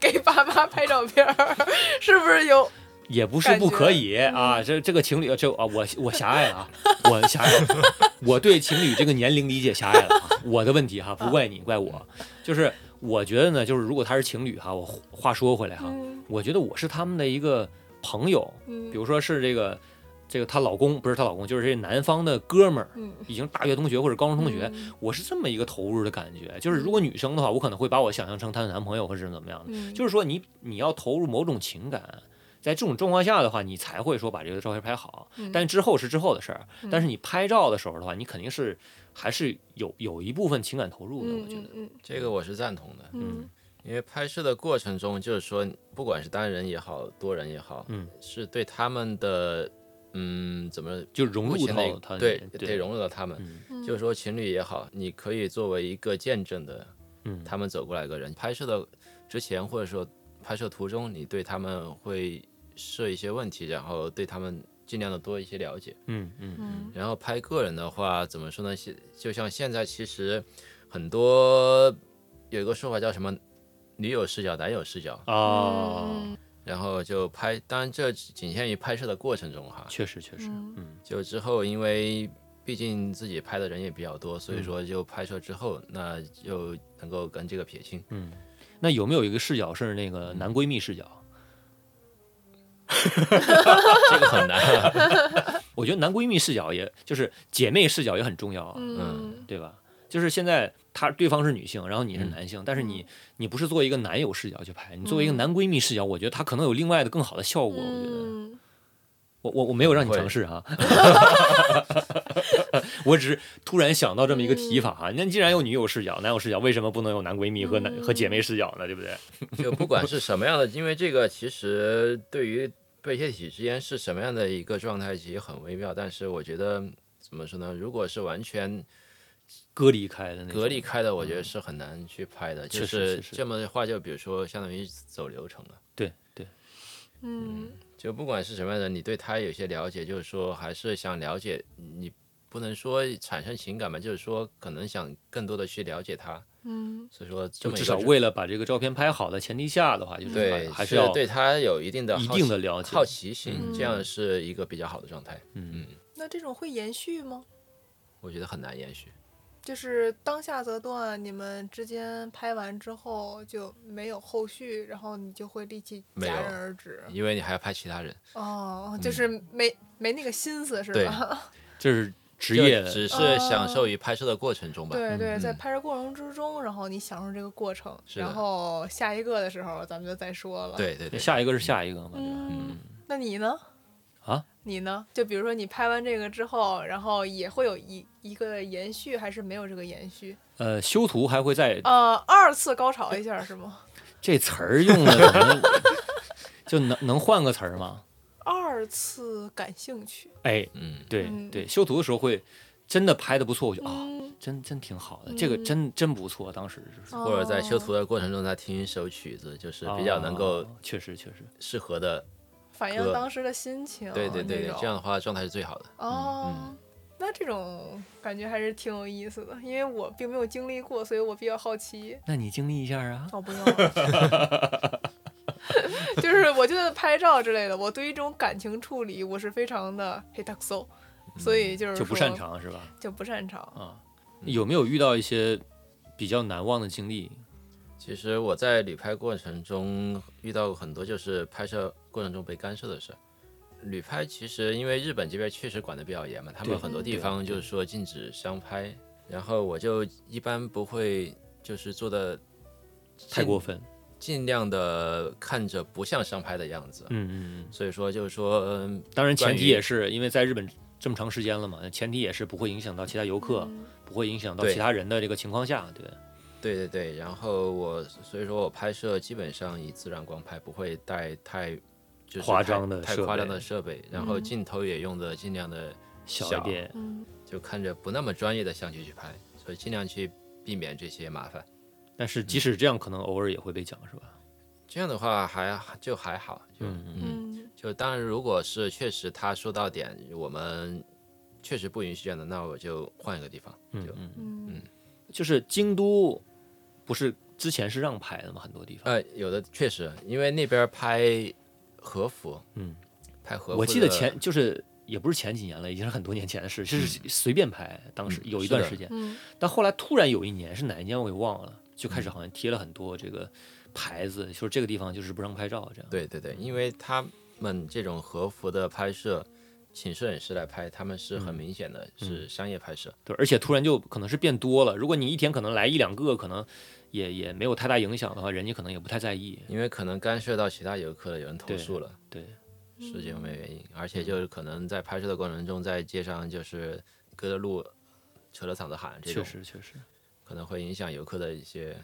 B: 给爸妈拍照片儿， 是不是有？
A: 也不是
B: 感
A: 不
B: 觉
A: 可以啊。这这个情侣，这啊，我我狭隘了啊，我狭隘了， 我对情侣这个年龄理解狭隘了啊，我的问题哈，不怪你，怪我，就是我觉得呢，就是如果他是情侣哈，我话说回来哈，
B: 嗯
A: 我觉得我是他们的一个朋友，
B: 嗯，
A: 比如说是这个这个她老公不是她老公，就是这男方的哥们儿，
B: 嗯，
A: 已经大学同学或者高中同学，
B: 嗯，
A: 我是这么一个投入的感觉。就是如果女生的话，我可能会把我想象成她的男朋友或者是怎么样的。
B: 嗯，
A: 就是说你你要投入某种情感，在这种状况下的话，你才会说把这个照片拍好。
B: 嗯
A: 但之后是之后的事儿，
B: 嗯
A: 但是你拍照的时候的话，你肯定是还是有有一部分情感投入的，我觉得。
B: 嗯
C: 这个我是赞同的。
B: 嗯
C: 因为拍摄的过程中，就是说，不管是单人也好，多人也好，
A: 嗯，
C: 是对他们的，嗯，怎么
A: 就融
C: 目
A: 入
C: 前
A: 到他
C: 的对
A: 对
C: 得融入到他们。
A: 嗯
B: 嗯，
C: 就是说情侣也好，你可以作为一个见证的
A: 嗯
C: 他们走过来的人，拍摄的之前或者说拍摄途中，你对他们会设一些问题，然后对他们尽量的多一些了解。
A: 嗯嗯
B: 嗯
C: 然后拍个人的话，怎么说呢？现就像现在其实很多有一个说法叫什么“女友视角”“男友视角
B: 嗯
A: 啊，”，
C: 然后就拍，当然这仅限于拍摄的过程中哈。
A: 确实确实，
B: 嗯
A: 嗯
C: 就之后因为毕竟自己拍的人也比较多，所以说就拍摄之后，那就能够跟这个撇清。
A: 嗯。那有没有一个视角是那个男闺蜜视 角？
C: 这个很难啊、
A: 我觉得男闺蜜视角也就是姐妹视角也很重要啊，
B: 嗯
A: 对吧？就是现在她对方是女性，然后你是男性，但是
B: 嗯
A: 你你不是作为一个男友视角去拍，你作为一个男闺蜜视角，我觉得她可能有另外的更好的效果。我觉得，
B: 嗯，
A: 我我我没有让你
C: 会
A: 尝试啊， 我只是突然想到这么一个提法啊。那既然有女友视角、男友视角，为什么不能有男闺蜜和男、和姐妹视角呢？对不对？
C: 就不管是什么样的，因为这个其实对于被泄体之间是什么样的一个状态，其实很微妙。但是我觉得怎么说呢？如果是完全
A: 隔离开的那种嗯
C: 隔离，开的，我觉得是很难去拍的。就
A: 确实
C: 是
A: 确实
C: 这么的话，就比如说相当于走流程了。
A: 对对，
B: 嗯
C: 就不管是什么样的人，你对他有些了解，就是说还是想了解你。不能说产生情感吧，就是说可能想更多的去了解他，
B: 嗯
C: 所以说这
A: 就
C: 么一
A: 至
C: 个
A: 少
C: 人
A: 为了把这个照片拍好的前提下的话，就是
C: 对
A: 还还
C: 是
A: 要
C: 对他有一定的
A: 一
C: 好
A: 定
C: 奇
A: 的了解
C: 好奇心，
B: 嗯
C: 这样是一个比较好的状态。
A: 嗯
B: 那这种会延续吗？
C: 我觉得很难延续。
B: 就是当下则断，你们之间拍完之后就没有后续，然后你就会立即戛
C: 没有嗯
B: 然而止。
C: 因为你还要拍其他人，
B: 哦，就是没、没那个心思是
C: 对
B: 吧？
A: 这是职
C: 就
A: 业的
C: 只是享受于拍摄的过程中吧。
B: 哦 对对，在
C: 嗯
B: 拍摄过程之中，然后你享受这个过程，
C: 是的
B: 然后下一个的时候咱们就再说了。，
C: 对对对，
A: 下一个是下一个嘛，对吧？
B: 嗯，那你呢？
A: 啊，
B: 你呢？就比如说你拍完这个之后，然后也会有一一个延续，还是没有这个延续？
A: 呃，修图还会在
B: 呃，二次高潮一下是吗？
A: 这词儿用的怎么 就能能换个词儿吗？
B: 二次感兴趣，
A: 哎，
C: 嗯，
A: 对
B: 嗯
A: 对，修图的时候会真的拍的不错，我觉得啊，
B: 嗯，
A: 真真挺好的，这个真真不错，当时就是
C: 或者在修图
B: 哦
C: 的过程中再听一首曲子，就是比较能够
A: 啊确实确实，
C: 适合的。
B: 反映
C: 歌
B: 当时的心情，
C: 对对对
B: 那
C: 对，
B: 种
C: 这样嗯的话状态是最好的。
B: 哦。那这种感觉还是挺有意思的，因为我并没有经历过，所以我比较好奇。
A: 那你经历一下啊，
B: 哦，不用了， 就是我觉得拍照之类的，我对于这种感情处理，我是非常的黑 t a x o 所以就是
A: 嗯就不
B: 说
A: 擅，长是吧？
B: 就不擅长。
A: 啊，有没有遇到一些比较难忘的经历？
C: 其实我在旅拍过程中遇到过很多，就是拍摄过程中被干涉的事儿。旅拍其实因为日本这边确实管得比较严嘛，他
A: 对嗯
C: 们很多地方就是说禁止相拍，然后我就一般不会就是做的
A: 太过分，
C: 尽量的看着不像商拍的样子，
A: 嗯嗯嗯，
C: 所以说就是说，嗯，
A: 当然前提
C: 关于
A: 也是因为在日本这么长时间了嘛，前提也是不会影响到其他游客，
B: 嗯
A: 不会影响到
C: 对
A: 其他人的这个情况下，对，
C: 对对对，然后我所以说我拍摄基本上以自然光拍，不会带太就是
A: 夸
C: 太
A: 张的
C: 太
A: 设
C: 夸张
A: 备
C: 的设备，然后
B: 嗯
C: 镜头也用的尽量的
A: 小
C: 小
A: 一点，
B: 嗯，
C: 就看着不那么专业的相机去拍，所以尽量去避免这些麻烦。
A: 但是即使这样，可能偶尔也会被讲，是吧？
C: 这样的话还就还好，就
A: 嗯
C: 嗯
B: 嗯
C: 就当然，如果是确实他说到点，我们确实不允许这样的，那我就换一个地方。
A: 嗯
C: 就
A: 嗯，
B: 嗯
A: 就是京都不是之前是让拍的吗？很多地方，
C: 呃，有的确实，因为那边拍和服，
A: 嗯，
C: 拍和服的，
A: 我记得前就是也不是前几年了，已经是很多年前的事，就是随便拍，当时
C: 嗯
A: 有一
C: 是
A: 段
C: 的
A: 时间，
B: 嗯
A: 但后来突然有一年是哪一年我给忘了，就
C: 嗯
A: 开始好像贴了很多这个牌子，就是这个地方就是不让拍照这样。
C: 对对对，因为他们这种和服的拍摄，请摄影师来拍，他们
A: 嗯
C: 是很明显的是商业拍摄。
A: 对，而且突然就可能是变多了。如果你一天可能来一两个，可能也也没有太大影响的话，人家可能也不太在意。
C: 因为可能干涉到其他游客了，有人投
A: 对
C: 诉了，
A: 对，
C: 是这方
B: 嗯
C: 面原因。而且就是可能在拍摄的过程中，在街上就是隔着路扯着嗓子喊，这
A: 确
C: 种
A: 实确实。
C: 可能会影响游客的一些。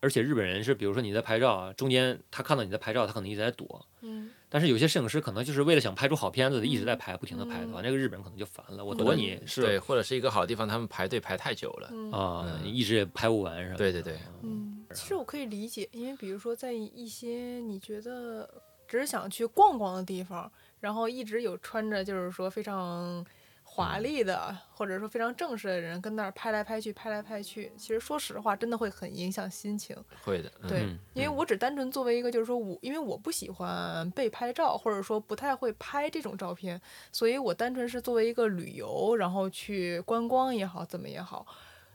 A: 而且日本人是，比如说你在拍照啊，中间他看到你在拍照，他可能一直在躲。
B: 嗯
A: 但是有些摄影师可能就是为了想拍出好片子，一直在拍，不停的拍的话，
B: 嗯
A: 那个日本人可能就烦了。我躲你
C: 对，
A: 是
C: 或者是一个好地方，他们排队排太久了。
B: 嗯
A: 啊，你一直也拍不完是吧？
C: 对对对
B: 嗯，其实我可以理解，因为比如说在一些你觉得只是想去逛逛的地方，然后一直有穿着就是说非常华丽的，或者说非常正式的人跟那儿拍来拍去，拍来拍去，其实说实话，真的会很影响心情。
C: 会的。嗯
B: 对，
A: 嗯
B: 因为我只单纯作为一个，就是说我，因为我不喜欢被拍照，或者说不太会拍这种照片，所以我单纯是作为一个旅游，然后去观光也好，怎么也好，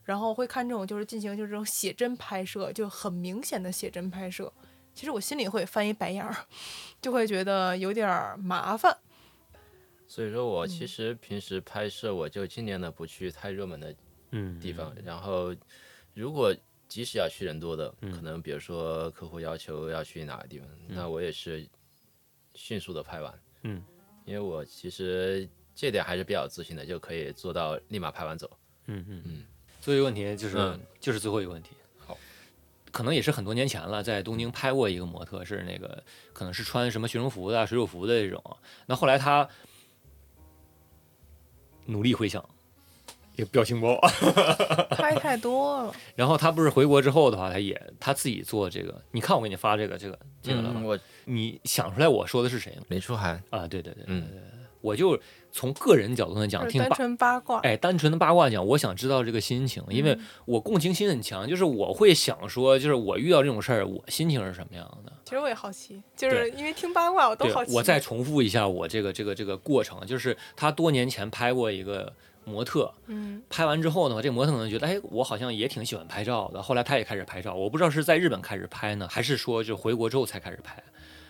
B: 然后会看这种就是进行就是这种写真拍摄，就很明显的写真拍摄。其实我心里会翻一白眼儿，就会觉得有点儿麻烦。
C: 所以说
B: 嗯
C: 我其实平时拍摄，我就尽量的不去太热门的
A: 嗯，
C: 地方。然后，如果即使要去人多的，
A: 嗯
C: 可能比如说客户要求要去哪个地方，那我也是迅速的拍完。
A: 嗯，
C: 因为我其实这点还是比较自信的，就可以做到立马拍完走。
A: 嗯嗯嗯。最后一个问题就是、
C: 嗯
A: 就是最后一个问题。
C: 好，
A: 可能也是很多年前了，在东京拍过一个模特，是那个可能是穿什么学生服的啊、水手服的这种。那后来他努力回 想，也表情包。
B: 拍太多了，
A: 然后他不是回国之后的话，他也他自己做这个。你看我给你发这个这个这个了吧？
C: 嗯我
A: 你想出来我说的是谁吗？
C: 林书涵，
A: 嗯啊，对对对，
C: 嗯
A: 对对对我就从个人角度上讲，
B: 就是
A: 听
B: 单
A: 八
B: 纯八卦。
A: 哎，单纯的八卦讲，我想知道这个心情，因
B: 嗯
A: 为我共情心很强，就是我会想说，就是我遇到这种事儿，我心情是什么样的？
B: 其实我也好奇，就是因为听八卦我都
A: 对
B: 好，奇。
A: 我再重复一下我这个这个这个过程，就是他多年前拍过一个模特，
B: 嗯
A: 拍完之后呢，这模特可能觉得，哎，我好像也挺喜欢拍照的。后来他也开始拍照，我不知道是在日本开始拍呢，还是说就回国之后才开始拍。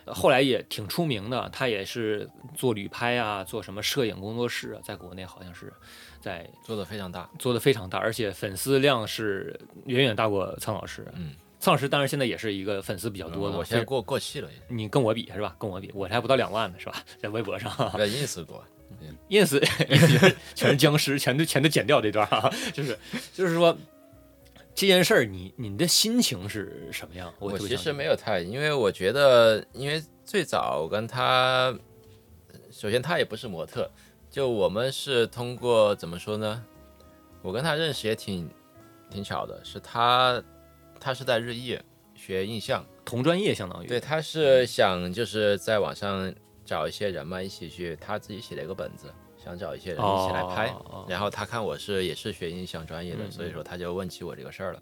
A: 呃后来也挺出名的，他也是做旅拍啊，做什么摄影工作室啊，在国内好像是在
C: 做的非常大，
A: 做的非常大，而且粉丝量是远远大过苍老师。
C: 嗯，
A: 苍老师当然现在也是一个粉丝比较多的。啊
C: 我现在
A: 非
C: 过过气了，
A: 你跟我比是吧？跟我比，我才不到两万呢是吧？ 在微博上
C: 要 ins 呃过。
A: ，ins 全是全是僵尸，全都全都剪掉这段啊，就是就是说这件事儿，你你的心情是什么样？
C: 我
A: 特别
C: 其
A: 想
C: 实
A: 知
C: 没有太，因为我觉得，因为最早我跟他，首先他也不是模特，就我们是通过怎么说呢？我跟他认识也挺挺巧的，是他他是在日艺学印象，
A: 道同专业相当于
C: 对，他
A: 嗯
C: 是想就是在网上找一些人嘛，一起去，他自己写了一个本子，想找一些人一起来拍，
A: 哦哦哦
C: 然后他看我是也是学印象专业的，
A: 嗯
C: 所以说他就问起我这个事儿了。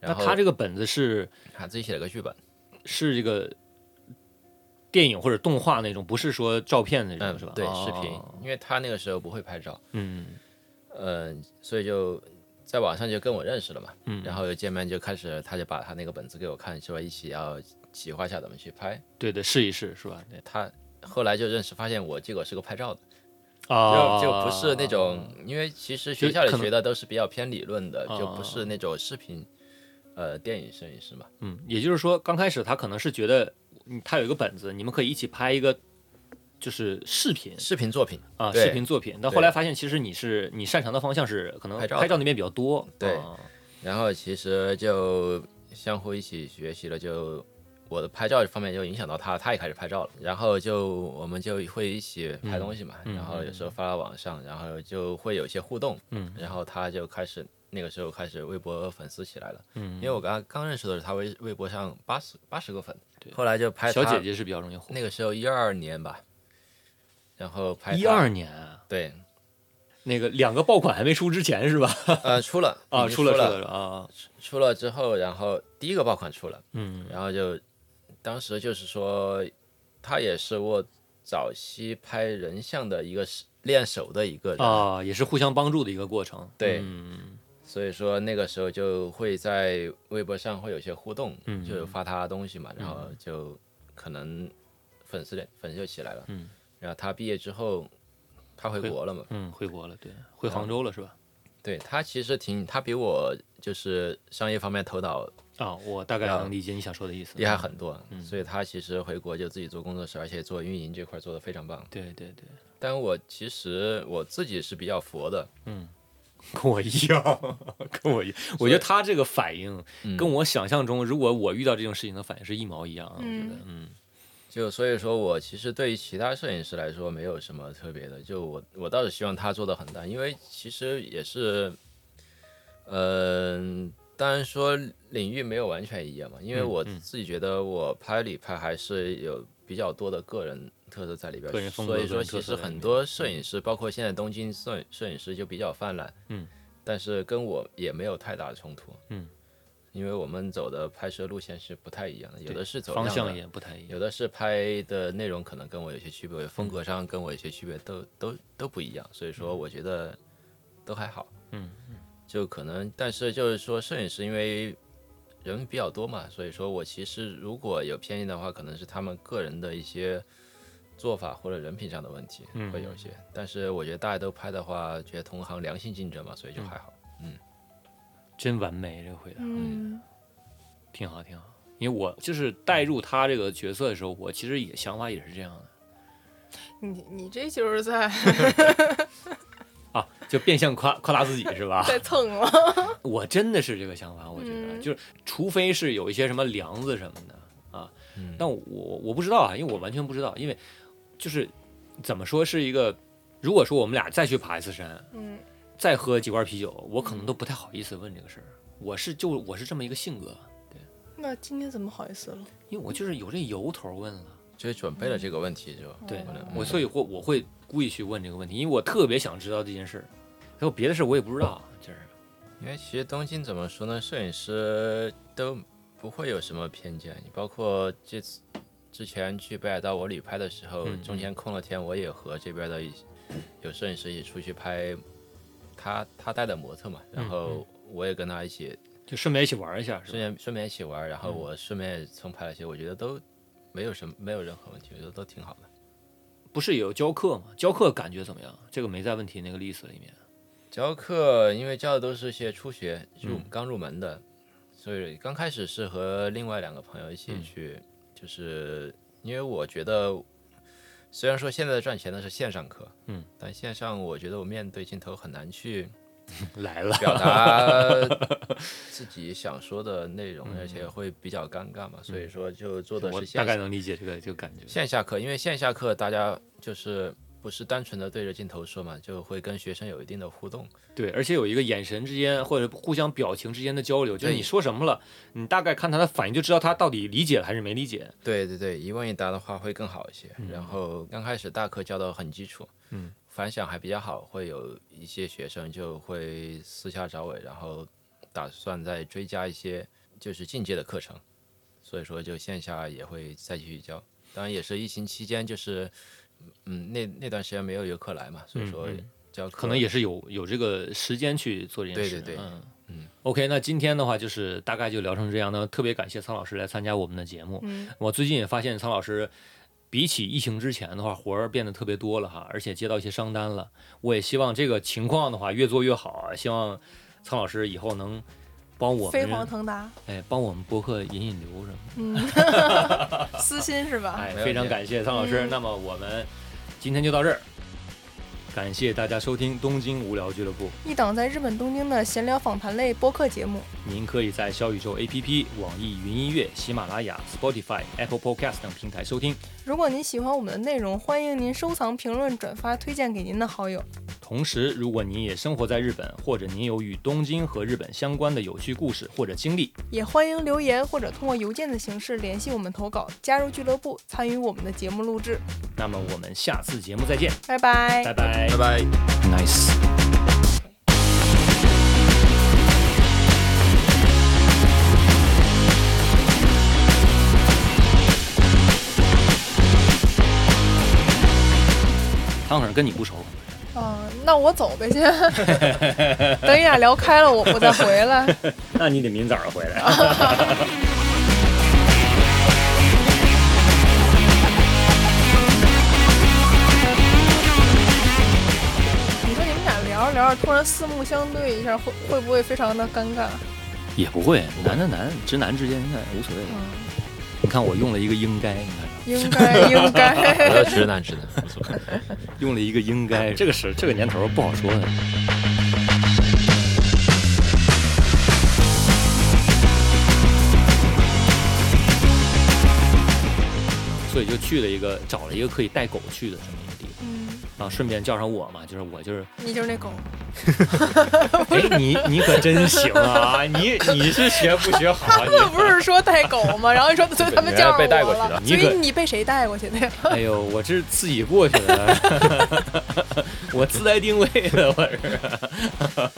A: 那
C: 然后
A: 他这个本子是
C: 他自己写了个剧本，
A: 是这个电影或者动画那种，不是说照片那种、
C: 嗯，
A: 是吧？
C: 对，
A: 哦
C: 视频，因为他那个时候不会拍照，
A: 嗯
C: 嗯，所以就在网上就跟我认识了嘛，
A: 嗯，
C: 然后又见面就开始，他就把他那个本子给我看，说一起要企划一下怎么去拍。
A: 对对试一试是吧？
C: 对他后来就认识，发现我结果是个拍照的，
A: 啊，
C: 就就不是那
A: 哦
C: 种，因为其实
A: 就
C: 学校里
A: 可能
C: 学的都是比较偏理论的，就
A: 啊
C: 不是那种视频，呃，电影摄影师嘛。
A: 嗯，也就是说，刚开始他可能是觉得嗯他有一个本子，你们可以一起拍一个就是视频
C: 视频作品，
A: 啊，
C: 对
A: 视频作品。但后来发现，其实你是你擅长的方向是可能
C: 拍照
A: 拍照那边比较多，
C: 对
A: 啊
C: 然后其实就相互一起学习了，就我的拍照方面就影响到他，他也开始拍照了，然后就我们就会一起拍东西嘛，
A: 嗯
C: 然后有时候发到网上，然后就会有一些互动，
A: 嗯
C: 然后他就开始那个时候开始微博粉丝起来了。因
A: 嗯，
C: 为我刚刚认识的时候，他微微博上八十八十个粉
A: 对，
C: 后来就拍
A: 小
C: 他
A: 姐姐是比较容易火。
C: 那个时候一二年吧，然后拍
A: 一
C: 他
A: 二年啊，
C: 对，
A: 那个两个爆款还没出之前是吧？
C: 呃，出了
A: 啊，
C: 已经
A: 出
C: 了
A: 了出了啊，
C: 出了之后，然后第一个爆款出了，
A: 嗯
C: 然后就当时就是说，他也是我早期拍人像的一个是练手的一个人，
A: 啊，也是互相帮助的一个过程。
C: 对
A: 嗯
C: 所以说那个时候就会在微博上会有些互动，
A: 嗯
C: 就发他东西嘛，然后就可能粉丝的粉丝就起来了，
A: 嗯
C: 然后他毕业之后，他回
A: 回
C: 国了嘛，
A: 嗯，回国了，对，回杭州了是吧？
C: 对他其实挺，他比我就是商业方面头脑
A: 啊，我大概能理解你想说的意思。
C: 厉害很多，
A: 嗯
C: 所以他其实回国就自己做工作室，而且做运营这块做得非常棒。
A: 对对对，
C: 但我其实我自己是比较佛的，
A: 跟我一样，跟 我一样。我觉得他这个反应
C: 嗯
A: 跟我想象中，如果我遇到这种事情的反应是一毛一样啊。我觉得，嗯
C: 就所以说我其实对于其他摄影师来说没有什么特别的，就我我倒是希望他做的很大，因为其实也是，嗯、当然说领域没有完全一样嘛，因
A: 嗯
C: 为我自己觉得我拍里拍还是有比较多的个人特色在里边，
A: 个人风格
C: 所以说
A: 跟特
C: 其
A: 色
C: 实
A: 在里
C: 很
A: 面
C: 多摄影师，包括现在东京摄摄影师就比较泛滥，
A: 嗯，
C: 但是跟我也没有太大的冲突，
A: 嗯，
C: 因为我们走的拍摄路线是不太一样的，有的是走
A: 方
C: 亮的
A: 向也不太一样。
C: 有的是拍的内容可能跟我有些区别，风格上跟我有些区别，都都都不一样，所以说我觉得都还好。
A: 嗯，
C: 就可能，但是就是说，摄影师因为人比较多嘛，所以说我其实如果有偏见的话，可能是他们个人的一些做法或者人品上的问题
A: 嗯
C: 会有一些，但是我觉得大家都拍的话，觉得同行良性竞争嘛，所以就
A: 嗯
C: 还好。
A: 真完美，这个回答
B: 嗯
A: 挺好，挺好。因为我就是带入他这个角色的时候，我其实也想法也是这样的
B: 你你这就是在
A: 啊，就变相夸 夸大自己是吧？
B: 在蹭了，
A: 我真的是这个想法，我觉得、
B: 嗯
A: 就是，除非是有一些什么梁子什么的啊，
C: 嗯
A: 但我我不知道啊，因为我完全不知道，因为就是怎么说是一个，如果说我们俩再去爬一次山，
B: 嗯
A: 再喝几罐啤酒，我可能都不太好意思问这个事儿。我是就我是这么一个性格，
B: 那今天怎么好意思了？
A: 因为我就是有这由头问了。
C: 就是准备了这个问题就
A: 对
C: 可能
A: 我，所以会我会故意去问这个问题，因为我特别想知道这件事儿，然后别的事儿我也不知道，就是
C: 因为其实东京怎么说呢，摄影师都不会有什么偏见。你包括这次之前去北海道我旅拍的时候，
A: 嗯嗯
C: 中间空了天，我也和这边的一有摄影师一起出去拍他他带的模特嘛，
A: 嗯
C: 然后我也跟他一起
A: 就顺便一起玩一下，是
C: 顺
A: 吧？
C: 便顺便一起玩儿，然
A: 嗯
C: 后我顺便也蹭拍了一些，我觉得都没有什么没有任何问题，我觉得都挺好的。
A: 不是也有教课吗？教课感觉怎么样？这个没在问题那个 list 里面。
C: 教课，因为教的都是些初学入、
A: 嗯
C: 刚入门的，所以刚开始是和另外两个朋友一
A: 嗯
C: 起去，就是因为我觉得，虽然说现在赚钱的是线上课，
A: 嗯，
C: 但线上我觉得我面对镜头很难去
A: 来了，
C: 表达自己想说的内容，而且会比较尴尬嘛，所以说就做的
A: 嗯我
C: 是
A: 大
C: 线
A: 概
C: 下
A: 能理解这个这个感觉。
C: 线下课，因为线下课大家就是不是单纯的对着镜头说嘛，就会跟学生有一定的互动。
A: 对，而且有一个眼神之间或者互相表情之间的交流，就是
C: 对
A: 你说什么了，你大概看他的反应就知道他到底理解了还是没理解。
C: 对对对，一问一答的话会更好一些。然后刚开始大课教的很基础，
A: 嗯，
C: 反响还比较好，会有一些学生就会私下找我，然后打算再追加一些就是进阶的课程，所以说就线下也会再继续教。当然也是疫情期间，就是嗯那那段时间没有游客来嘛，所以说
A: 嗯
C: 教课
A: 可能 也是有有这个时间去做这件
C: 对
A: 事。
C: 对对
A: 嗯
C: 嗯
A: OK，那今天的话就是大概就聊成这样。那特别感谢苍老师来参加我们的节目。
B: 嗯，
A: 我最近也发现苍老师。比起疫情之前的话，活儿变得特别多了哈，而且接到一些商单了。我也希望这个情况的话越做越好啊，希望苍老师以后能帮我
B: 飞黄
A: 们，
B: 腾达，
A: 哎，帮我们播客引引流什么的。
B: 嗯，私心是吧？
A: 哎
C: 啊没，有
A: 非常
C: 问题
A: 感谢苍老师。
B: 嗯
A: 那么我们今天就到这儿，感谢大家收听东京无聊俱乐部。
B: 一档在日本东京的闲聊访谈类播客节目，
A: 您可以在小宇宙 APP、网易云音乐、喜马拉雅、Spotify、Apple Podcast 等平台收听。
B: 如果您喜欢我们的内容，欢迎您收藏、评论、转发、推荐给您的好友。
A: 同时，如果你也生活在日本，或者你有与东京和日本相关的有趣故事或者经历，
B: 也欢迎留言或者通过邮件的形式联系我们投稿，加入俱乐部，参与我们的节目录制。
A: 那么我们下次节目再见，
B: 拜拜。
A: 拜拜
C: 拜拜。
A: ，nice。汤婶跟你不熟，
B: 嗯，那我走 呗先，等你俩聊开了，我我再回 来。
A: 那你得明早上回来。
B: 你说你们俩聊着聊着，突然四目相对一下，会会不会非常的尴尬？
A: 也不会，男的男，直男之间应该无所谓。
B: 嗯，
A: 你看我用了一个应该，你看
B: 应该应
C: 我
B: 该。
C: 要直男直男，不错。
A: 用了一个应该，哎这个是这个年头不好说的。所以就去了一个找了一个可以带狗去的这么一个地方，
B: 嗯，
A: 然后顺便叫上我嘛，就是我就是，
B: 你就是那狗，哦
A: 哎，你你可真行啊，你你是学不学 好啊？
B: 他们不是说带狗吗？然后你说，所以他们叫上
C: 被带
B: 我
C: 过去
B: 了
C: 的。
A: 你
B: 所
A: 可
B: 以你被谁带过去的呀？
A: 你哎呦，我这是自己 过去的，我自带定位的，我是。